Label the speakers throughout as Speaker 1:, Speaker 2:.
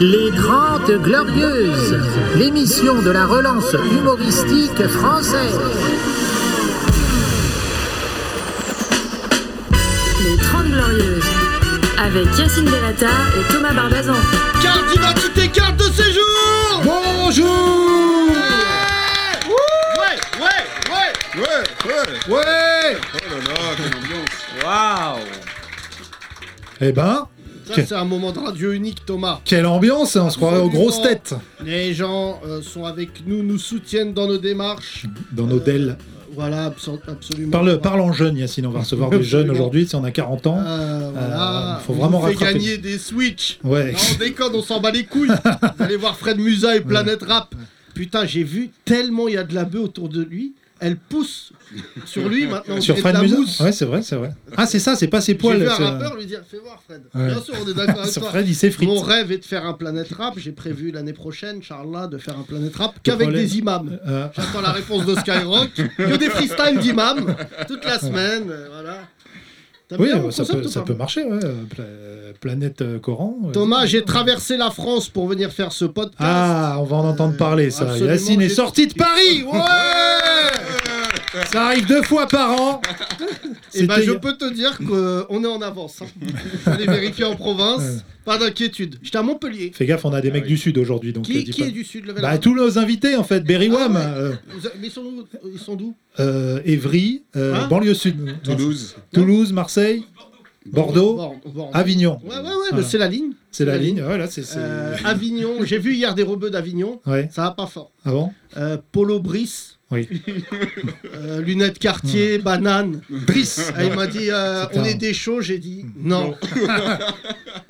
Speaker 1: Les Grandes Glorieuses, l'émission de la relance humoristique française.
Speaker 2: Les 30 Glorieuses, avec Yacine Delata et Thomas Barbazan.
Speaker 3: Carte d'identité, carte de séjour
Speaker 4: Bonjour
Speaker 3: Ouais, ouais, ouais
Speaker 4: Ouais, ouais
Speaker 3: Ouais
Speaker 4: Oh là là, quelle ambiance
Speaker 3: Waouh
Speaker 5: Eh ben,
Speaker 6: Ça, c'est un moment de radio unique, Thomas.
Speaker 5: quelle ambiance, hein, on se croirait aux grosses têtes
Speaker 6: Les gens euh, sont avec nous, nous soutiennent dans nos démarches.
Speaker 5: dans nos DEL.
Speaker 6: Voilà, abso- absolument.
Speaker 5: Parle, parle en jeune, Yacine, on va recevoir des jeunes aujourd'hui, si on a 40 ans.
Speaker 6: Euh, voilà.
Speaker 5: Euh, faut
Speaker 6: on
Speaker 5: vraiment
Speaker 6: nous fait
Speaker 5: rattraper.
Speaker 6: gagner des Switch.
Speaker 5: Ouais.
Speaker 6: Non, on déconne, on s'en bat les couilles. Vous allez voir Fred Musa et Planète Rap. Putain, j'ai vu tellement il y a de la bœuf autour de lui. Elle pousse sur lui maintenant. on
Speaker 5: Sur
Speaker 6: fait de
Speaker 5: Fred
Speaker 6: la
Speaker 5: Musa
Speaker 6: mousse.
Speaker 5: Ouais, c'est vrai, c'est vrai. Ah, c'est ça, c'est pas ses
Speaker 6: J'ai
Speaker 5: poils.
Speaker 6: vu un
Speaker 5: c'est-
Speaker 6: rappeur lui dire Fais voir, Fred.
Speaker 5: Ouais.
Speaker 6: Bien sûr, on est d'accord avec
Speaker 5: Sur
Speaker 6: toi.
Speaker 5: Fred, il s'effrite.
Speaker 6: Mon rêve est de faire un planète rap. J'ai prévu l'année prochaine, Charla, de faire un planète rap
Speaker 5: Le
Speaker 6: qu'avec
Speaker 5: problème-
Speaker 6: des imams.
Speaker 5: Euh,
Speaker 6: J'attends la réponse de Skyrock. Que des freestyles d'imams toute la semaine. euh, Voilà. T'aimes
Speaker 5: oui,
Speaker 6: bien
Speaker 5: euh,
Speaker 6: mon
Speaker 5: ça,
Speaker 6: concept
Speaker 5: peut,
Speaker 6: ou
Speaker 5: ça
Speaker 6: pas
Speaker 5: peut marcher, ouais. euh, pla- euh, Planète euh, Coran. ouais.
Speaker 6: Thomas, j'ai traversé la France pour venir faire ce podcast.
Speaker 5: Ah, on va en entendre parler, ça.
Speaker 6: Euh, absolument,
Speaker 5: Bah, Yacine est
Speaker 6: j'ai-
Speaker 5: sorti de Paris Ouais Ça arrive deux fois par an
Speaker 6: Et ben,
Speaker 5: C'était-
Speaker 6: je peux te dire qu'on est en avance. hein. Je vais vérifier en province. Pas d'inquiétude. J'étais à Montpellier.
Speaker 5: Fais gaffe, on a des mecs du Sud aujourd'hui, donc euh,
Speaker 6: Ah Qui,
Speaker 5: dis
Speaker 6: qui
Speaker 5: pas-
Speaker 6: est du sud levez la
Speaker 5: Bah,
Speaker 6: main.
Speaker 5: tous nos invités, en fait. Berry
Speaker 6: Ah
Speaker 5: Wam,
Speaker 6: ouais.
Speaker 5: euh,
Speaker 6: Vous avez- Mais ils sont d'où Ils sont d'où
Speaker 5: euh, Évry, euh,
Speaker 6: Hein
Speaker 5: banlieue Sud.
Speaker 4: Toulouse
Speaker 5: Toulouse, Marseille, Bordeaux,
Speaker 6: Bordeaux. Bordeaux.
Speaker 5: Avignon.
Speaker 6: Ouais, ouais, ouais, mais
Speaker 5: Voilà.
Speaker 6: c'est la ligne.
Speaker 5: C'est la ligne. Ouais, là, c'est. c'est-
Speaker 6: Euh, Avignon, j'ai vu hier des rebeux d'Avignon,
Speaker 5: Ouais.
Speaker 6: ça va pas fort.
Speaker 5: Ah bon
Speaker 6: Euh, Polo Brice.
Speaker 5: Oui.
Speaker 6: euh, lunettes quartier, banane.
Speaker 5: Brice.
Speaker 6: Ah, il m'a dit euh,
Speaker 5: C'était
Speaker 6: on
Speaker 5: un-
Speaker 6: est des chauds, j'ai dit non.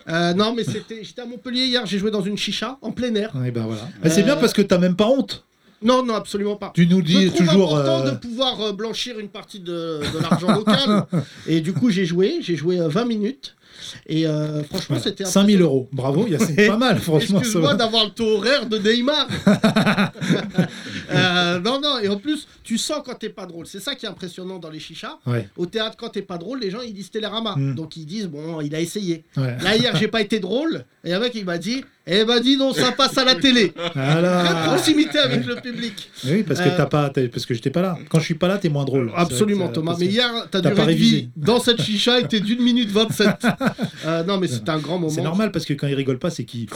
Speaker 6: Euh, non, mais c'était, j'étais à Montpellier hier, j'ai joué dans une chicha en plein air.
Speaker 5: Et ben voilà. Ah,
Speaker 6: Euh,
Speaker 5: c'est bien parce que t'as même pas honte.
Speaker 6: Non, non, absolument pas.
Speaker 5: Tu nous
Speaker 6: Je
Speaker 5: dis
Speaker 6: trouve
Speaker 5: toujours.
Speaker 6: important
Speaker 5: euh,
Speaker 6: de pouvoir euh, blanchir une partie de, de l'argent local. Et du coup, j'ai joué, j'ai joué euh, 20 minutes. Et euh, franchement,
Speaker 5: voilà,
Speaker 6: c'était
Speaker 5: 5000 euros. Bravo, il y a- c'est pas mal, franchement. ça
Speaker 6: Excuse-moi
Speaker 5: va.
Speaker 6: d'avoir le taux horaire de Neymar. Euh, non, non, et en plus, tu sens quand t'es pas drôle. C'est ça qui est impressionnant dans les chichas.
Speaker 5: Ouais,
Speaker 6: Au théâtre, quand t'es pas drôle, les gens ils disent Télérama.
Speaker 5: Mm.
Speaker 6: Donc ils disent, bon, il a essayé.
Speaker 5: ouais.
Speaker 6: Là, hier, j'ai pas été drôle. Et un mec, il m'a dit, eh ben dis donc, ça passe à la télé. Très
Speaker 5: Voilà.
Speaker 6: proximité avec le public.
Speaker 5: Oui, parce que
Speaker 6: Euh,
Speaker 5: t'as pas, t'as- parce que j'étais pas là. Quand je suis pas là, t'es moins drôle.
Speaker 6: Absolument,
Speaker 5: C'est vrai que, euh,
Speaker 6: Thomas.
Speaker 5: parce
Speaker 6: Mais
Speaker 5: que-
Speaker 6: hier, ta
Speaker 5: t'as pas
Speaker 6: durée de vie
Speaker 5: révisé.
Speaker 6: dans cette chicha était d'une minute 27. Euh, non, mais c'était un grand moment.
Speaker 5: C'est normal parce que quand ils rigolent pas, c'est qu'ils,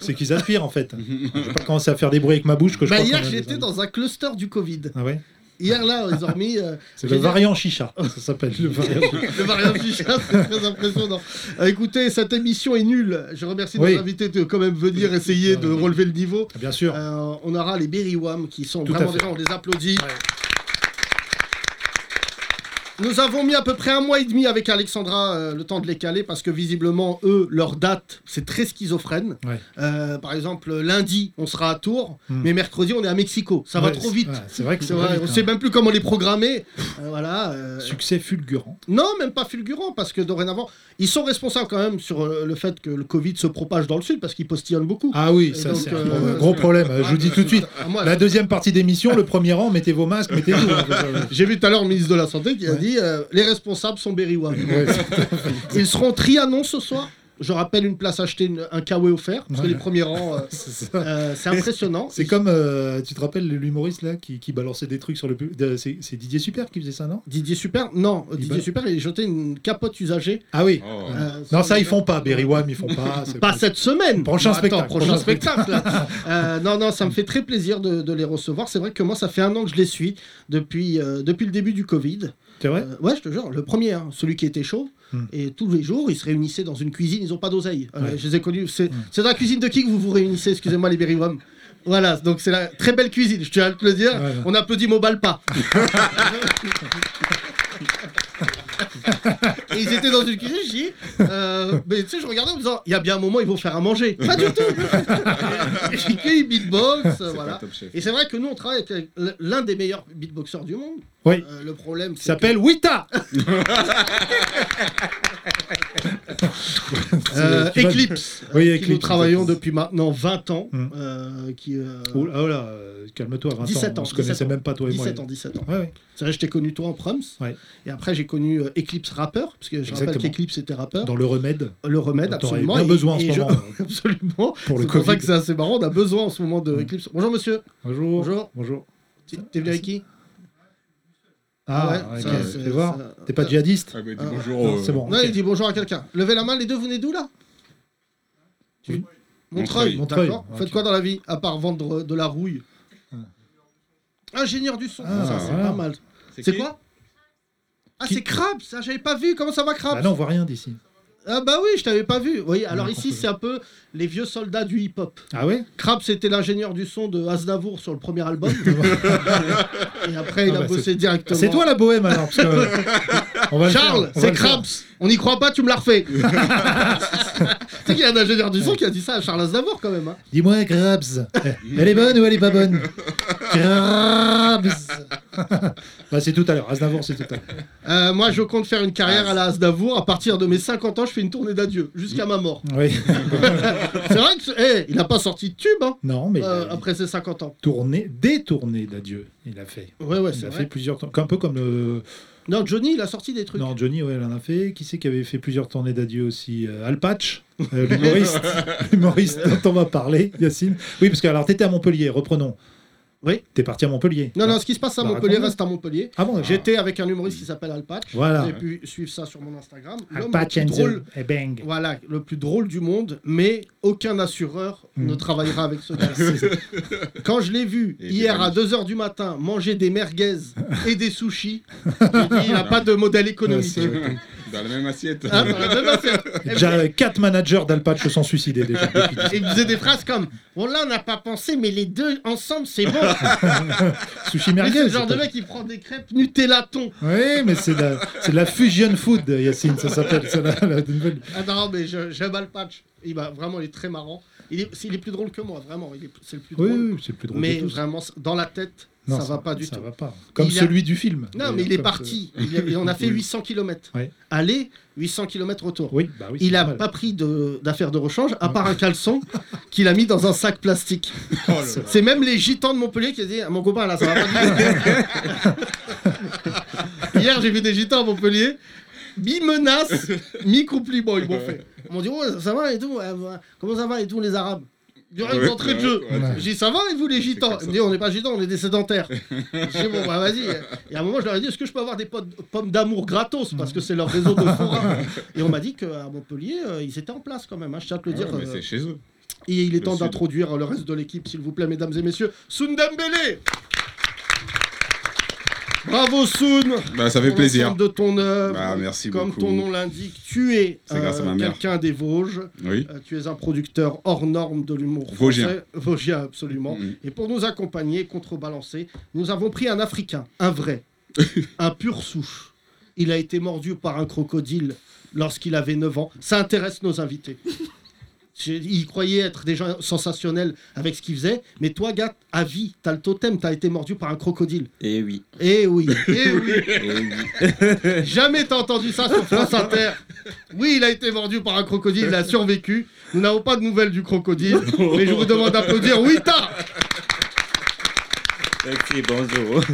Speaker 5: c'est qu'ils aspirent en fait. Je vais pas commencer à faire des bruits avec ma bouche que je.
Speaker 6: Bah,
Speaker 5: crois
Speaker 6: hier,
Speaker 5: qu'on a des
Speaker 6: j'étais
Speaker 5: invités.
Speaker 6: dans un cluster du Covid.
Speaker 5: Ah ouais.
Speaker 6: Hier, là, ils ont remis. euh,
Speaker 5: C'est le
Speaker 6: j'ai-
Speaker 5: variant chicha. Ça s'appelle le variant. chicha.
Speaker 6: Le variant Chicha, c'est très impressionnant. Euh, écoutez, cette émission est nulle. Je remercie
Speaker 5: Oui.
Speaker 6: nos invités de quand même venir essayer de relever le niveau.
Speaker 5: Ah, Bien sûr.
Speaker 6: Euh, on aura les Berry Wham qui sont
Speaker 5: Tout à
Speaker 6: vraiment
Speaker 5: fait.
Speaker 6: des gens, on les applaudit. Nous avons mis à peu près un mois et demi avec Alexandra euh, le temps de les caler parce que visiblement, eux, leur date, c'est très schizophrène.
Speaker 5: Ouais. Hmm.
Speaker 6: Euh, par exemple, lundi, on sera à Tours, mais mercredi, on est à Mexico. Ça va
Speaker 5: Ouais,
Speaker 6: trop
Speaker 5: c'est-
Speaker 6: vite.
Speaker 5: ouais, c'est vrai que
Speaker 6: C'est
Speaker 5: c'est
Speaker 6: vrai,
Speaker 5: vrai.
Speaker 6: on sait même plus comment les programmer. Euh, voilà. euh,
Speaker 5: Succès fulgurant.
Speaker 6: non, même pas fulgurant, parce que dorénavant, ils sont responsables quand même sur euh, le fait que le Covid se propage dans le Sud, parce qu'ils postillonnent beaucoup.
Speaker 5: Ah oui,
Speaker 6: Et
Speaker 5: ça
Speaker 6: donc,
Speaker 5: c'est
Speaker 6: euh,
Speaker 5: un pro- gros problème. Je vous dis tout de suite.
Speaker 6: Ah, moi,
Speaker 5: La deuxième partie d'émission, le premier rang, mettez vos masques, hein, mettez tout.
Speaker 6: J'ai vu tout à l'heure le ministre de la Santé qui a
Speaker 5: Ouais.
Speaker 6: dit euh, les responsables sont berryois.
Speaker 5: Ouais,
Speaker 6: Ils seront trianon ce soir. Je rappelle une place achetée, une- un kawaii offert, parce que
Speaker 5: Ouais.
Speaker 6: les premiers rangs, euh,
Speaker 5: c'est ça.
Speaker 6: euh, c'est impressionnant.
Speaker 5: C'est comme, euh, tu te rappelles l'humoriste là qui, qui balançait des trucs sur le pub- de- C'est c'est Didier Super qui faisait ça, non
Speaker 6: Didier Super Non,
Speaker 5: Il
Speaker 6: Didier
Speaker 5: bat-
Speaker 6: Super, il a jeté une capote usagée.
Speaker 5: Ah oui.
Speaker 4: Oh.
Speaker 6: euh, sur
Speaker 5: Non,
Speaker 6: le-
Speaker 5: ça ils font pas. Berry Wham, ils font pas. c'est
Speaker 6: Pas cette semaine.
Speaker 5: Prochain
Speaker 6: Bon, attends,
Speaker 5: spectacle,
Speaker 6: Prochain
Speaker 5: prochain
Speaker 6: spectacle. là. Euh, non, non, ça me fait très plaisir de, de les recevoir. C'est vrai que moi, ça fait un an que je les suis depuis, euh, depuis le début du Covid.
Speaker 5: C'est vrai
Speaker 6: Euh, ouais, je te jure, le premier, hein, celui qui était chaud.
Speaker 5: Hmm.
Speaker 6: Et tous les jours, ils se réunissaient dans une cuisine. Ils n'ont pas d'oseille. Euh,
Speaker 5: Ouais. Mm.
Speaker 6: Je les ai connus. C'est c'est dans la cuisine de qui que vous vous réunissez Excusez-moi, les Berrywam. Voilà, donc c'est la très belle cuisine. Je tiens à te le dire.
Speaker 5: Ouais.
Speaker 6: On applaudit Mobalpa. Et ils étaient dans une cuisine, je dis, euh, mais tu sais, je regardais en me disant, il y a bien un moment, ils vont faire à manger. Pas du tout J'ai cueilli beatbox, euh,
Speaker 4: C'est pas
Speaker 6: voilà.
Speaker 4: top chef.
Speaker 6: Et c'est vrai que nous, on travaille avec l'un des meilleurs beatboxeurs du monde.
Speaker 5: Oui.
Speaker 6: Euh, le problème,
Speaker 5: Il
Speaker 6: Euh, c'est.
Speaker 5: s'appelle Wita
Speaker 6: Euh,
Speaker 5: Tu vas-
Speaker 6: Eclipse,
Speaker 5: Oui,
Speaker 6: euh, qui nous
Speaker 5: Eclipse,
Speaker 6: travaillons
Speaker 5: exactement.
Speaker 6: depuis maintenant 20 ans.
Speaker 5: Mm.
Speaker 6: euh, qui, euh,
Speaker 5: Oh là, oh là, euh, calme-toi, Vincent,
Speaker 6: 17 ans,
Speaker 5: on se connaissait
Speaker 6: 17 ans,
Speaker 5: même pas, toi et moi.
Speaker 6: 17 ans, 17 ans.
Speaker 5: Ouais, ouais.
Speaker 6: C'est vrai, je t'ai connu toi en proms.
Speaker 5: Ouais.
Speaker 6: Et après, j'ai connu euh, Eclipse rappeur, parce que je rappelle
Speaker 5: Exactement.
Speaker 6: qu'Eclipse était rappeur.
Speaker 5: Dans le remède,
Speaker 6: Le remède,
Speaker 5: dont t'aurais
Speaker 6: absolument.
Speaker 5: bien
Speaker 6: et-
Speaker 5: besoin en
Speaker 6: et
Speaker 5: ce
Speaker 6: je-
Speaker 5: moment. hein.
Speaker 6: absolument.
Speaker 5: Pour le
Speaker 6: c'est pour ça
Speaker 5: Covid.
Speaker 6: que c'est assez marrant. On a besoin en ce moment de
Speaker 5: Mm.
Speaker 6: Eclipse. Bonjour monsieur.
Speaker 5: Bonjour.
Speaker 6: Bonjour.
Speaker 5: Bonjour.
Speaker 6: T'es t'es venu avec qui
Speaker 5: Ah,
Speaker 6: Ouais,
Speaker 5: ok,
Speaker 6: ça,
Speaker 5: je
Speaker 6: c'est-
Speaker 5: vais voir.
Speaker 6: ça-
Speaker 5: T'es pas djihadiste
Speaker 4: Ah, bah, dis
Speaker 6: Ah,
Speaker 4: bonjour.
Speaker 5: Non,
Speaker 4: euh,
Speaker 5: C'est bon.
Speaker 6: Non,
Speaker 5: ok.
Speaker 6: il dit bonjour à quelqu'un. Levez la main, les deux venez d'où là
Speaker 5: Oui.
Speaker 4: Montreuil.
Speaker 6: Montreuil.
Speaker 5: Montreuil, Ah,
Speaker 6: D'accord.
Speaker 5: ok.
Speaker 6: Faites quoi dans la vie à part vendre euh, de la rouille Ingénieur du son.
Speaker 5: Ah,
Speaker 6: ça, c'est
Speaker 5: voilà.
Speaker 6: pas mal. C'est
Speaker 4: qui
Speaker 6: quoi Ah,
Speaker 5: Qui
Speaker 6: c'est Crabs Ah, j'avais pas vu. Comment ça va, Crabs
Speaker 5: Bah non, on voit rien d'ici.
Speaker 6: Ah, bah oui, je t'avais pas vu. Oui, alors
Speaker 5: Ouais,
Speaker 6: ici,
Speaker 5: contre-
Speaker 6: c'est un peu les vieux soldats du hip-hop.
Speaker 5: Ah ouais
Speaker 6: Crabs c'était l'ingénieur du son de Aznavour sur le premier album. Et après, il
Speaker 5: Ah
Speaker 6: a
Speaker 5: bah,
Speaker 6: bossé directement.
Speaker 5: C'est toi la bohème alors parce que... on va le
Speaker 6: Charles,
Speaker 5: faire, on va
Speaker 6: c'est
Speaker 5: le faire.
Speaker 6: Krabs. On n'y croit pas, tu me la refais. tu sais qu'il y a un ingénieur du son qui a dit ça à Charles Aznavour quand même. hein.
Speaker 5: Dis-moi, Krabs, elle est bonne ou elle est pas bonne Krabs Bah, C'est tout à l'heure, Aznavour, c'est tout à Ah, l'heure.
Speaker 6: Euh, moi, je compte faire une carrière à la Aznavour. À partir de mes 50 ans, je fais une tournée d'adieu jusqu'à ma mort.
Speaker 5: Oui,
Speaker 6: c'est vrai que ce- eh, il n'a pas sorti de tube hein,
Speaker 5: non, mais il
Speaker 6: euh,
Speaker 5: a
Speaker 6: après ses 50 ans.
Speaker 5: tourné, détourné d'adieu, il a fait.
Speaker 6: Ouais, ouais,
Speaker 5: Il
Speaker 6: c'est
Speaker 5: a
Speaker 6: vrai.
Speaker 5: fait plusieurs tournées, un peu comme euh,
Speaker 6: Non, Johnny, il a sorti des trucs.
Speaker 5: non, Johnny, ouais, il en a fait. Qui c'est qui avait fait plusieurs tournées d'adieu aussi Euh, Al Patch, euh, l'humoriste, l'humoriste dont on va parler, Yacine. Oui, parce que alors t'étais à Montpellier, reprenons.
Speaker 6: Oui.
Speaker 5: T'es parti à Montpellier.
Speaker 6: Non, non, ce qui se passe à
Speaker 5: Bah,
Speaker 6: Montpellier
Speaker 5: raconte-nous.
Speaker 6: reste à Montpellier.
Speaker 5: Ah bon, j'étais.
Speaker 6: J'étais avec un humoriste qui s'appelle Alpatch.
Speaker 5: Voilà.
Speaker 6: Vous avez pu suivre ça sur mon Instagram.
Speaker 5: Al
Speaker 6: L'homme
Speaker 5: Patch
Speaker 6: le
Speaker 5: and
Speaker 6: plus drôle
Speaker 5: the- et bang.
Speaker 6: Voilà, le plus drôle du monde, mais aucun assureur
Speaker 5: Mm.
Speaker 6: ne travaillera avec ce gars. Quand je l'ai vu
Speaker 4: Et
Speaker 6: hier
Speaker 4: c'est
Speaker 6: à 2h du matin manger des merguez et des sushis, j'ai dit, il n'a pas de modèle économique.
Speaker 5: Ouais,
Speaker 4: Dans la même assiette.
Speaker 6: Hein, dans la même affaire.
Speaker 5: Déjà, euh, quatre managers d'Al Patch se sont suicidés déjà. depuis dix ans.
Speaker 6: Et il faisait des phrases comme Bon, là, on n'a pas pensé, mais les deux ensemble, c'est bon.
Speaker 5: Sushi
Speaker 6: Mais
Speaker 5: merguez.
Speaker 6: c'est le genre
Speaker 5: c'est
Speaker 6: de
Speaker 5: pas-
Speaker 6: mec qui prend des crêpes Nutella thon.
Speaker 5: Oui, mais c'est de la, c'est de la fusion food, Yacine, ça s'appelle. c'est la- la nouvelle-
Speaker 6: Ah non, mais je- j'aime le patch. Il va vraiment, il est très marrant. Il est, c'est- il est plus drôle que moi, vraiment. Il est- c'est le plus
Speaker 5: Oui,
Speaker 6: drôle.
Speaker 5: oui, c'est le plus drôle.
Speaker 6: mais
Speaker 5: de tous.
Speaker 6: vraiment, dans la tête,
Speaker 5: Non,
Speaker 6: ça, va pas du
Speaker 5: ça
Speaker 6: tout.
Speaker 5: va pas. Comme
Speaker 6: Il a-
Speaker 5: celui du film.
Speaker 6: Non,
Speaker 5: d'ailleurs,
Speaker 6: mais il est
Speaker 5: comme euh,
Speaker 6: parti. Il est- et on a fait
Speaker 5: Oui.
Speaker 6: 800 km.
Speaker 5: Ouais.
Speaker 6: Aller, 800 km
Speaker 5: ce-
Speaker 6: retour.
Speaker 5: Oui, bah oui. c'est
Speaker 6: Il n'a
Speaker 5: mal.
Speaker 6: pas pris de- d'affaires de, rechange, à part un caleçon qu'il a mis dans un sac plastique.
Speaker 4: Oh là là.
Speaker 6: C'est même les gitans de Montpellier qui disaient ah, Mon copain, là, ça va pas du tout. Hier, j'ai vu des gitans à Montpellier, mi-menace, mi-compliment. Ils m'ont fait. Ils m'ont dit Ouais, ça va et tout. ouais, ouais. Comment ça va et tout, les Arabes Durant une
Speaker 4: Ouais,
Speaker 6: entrée de
Speaker 4: ouais,
Speaker 6: jeu.
Speaker 4: ouais, ouais.
Speaker 6: J'ai dit ça va et vous les gitans
Speaker 4: comme
Speaker 6: Ils
Speaker 4: ça.
Speaker 6: me disent on n'est pas gitans, on est des sédentaires. J'ai dit bon bah vas-y. Et à un moment je leur ai dit est-ce que je peux avoir des potes- pommes d'amour gratos parce que c'est leur réseau de forains. Et on m'a dit qu'à Montpellier euh, ils étaient en place quand même. hein, je tiens à te le
Speaker 4: Ah ouais,
Speaker 6: dire.
Speaker 4: mais
Speaker 6: euh,
Speaker 4: c'est chez eux.
Speaker 6: et il est
Speaker 4: le
Speaker 6: temps
Speaker 4: sud.
Speaker 6: d'introduire le reste de l'équipe s'il vous plaît mesdames et messieurs. Soun Dembélé. Bravo Soun.
Speaker 4: Bah, ça fait
Speaker 6: pour
Speaker 4: plaisir.
Speaker 6: l'ensemble De ton œuvre.
Speaker 4: Bah, merci
Speaker 6: Comme
Speaker 4: beaucoup.
Speaker 6: ton nom l'indique, tu es euh,
Speaker 4: C'est grâce à ma mère.
Speaker 6: quelqu'un des Vosges.
Speaker 4: Oui.
Speaker 6: Euh, Tu es un producteur hors norme de l'humour
Speaker 4: Vosgien.
Speaker 6: français. Vosgien, absolument.
Speaker 4: Mhm.
Speaker 6: Et pour nous accompagner, contrebalancer, nous avons pris un Africain, un vrai, un pur souche. Il a été mordu par un crocodile lorsqu'il avait 9 ans. Ça intéresse nos invités. J'ai- Il croyait être des gens sensationnels avec ce qu'il faisait, mais toi, gars, à vie, t'as le totem, t'as été mordu par un crocodile.
Speaker 7: Et oui.
Speaker 6: Eh oui, eh oui.
Speaker 7: Eh oui.
Speaker 6: Jamais t'as entendu ça sur France Inter. Oui, il a été mordu par un crocodile, il a survécu. Nous n'avons pas de nouvelles du crocodile, mais je vous demande d'applaudir Wita
Speaker 7: Ok, bonjour.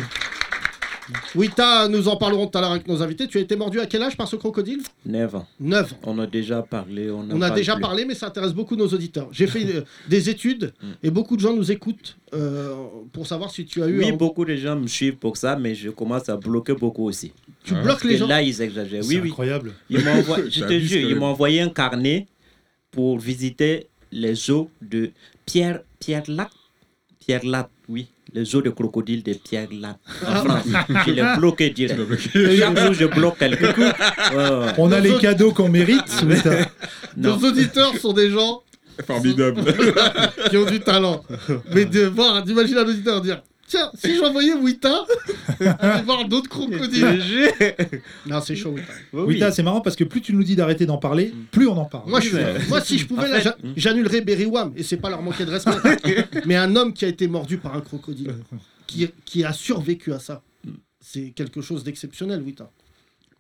Speaker 6: Wita, nous en parlerons tout à l'heure avec nos invités. Tu as été mordu à quel âge par ce crocodile
Speaker 7: 9 ans.
Speaker 6: 9 ans.
Speaker 7: On a déjà parlé. On, en
Speaker 6: On a
Speaker 7: parle
Speaker 6: déjà
Speaker 7: plus.
Speaker 6: parlé, mais ça intéresse beaucoup nos auditeurs. J'ai fait euh, des études
Speaker 7: Mm.
Speaker 6: et beaucoup de gens nous écoutent euh, pour savoir si tu as eu.
Speaker 7: Oui,
Speaker 6: un-
Speaker 7: beaucoup de gens me suivent pour ça, mais je commence à bloquer beaucoup aussi.
Speaker 6: Tu
Speaker 4: Ah.
Speaker 6: bloques
Speaker 7: Parce
Speaker 6: les
Speaker 7: que
Speaker 6: gens.
Speaker 7: là, ils exagèrent. Oui,
Speaker 5: C'est
Speaker 7: oui.
Speaker 5: incroyable.
Speaker 7: Ils m'envoient- je te
Speaker 4: T'abuses
Speaker 7: jure,
Speaker 4: quand
Speaker 7: ils
Speaker 4: même.
Speaker 7: m'ont envoyé un carnet pour visiter les zoos de Pierre, Pierre Lac. Pierre Lac, oui. Les zoos de crocodiles de Pierre Lac.
Speaker 6: Ah.
Speaker 7: En France. Je les bloqué direct. Chaque jour, je bloque quelqu'un. Ouais, ouais.
Speaker 5: On a
Speaker 6: Nos
Speaker 5: les
Speaker 6: autres-
Speaker 5: cadeaux qu'on mérite. mais t'as-
Speaker 7: Non.
Speaker 6: Nos auditeurs sont des gens
Speaker 4: Formidable.
Speaker 6: qui ont du talent. Mais de voir, d'imaginer un auditeur dire Tiens, si j'envoyais Wita, aller voir d'autres crocodiles. non, c'est chaud, Wita.
Speaker 5: Oui, t'as- c'est marrant parce que plus tu nous dis d'arrêter d'en parler,
Speaker 7: Mm.
Speaker 5: plus on en parle.
Speaker 6: Moi, je- moi, si je pouvais, là, j'a-
Speaker 4: hmm.
Speaker 6: j'annulerais Berrywam, et c'est pas leur manquer de respect. Mais un homme qui a été mordu par un crocodile, qui, qui a survécu à ça, c'est quelque chose d'exceptionnel, Wita.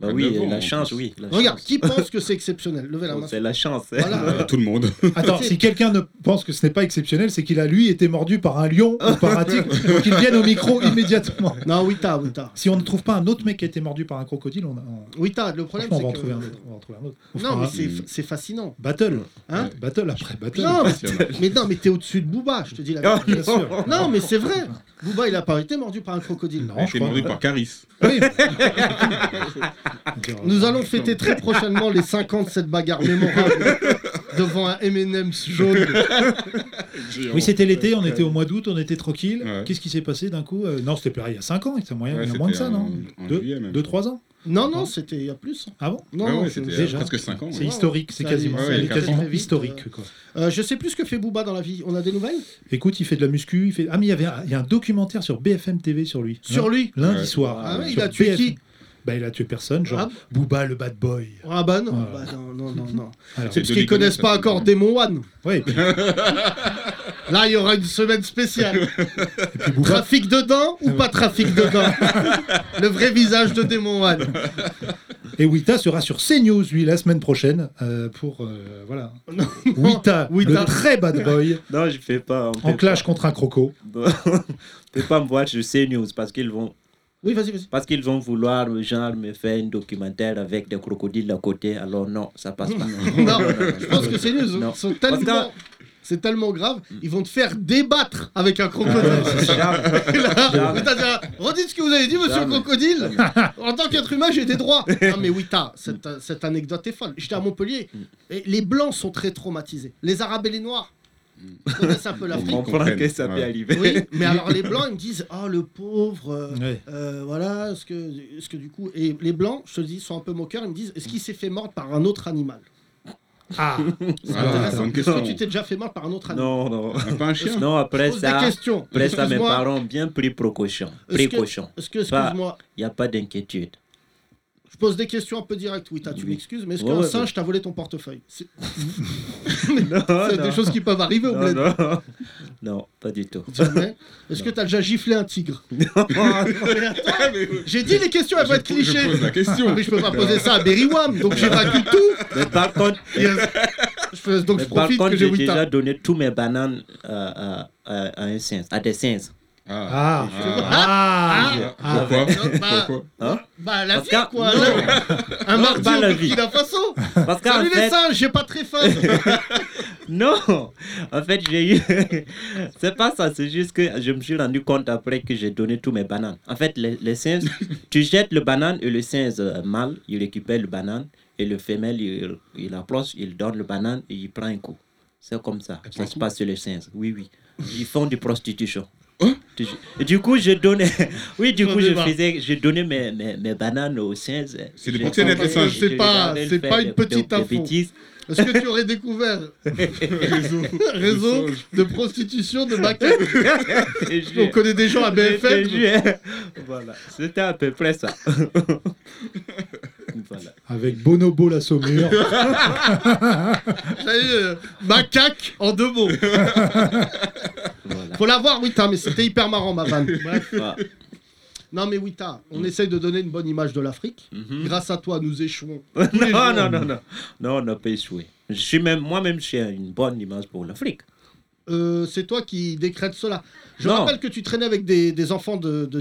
Speaker 7: Bah
Speaker 4: Ah,
Speaker 7: oui,
Speaker 4: d'abord, en
Speaker 7: la chance,
Speaker 4: plus.
Speaker 7: oui. la
Speaker 6: Regarde,
Speaker 7: chance. Oh,
Speaker 6: qui pense que c'est exceptionnel Levez la main.
Speaker 7: C'est la chance.
Speaker 6: Voilà.
Speaker 4: Euh, Tout le monde.
Speaker 5: Attends, si quelqu'un ne pense que ce n'est pas exceptionnel, c'est qu'il a lui été mordu par un lion ou par un tigre, faut qu'il vienne au micro immédiatement.
Speaker 6: Non, Wita, Wita.
Speaker 5: Si on ne trouve pas un autre mec qui a été mordu par un crocodile, on, a- on-
Speaker 6: Wita, le problème
Speaker 5: franchement, on va en
Speaker 6: c'est
Speaker 5: trouver un
Speaker 6: que.
Speaker 5: autre. On va en trouver un autre. On
Speaker 6: Non,
Speaker 5: fera
Speaker 6: mais
Speaker 5: un
Speaker 6: c'est fa- c'est fascinant.
Speaker 5: battle,
Speaker 6: Hein
Speaker 5: battle après battle.
Speaker 6: Non, mais-
Speaker 4: Passionnant.
Speaker 6: mais non, mais t'es au-dessus de Booba, je te dis la
Speaker 7: Oh,
Speaker 6: vérité.
Speaker 5: bien sûr.
Speaker 6: Non, mais c'est vrai. Booba, il a pas été mordu par un crocodile.
Speaker 5: Non,
Speaker 4: J'ai
Speaker 5: je
Speaker 4: été
Speaker 5: crois.
Speaker 4: mordu par Caris.
Speaker 5: Oui.
Speaker 6: Nous allons fêter très prochainement les 50 de cette bagarre mémorable devant un M&M's jaune.
Speaker 5: Oui, c'était l'été, on était au mois d'août, on était tranquille.
Speaker 4: Ouais.
Speaker 5: Qu'est-ce qui s'est passé d'un coup euh, Non, c'était pas il y a 5 ans, c'était moyen,
Speaker 4: Ouais,
Speaker 5: il y a
Speaker 4: c'était
Speaker 5: moins de ça,
Speaker 4: en-
Speaker 5: non
Speaker 4: en
Speaker 5: 2
Speaker 4: juillet, même.
Speaker 5: 3 ans
Speaker 6: Non, non, c'était il y a plus.
Speaker 5: Ah bon
Speaker 6: Non,
Speaker 4: Ouais,
Speaker 6: non,
Speaker 4: ouais,
Speaker 6: c'est-
Speaker 4: c'était
Speaker 5: déjà.
Speaker 4: déjà presque 5 ans.
Speaker 5: C'est
Speaker 4: ouais.
Speaker 5: historique, c'est
Speaker 6: Ça
Speaker 5: quasiment,
Speaker 4: allait- ouais,
Speaker 5: elle est
Speaker 4: très, très
Speaker 5: quasiment
Speaker 6: vite,
Speaker 5: historique. quoi.
Speaker 6: Euh, je sais plus ce que fait Booba dans la vie. On a des nouvelles
Speaker 5: Écoute, il fait de la muscu, il fait. Ah mais il y avait, un- il y a un documentaire sur BFM TV sur lui.
Speaker 6: Sur
Speaker 5: Lin-
Speaker 6: lui
Speaker 5: Lundi
Speaker 4: Ouais.
Speaker 5: soir. euh,
Speaker 6: Ah ouais, il
Speaker 5: Sur
Speaker 6: a tué qui
Speaker 5: Bah il a tué personne, genre
Speaker 6: Ah.
Speaker 5: Booba le bad boy.
Speaker 6: Ah bah non,
Speaker 5: Voilà.
Speaker 6: bah non, non, non, non.
Speaker 5: Alors,
Speaker 4: C'est-
Speaker 6: Parce
Speaker 4: de
Speaker 6: qu'ils
Speaker 4: déconner,
Speaker 6: connaissent
Speaker 4: ça,
Speaker 6: pas
Speaker 4: c'est
Speaker 6: encore
Speaker 4: bon.
Speaker 6: Démon One.
Speaker 5: ouais, et puis,
Speaker 6: Là, il y aura une semaine spéciale.
Speaker 5: et puis Booba, Ah
Speaker 6: Trafic dedans ou pas trafic dedans Le vrai visage de Démon One.
Speaker 5: Et Wita sera sur CNews, lui, la semaine prochaine, euh, pour. euh, voilà.
Speaker 6: Non,
Speaker 5: Wita,
Speaker 6: Wita.
Speaker 5: le très bad boy,
Speaker 7: Non, je fais pas. on
Speaker 5: en
Speaker 7: fait
Speaker 5: clash contre un croco.
Speaker 7: pas. Ne pas me voir sur CNews parce qu'ils vont,
Speaker 6: Oui, vas-y, vas-y.
Speaker 7: parce qu'ils vont vouloir, genre, me faire un documentaire avec des crocodiles à côté. Alors non, ça passe pas.
Speaker 6: Non, je pense que c'est news.
Speaker 7: Non.
Speaker 6: Ils sont
Speaker 7: Parce que-
Speaker 6: tellement... C'est tellement grave, ils vont te faire débattre avec un crocodile.
Speaker 7: Jamais.
Speaker 6: Et là, c'est-à-dire, Redites ce que vous avez dit, monsieur
Speaker 7: Jamais.
Speaker 6: Crocodile. En tant qu'être humain, j'ai des droits. Non, mais Wita, cette, euh, cette anecdote est folle. J'étais à Montpellier. Et les Blancs sont très traumatisés. Les Arabes et les Noirs Ils connaissent un peu
Speaker 7: Mm. On
Speaker 6: l'Afrique.
Speaker 7: comprend que ça peut
Speaker 4: Ouais.
Speaker 7: arriver.
Speaker 6: Oui, mais alors les Blancs, ils me disent Ah, le pauvre. euh,
Speaker 5: Ouais.
Speaker 6: euh, voilà, ce que, ce que du coup. Et les Blancs, je te dis, sont un peu moqueurs. Ils me disent Est-ce qu'il s'est fait mordre par un autre animal
Speaker 4: Ah,
Speaker 5: Ah intéressant.
Speaker 4: bonne
Speaker 6: Est-ce
Speaker 4: question.
Speaker 6: que tu t'es déjà fait mordre par un autre animal
Speaker 7: Non, non.
Speaker 4: Ah, Pas un chien
Speaker 7: Non, après
Speaker 6: Je pose
Speaker 7: ça,
Speaker 6: des questions.
Speaker 7: après ça, mes
Speaker 6: Excuse-moi.
Speaker 7: parents ont bien pris précaution.
Speaker 6: Est-ce que-
Speaker 7: Précaution.
Speaker 6: Est-ce que, excuse-moi,
Speaker 7: Il n'y a pas d'inquiétude.
Speaker 6: Je pose des questions un peu directes, Wita, tu
Speaker 7: Oui.
Speaker 6: m'excuses, mais est-ce
Speaker 7: Ouais,
Speaker 6: qu'un
Speaker 7: ouais,
Speaker 6: singe
Speaker 7: ouais.
Speaker 6: t'a volé ton portefeuille C'est
Speaker 7: Non,
Speaker 6: c'est
Speaker 7: non.
Speaker 6: des choses qui peuvent arriver au
Speaker 7: non,
Speaker 6: bled.
Speaker 7: non. Non, pas du tout.
Speaker 6: Jamais. Est-ce que t'as déjà giflé un tigre Mais attends,
Speaker 4: Ah, mais oui.
Speaker 6: J'ai dit les questions, elles vont être
Speaker 4: Je
Speaker 6: clichés. Ah,
Speaker 4: pose la question.
Speaker 6: Mais je peux pas poser ça à Berrywam, donc j'évacue tout.
Speaker 7: Mais par contre,
Speaker 6: Et, euh, je fais- donc
Speaker 7: mais
Speaker 6: je
Speaker 7: par
Speaker 6: profite
Speaker 7: contre
Speaker 6: que j'ai
Speaker 7: j'ai
Speaker 6: Wita.
Speaker 7: déjà donné tous mes bananes euh, euh, à, à un singe, à des singes.
Speaker 5: Ah
Speaker 4: Ah.
Speaker 5: Ah,
Speaker 4: Ah.
Speaker 5: Ah.
Speaker 4: Pourquoi
Speaker 6: Non, bah,
Speaker 4: Pourquoi
Speaker 7: Hein
Speaker 6: Bah la
Speaker 7: Parce
Speaker 6: vie
Speaker 7: que-
Speaker 6: quoi
Speaker 7: non.
Speaker 6: là. Un
Speaker 7: Non,
Speaker 6: mardi
Speaker 7: pas la
Speaker 6: au
Speaker 7: vie.
Speaker 6: Burkina Faso
Speaker 7: Parce qu'en
Speaker 6: Salut les
Speaker 7: fait,
Speaker 6: singes, j'ai pas très faim
Speaker 7: non, en fait j'ai eu, c'est pas ça, c'est juste que je me suis rendu compte après que j'ai donné tous mes bananes. En fait, les, les singes, tu jettes le banane et le singe euh, mâle, il récupère le banane et le femelle, il, il approche, il donne le banane et il prend un coup. C'est comme ça, ça se passe sur les singes. Oui, oui, ils font du prostitution.
Speaker 6: Hein?
Speaker 7: Du- Et du coup, je donnais. Oui, du
Speaker 6: J'en
Speaker 7: coup, je
Speaker 6: débarque.
Speaker 7: faisais. Je donnais mes, mes, mes bananes aux singes.
Speaker 4: C'est des
Speaker 7: Je-
Speaker 4: proxénètes, les singes.
Speaker 7: je- je
Speaker 6: C'est
Speaker 7: les
Speaker 6: pas-
Speaker 7: regardais
Speaker 6: c'est
Speaker 7: faire
Speaker 6: pas une
Speaker 7: des-
Speaker 6: petite
Speaker 7: des- des
Speaker 6: info.
Speaker 7: bêtises.
Speaker 6: Est-ce que tu aurais découvert
Speaker 4: Réseau.
Speaker 6: réseau
Speaker 4: singe.
Speaker 6: de prostitution de Maca
Speaker 7: Et je-
Speaker 6: On connaît des gens à BFM.
Speaker 7: je- je- Voilà, c'était à peu près ça. voilà.
Speaker 5: Avec Bonobo la saumure.
Speaker 6: T'as eu, euh, macaque en deux mots.
Speaker 7: voilà.
Speaker 6: Faut l'avoir, Wita, mais c'était hyper marrant, ma vanne. Bref.
Speaker 7: Ah,
Speaker 6: Non, mais Wita,
Speaker 7: Mm.
Speaker 6: on essaye de donner une bonne image de l'Afrique.
Speaker 7: mhm.
Speaker 6: Grâce à toi, nous échouons.
Speaker 7: non, non, non, non. Non, on n'a pas échoué. Je suis même, moi-même, j'ai une bonne image pour l'Afrique.
Speaker 6: Euh, c'est toi qui décrète cela. Je
Speaker 7: Non.
Speaker 6: rappelle que tu traînais avec des, des enfants de, de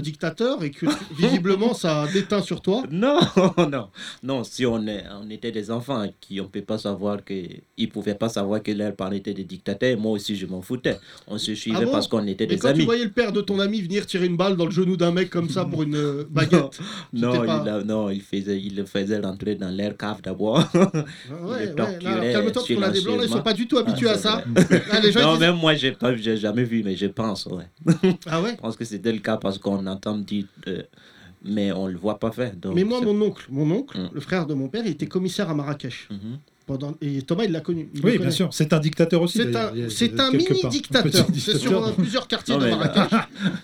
Speaker 6: dictateurs et que visiblement ça a déteint sur toi.
Speaker 7: Non, non, non. Si on, est- on était des enfants qui on peut pas savoir que ils pouvaient pas savoir que leurs parents étaient des dictateurs, moi aussi je m'en foutais. On se suivait
Speaker 6: Ah bon
Speaker 7: parce qu'on était
Speaker 6: Et
Speaker 7: des
Speaker 6: quand tu
Speaker 7: amis.
Speaker 6: voyais le père de ton ami venir tirer une balle dans le genou d'un mec comme ça pour une euh, baguette.
Speaker 7: Non,
Speaker 6: t'étais pas-
Speaker 7: il, a- non, il faisait, il le faisait rentrer dans leur cave d'abord.
Speaker 6: Ouais, ouais,
Speaker 7: Il
Speaker 6: non,
Speaker 7: torturait
Speaker 6: alors calme-toi parce qu'on a des blancs là, ils sont pas du tout habitués
Speaker 7: Ah,
Speaker 6: à
Speaker 7: c'est
Speaker 6: ça. Là, les gens,
Speaker 7: non,
Speaker 6: ils disent-
Speaker 7: même moi, j'ai pas, j'ai jamais vu, mais je pense, ouais.
Speaker 6: Ah ouais
Speaker 7: Je pense que c'était le cas parce qu'on entend dire, euh, mais on le voit pas faire. donc
Speaker 6: Mais moi,
Speaker 7: c'est-
Speaker 6: mon oncle, mon oncle,
Speaker 7: Mm.
Speaker 6: le frère de mon père, il était commissaire à Marrakech.
Speaker 7: Mhm.
Speaker 6: Pendant... Et Thomas, il l'a connu. il le
Speaker 5: Oui, bien
Speaker 6: connaît.
Speaker 5: sûr. C'est un dictateur aussi.
Speaker 6: C'est
Speaker 5: d'ailleurs. Il y a-
Speaker 6: un, c'est un
Speaker 5: quelque
Speaker 6: mini
Speaker 5: part.
Speaker 6: dictateur.
Speaker 5: petit
Speaker 6: C'est sur
Speaker 5: dictateur.
Speaker 6: euh, plusieurs quartiers
Speaker 7: Non,
Speaker 6: de
Speaker 7: mais-
Speaker 6: Marrakech.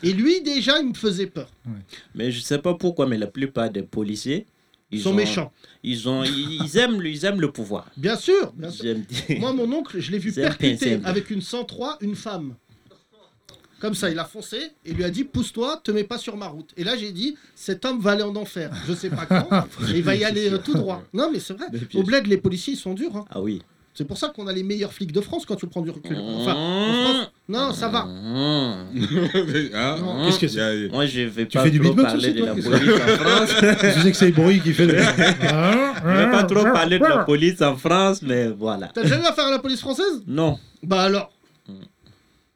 Speaker 6: Et lui, déjà, il me faisait peur.
Speaker 7: Mais je sais pas pourquoi, mais la plupart des policiers,
Speaker 6: Ils
Speaker 7: ils
Speaker 6: sont
Speaker 7: ont-
Speaker 6: méchants.
Speaker 7: Ils, ont, ils, ils aiment, le- ils aiment le pouvoir.
Speaker 6: Bien sûr, bien sûr.
Speaker 7: J'aime dire.
Speaker 6: Moi, mon oncle, je l'ai vu
Speaker 7: Ils aiment
Speaker 6: percuter
Speaker 7: PSM.
Speaker 6: avec une 103 une femme. Comme ça, il a foncé et lui a dit Pousse-toi, te mets pas sur ma route. Et là, j'ai dit Cet homme va aller en enfer. Je sais pas quand, mais il va y aller euh, tout droit. Non, mais c'est vrai.
Speaker 7: Des pièges.
Speaker 6: Au bled, les policiers, ils sont durs. hein.
Speaker 7: Ah oui. Oh.
Speaker 6: C'est pour ça qu'on a les meilleurs flics de France quand tu prends du recul. Enfin, en France, non, ça va.
Speaker 4: Ah, ah,
Speaker 5: Qu'est-ce que c'est
Speaker 4: y a- y a-
Speaker 7: Moi, je vais
Speaker 5: Tu
Speaker 7: pas
Speaker 5: fais du
Speaker 7: trop
Speaker 5: beatbox
Speaker 7: parler
Speaker 5: aussi,
Speaker 7: de
Speaker 5: toi,
Speaker 7: la
Speaker 5: qu'est-ce
Speaker 7: police
Speaker 5: que-
Speaker 7: en France.
Speaker 5: Je sais que c'est le bruit qui fait le.
Speaker 6: Hein,
Speaker 7: Je vais pas trop parler de la police en France, mais voilà.
Speaker 6: T'as jamais affaire à la police française
Speaker 7: Non,
Speaker 6: Bah alors.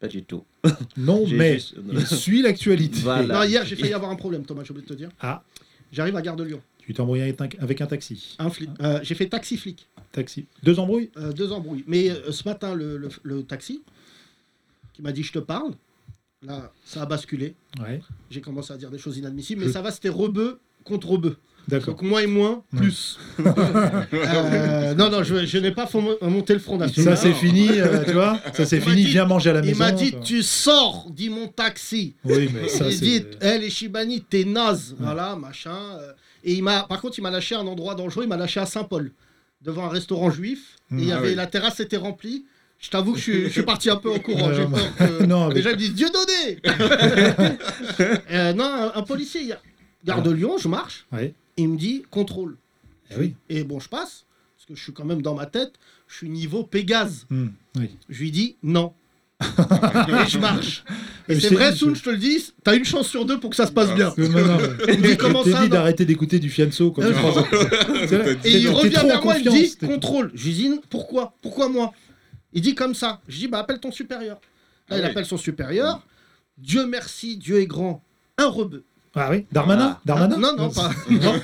Speaker 7: pas du tout.
Speaker 5: Non,
Speaker 7: J'ai
Speaker 5: mais
Speaker 7: juste-
Speaker 5: il suit l'actualité.
Speaker 7: Voilà.
Speaker 6: Non, hier, j'ai failli avoir un problème, Thomas, j'ai oublié de te dire.
Speaker 5: Ah.
Speaker 6: J'arrive à Gare de Lyon.
Speaker 5: Tu t'embrouilles avec un, avec un taxi.
Speaker 6: Un flic. Euh, j'ai fait taxi flic.
Speaker 5: Taxi. Deux embrouilles
Speaker 6: Euh, deux embrouilles. Mais euh, ce matin, le, le- le taxi, qui m'a dit je te parle, là, ça a basculé.
Speaker 5: Ouais.
Speaker 6: J'ai commencé à dire des choses inadmissibles, mais ça va, c'était rebeu contre rebeu.
Speaker 5: D'accord.
Speaker 6: Donc moins et moins, plus. Euh, non, non, je, je n'ai pas fon- monté le front
Speaker 5: Ça
Speaker 6: national.
Speaker 5: c'est fini, euh, tu vois Ça c'est
Speaker 6: Ah, Il m'a
Speaker 5: fini,
Speaker 6: dit-
Speaker 5: viens manger à la
Speaker 6: Il
Speaker 5: maison.
Speaker 6: m'a dit
Speaker 5: toi.
Speaker 6: tu sors, dit mon taxi.
Speaker 5: Oui, mais ça
Speaker 6: il dit,
Speaker 5: c'est...
Speaker 6: hé les Shibani, t'es naze, voilà, machin. euh. Et il m'a, par contre, il m'a lâché à un endroit dangereux, il m'a lâché à Saint-Paul, devant un restaurant juif.
Speaker 5: Mm.
Speaker 6: Et il y
Speaker 4: Ah
Speaker 6: avait,
Speaker 4: oui.
Speaker 6: la terrasse était remplie. Je t'avoue que je suis, je suis parti un peu en courant. J'ai
Speaker 5: Euh,
Speaker 6: peur que-
Speaker 5: non, mais-
Speaker 6: Déjà, ils me disent Dieu donné Euh, Non, un, un policier, il y a- gare de Lyon, je marche,
Speaker 5: Ouais.
Speaker 6: et il me dit contrôle.
Speaker 5: Eh oui.
Speaker 6: Et bon, je passe, parce que je suis quand même dans ma tête, je suis niveau Pégase.
Speaker 5: Hmm, oui.
Speaker 6: Je lui dis non. et je marche. Et
Speaker 5: Je
Speaker 6: c'est
Speaker 5: sais-
Speaker 6: vrai,
Speaker 5: je-
Speaker 6: Soun, je te le dis, t'as une chance sur deux pour que ça se passe bien.
Speaker 5: Euh, non, non, mais-
Speaker 6: Il dit comment
Speaker 5: Je t'ai
Speaker 6: ça
Speaker 5: dit
Speaker 6: non
Speaker 5: d'arrêter d'écouter du fianso quand tu
Speaker 6: Euh,
Speaker 5: crois ça. C'est vrai.
Speaker 6: Et
Speaker 5: Euh, T'es-
Speaker 6: il
Speaker 5: t'es
Speaker 6: revient
Speaker 5: trop en
Speaker 6: vers moi, il me
Speaker 5: confiance,
Speaker 6: dit
Speaker 5: t'es-
Speaker 6: contrôle. Je lui dis pourquoi Pourquoi moi Il dit comme ça. Je dis bah appelle ton supérieur. Là,
Speaker 4: Ah
Speaker 6: il
Speaker 4: oui.
Speaker 6: appelle son supérieur. Dieu merci, Dieu est grand. Un rebeu.
Speaker 5: Ah oui Darmanin Darmanin
Speaker 6: Non, non, pas. non.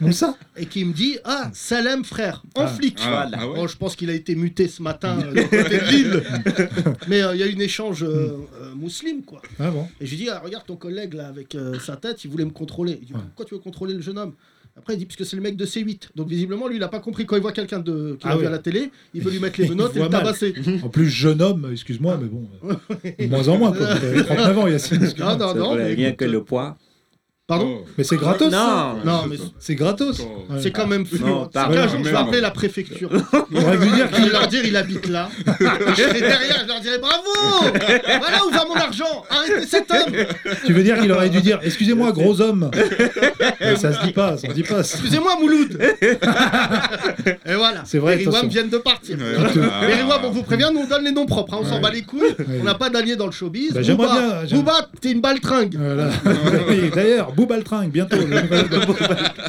Speaker 5: Comme ça
Speaker 6: Et qui me dit Ah, Salem frère, en
Speaker 5: Ah.
Speaker 6: flic.
Speaker 4: Ah, ah ouais.
Speaker 6: Bon, je pense qu'il a été muté ce matin euh, du côté de Lille. Mais euh, il y a eu un échange euh, euh, musulman, quoi.
Speaker 5: Ah bon
Speaker 6: Et je lui dis, ah, regarde ton collègue là avec euh, sa tête, il voulait me contrôler. Il dit,
Speaker 5: Ouais.
Speaker 6: pourquoi tu veux contrôler le jeune homme Après, il dit, parce que c'est le mec de C8. Donc visiblement, lui, il a pas compris quand il voit quelqu'un de... qui
Speaker 5: Ah
Speaker 6: l'a vu
Speaker 5: oui.
Speaker 6: à la télé, il veut lui mettre les
Speaker 5: Il
Speaker 6: menottes et
Speaker 5: voit
Speaker 6: le
Speaker 5: mal.
Speaker 6: tabasser. Ah.
Speaker 5: En plus, jeune homme, excuse-moi, mais bon... euh, de moins en moins, quoi. T'as 39 ans, Yacine. excuse-moi.
Speaker 6: non, non, non. mais
Speaker 7: Rien
Speaker 6: écoute,
Speaker 7: que le poids.
Speaker 6: Pardon
Speaker 4: Oh.
Speaker 5: Mais c'est gratos, ça.
Speaker 7: Non,
Speaker 6: Non, mais
Speaker 5: C'est gratos.
Speaker 4: Oh.
Speaker 5: Ouais.
Speaker 6: c'est quand même flou.
Speaker 7: Non,
Speaker 6: hein.
Speaker 7: t'as
Speaker 6: C'est qu'un
Speaker 5: raison.
Speaker 6: jour, je vais
Speaker 4: Merde.
Speaker 6: appeler la préfecture.
Speaker 5: On va lui dire
Speaker 6: Je vais leur dire, il habite là. Je serai derrière, je leur dirai, bravo Voilà où va mon argent Arrêtez cet homme
Speaker 5: Tu veux dire qu'il aurait dû dire Excusez-moi, gros homme Mais Ça se dit pas, ça se dit pas. ça.
Speaker 6: Excusez-moi, Mouloud Et voilà.
Speaker 5: C'est vrai,
Speaker 6: Les Riwam
Speaker 5: attention.
Speaker 6: viennent de
Speaker 5: euh,
Speaker 6: partir.
Speaker 4: Ouais.
Speaker 6: Les Riwam, on vous prévient, nous on donne les noms propres. hein, on s'en
Speaker 5: Ouais.
Speaker 6: bat les couilles.
Speaker 5: Ouais.
Speaker 6: On n'a pas d'alliés dans le showbiz.
Speaker 5: Bah, j'aimerais
Speaker 6: Booba,
Speaker 5: bien, j'aimerais-
Speaker 6: Booba, t'es une baltringue.
Speaker 5: Voilà. Oui, D'ailleurs, Boubaltringue, bientôt. le nouvel album.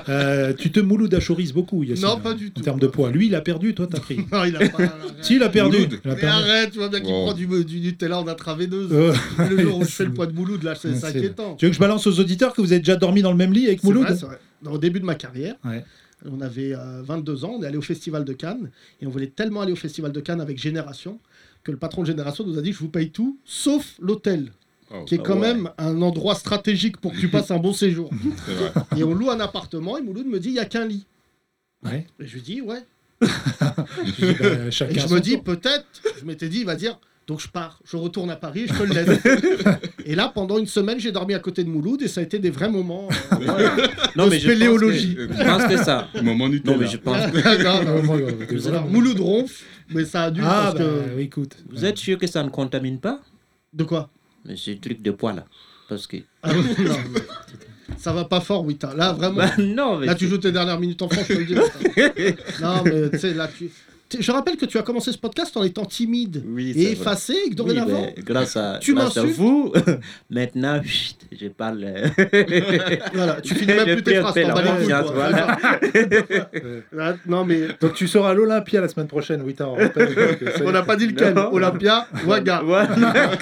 Speaker 5: Euh, tu te mouloudes à Choris beaucoup, Yacine.
Speaker 6: Non, pas du
Speaker 5: En
Speaker 6: tout.
Speaker 5: termes de poids. Lui, il a perdu, toi, t'as pris.
Speaker 6: Non, il a pas.
Speaker 5: si, il a perdu.
Speaker 4: Mouloud.
Speaker 5: Il a
Speaker 6: Mais
Speaker 5: perdu.
Speaker 6: arrête, tu vois bien qu'il
Speaker 4: Wow.
Speaker 6: prend du, du Nutella en intraveineuse.
Speaker 5: Euh,
Speaker 6: le jour où je
Speaker 5: c'est-
Speaker 6: fais le poids de Mouloud, là, c'est c'est
Speaker 5: c'est-
Speaker 6: inquiétant.
Speaker 5: Tu veux que je balance aux auditeurs que vous avez déjà dormi dans le même lit avec
Speaker 6: C'est
Speaker 5: Mouloud
Speaker 6: vrai, c'est vrai. Dans- Au début de ma carrière,
Speaker 5: Ouais.
Speaker 6: on avait euh, 22 ans, on est allé au Festival de Cannes, et on voulait tellement aller au Festival de Cannes avec Génération, que le patron de Génération nous a dit, je vous paye tout, sauf l'hôtel,
Speaker 4: Oh,
Speaker 8: bah
Speaker 6: qui est quand
Speaker 7: ouais.
Speaker 6: même un endroit stratégique pour que tu passes un bon séjour.
Speaker 4: c'est vrai.
Speaker 6: Et on loue un appartement, et Mouloud me dit, il n'y a qu'un lit.
Speaker 5: Ouais.
Speaker 6: Et je lui dis, ouais.
Speaker 5: Je dis, bah, chacun
Speaker 6: Et je
Speaker 5: son
Speaker 6: me dis,
Speaker 5: tour.
Speaker 6: peut-être, je m'étais dit, il va dire, donc je pars, je retourne à Paris, je te le laisse. et là, pendant une semaine, j'ai dormi à côté de Mouloud, et ça a été des vrais moments. euh,
Speaker 7: non,
Speaker 6: de
Speaker 7: mais je pense que- euh,
Speaker 6: spéléologie.
Speaker 7: Je pense que ça.
Speaker 4: Moment
Speaker 7: Non,
Speaker 4: Nutella.
Speaker 7: mais je pense.
Speaker 6: Non, non,
Speaker 5: Oh my God, t'es
Speaker 6: Vous êtes
Speaker 5: vraiment-
Speaker 6: Mouloud ronfle, mais ça a dû
Speaker 5: Ah,
Speaker 6: parce
Speaker 5: bah,
Speaker 6: que...
Speaker 5: oui, écoute.
Speaker 7: Vous êtes sûr que ça ne contamine pas
Speaker 6: De quoi
Speaker 7: Mais c'est un truc de poids là. Parce que.
Speaker 6: Ah, non, mais Ça va pas fort, Wita. Là, vraiment.
Speaker 7: Bah, non, mais.
Speaker 6: Là, tu joues tes dernières minutes en France, je te le dis. Wita. non, mais tu sais, là, tu... tu- Je rappelle que tu as commencé ce podcast en étant timide
Speaker 7: Oui,
Speaker 6: et
Speaker 7: c'est vrai.
Speaker 6: effacé, et que
Speaker 7: Oui,
Speaker 6: dorénavant...
Speaker 7: mais grâce à,
Speaker 6: Tu
Speaker 7: grâce à
Speaker 6: m'insultes.
Speaker 7: vous, maintenant, chut, je parle. euh,
Speaker 6: Voilà, tu finis même
Speaker 7: j'ai
Speaker 6: plus
Speaker 7: pris
Speaker 6: tes
Speaker 7: un
Speaker 6: phrases,
Speaker 7: peu
Speaker 6: t'en bats les
Speaker 7: la
Speaker 6: couilles,
Speaker 7: confiance,
Speaker 6: toi.
Speaker 7: voilà.
Speaker 6: Euh, Là, Non, mais
Speaker 5: Donc tu seras à l'Olympia la semaine prochaine, oui, t'as euh,
Speaker 6: on n'a pas dit lequel.
Speaker 7: Non.
Speaker 6: Olympia, Waga.
Speaker 7: Voilà.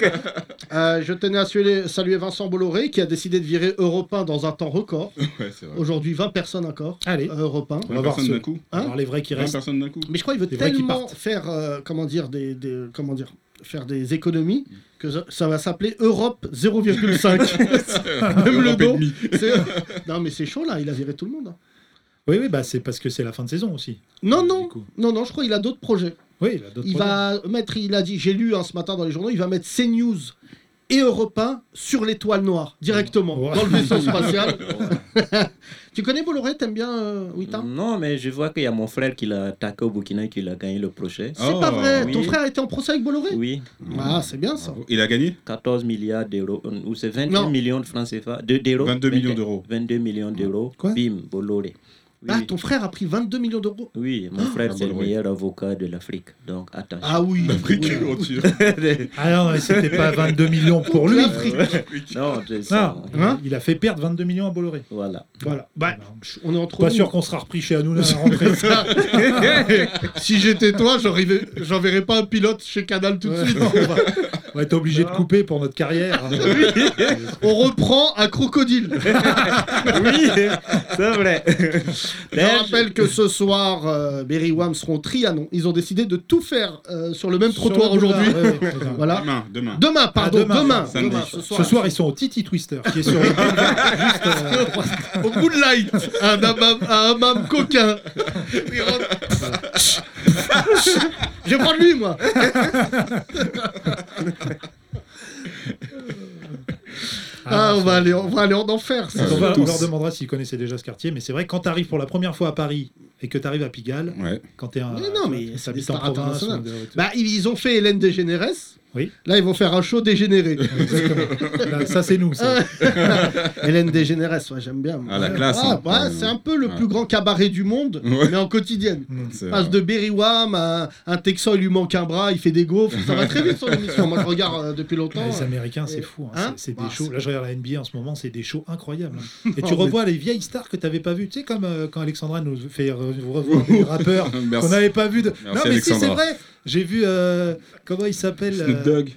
Speaker 6: Euh, je tenais à saluer, saluer Vincent Bolloré qui a décidé de virer Europe 1 dans un temps record.
Speaker 4: Ouais, c'est vrai.
Speaker 6: Aujourd'hui, 20 personnes encore.
Speaker 5: Allez,
Speaker 6: euh, Europe 1.
Speaker 5: on va voir
Speaker 4: personne
Speaker 5: ce- Hein
Speaker 4: d'un coup.
Speaker 6: Hein
Speaker 5: on va voir les vrais qui
Speaker 4: 20
Speaker 5: restent.
Speaker 4: personnes d'un coup.
Speaker 6: Mais je crois qu'il veut
Speaker 5: C'est vrai qu'ils
Speaker 6: tellement
Speaker 5: partent.
Speaker 6: faire euh, comment dire des, des- comment dire faire des économies que ça- ça va s'appeler Europe 0,5.
Speaker 4: Même
Speaker 6: le dos. C'est- euh, non mais c'est chaud là, il a viré tout le monde. hein.
Speaker 5: Oui, oui, bah c'est parce que c'est la fin de saison aussi.
Speaker 6: Non non
Speaker 5: Du coup.
Speaker 6: non non, je crois qu'il a d'autres projets.
Speaker 5: Oui, il a d'autres
Speaker 6: Il
Speaker 5: problèmes.
Speaker 6: va mettre, il a dit, j'ai lu hein, ce matin dans les journaux, il va mettre CNews et européen sur l'étoile noire, directement,
Speaker 5: Ouais.
Speaker 6: dans le vaisseau spatial. tu connais Bolloré T'aimes bien euh, Wita
Speaker 7: Non, mais je vois qu'il y a mon frère qui l'a attaqué au Burkina et qu'il a gagné le projet.
Speaker 6: C'est pas
Speaker 4: Oh, Mm.
Speaker 6: vrai.
Speaker 7: oui.
Speaker 6: Ton frère était en procès avec Bolloré
Speaker 7: Oui,
Speaker 6: Ah, c'est bien ça.
Speaker 4: Il a gagné
Speaker 7: 14 milliards d'euros, euh, ou c'est 21
Speaker 6: Non.
Speaker 7: millions de francs CFA, de- d'euros.
Speaker 4: 22 millions d'euros.
Speaker 7: 22 millions d'euros.
Speaker 5: Quoi
Speaker 7: Bim, Bolloré. Oui,
Speaker 6: Ah, ton frère a pris 22 millions d'euros.
Speaker 7: oui, mon frère,
Speaker 4: Ah,
Speaker 7: c'est le
Speaker 4: Bolloré.
Speaker 7: meilleur avocat de l'Afrique. Donc, attention.
Speaker 6: Ah oui.
Speaker 4: L'Afrique,
Speaker 6: oui.
Speaker 4: on tire.
Speaker 5: Ah non, mais c'était pas 22 millions pour lui.
Speaker 6: L'Afrique.
Speaker 7: Non, c'est ça.
Speaker 5: Non, Ah, hein il a fait perdre 22 millions à Bolloré.
Speaker 7: Voilà.
Speaker 6: Voilà. Hein Bah, on est entre
Speaker 5: Pas
Speaker 6: nous.
Speaker 5: sûr qu'on sera repris chez Hanouna à la rentrée.
Speaker 6: si j'étais toi, j'enverrais j'enverrais pas un pilote chez Canal tout de
Speaker 5: Ouais.
Speaker 6: suite.
Speaker 5: Non, on, va, on va être obligé de couper pour notre carrière. hein.
Speaker 6: On reprend un crocodile.
Speaker 7: Oui, c'est vrai.
Speaker 6: Je rappelle que ce soir, euh, Berry Wham seront au Trianon. Ils ont décidé de tout faire euh, sur le même
Speaker 5: Sur
Speaker 6: trottoir
Speaker 5: le boulevard,
Speaker 6: aujourd'hui.
Speaker 5: ouais, ouais, c'est ça.
Speaker 6: Voilà.
Speaker 4: Demain, demain.
Speaker 6: Demain, pardon,
Speaker 5: Ah,
Speaker 6: demain.
Speaker 5: demain,
Speaker 4: samedi.
Speaker 6: Demain, ce soir.
Speaker 5: Ce soir, ils sont au Titi Twister, qui est sur une
Speaker 6: au Moonlight, un hammam, un hammam coquin. Il rentre. Je vais prendre lui, moi. Ah, on, va aller, on va aller en enfer. ça.
Speaker 5: On, va- on
Speaker 4: Ah, Tous.
Speaker 5: leur demandera s'ils connaissaient déjà ce quartier, mais c'est vrai que quand tu arrives pour la première fois à Paris et que tu arrives à Pigalle,
Speaker 4: Ouais.
Speaker 5: quand tu es un.
Speaker 6: Mais non, mais
Speaker 5: t'habites
Speaker 6: c'est des
Speaker 5: en
Speaker 6: stars
Speaker 5: province ou
Speaker 6: internationales.
Speaker 5: de-
Speaker 6: Bah, ils- ils ont fait Hélène Dégénéresse.
Speaker 5: Oui.
Speaker 6: Là, ils vont faire un show dégénéré.
Speaker 5: Exactement. Là, ça, c'est nous. ça.
Speaker 6: Hélène Dégénéresse, ouais, j'aime bien. moi.
Speaker 4: Ah, la classe,
Speaker 6: Ah,
Speaker 4: hein,
Speaker 6: ouais,
Speaker 4: quand même.
Speaker 6: c'est un peu le
Speaker 4: Ouais.
Speaker 6: plus grand cabaret du monde,
Speaker 4: Ouais.
Speaker 6: mais en quotidienne.
Speaker 4: C'est
Speaker 6: Passe
Speaker 4: vrai.
Speaker 6: de Berry Wham à un Texan, il lui manque un bras, il fait des gaufres. Ça va très vite son émission. Moi, je regarde euh, depuis longtemps.
Speaker 5: Les Américains, c'est fou. hein.
Speaker 6: Hein
Speaker 5: c'est c'est des
Speaker 6: Bah,
Speaker 5: shows.
Speaker 6: c'est-
Speaker 5: Là, je regarde la NBA en ce moment, c'est des shows incroyables. hein. Et
Speaker 6: Non,
Speaker 5: tu
Speaker 6: mais-
Speaker 5: revois les vieilles stars que tu n'avais pas vues. Tu sais, comme euh, quand Alexandra nous fait re- revoir les rappeurs
Speaker 4: Merci.
Speaker 5: qu'on n'avait pas vu. De...
Speaker 4: Merci,
Speaker 5: non, mais si, c'est
Speaker 4: Alexandra.
Speaker 5: vrai. J'ai vu. euh, comment il s'appelle euh,
Speaker 4: Snoop Dogg,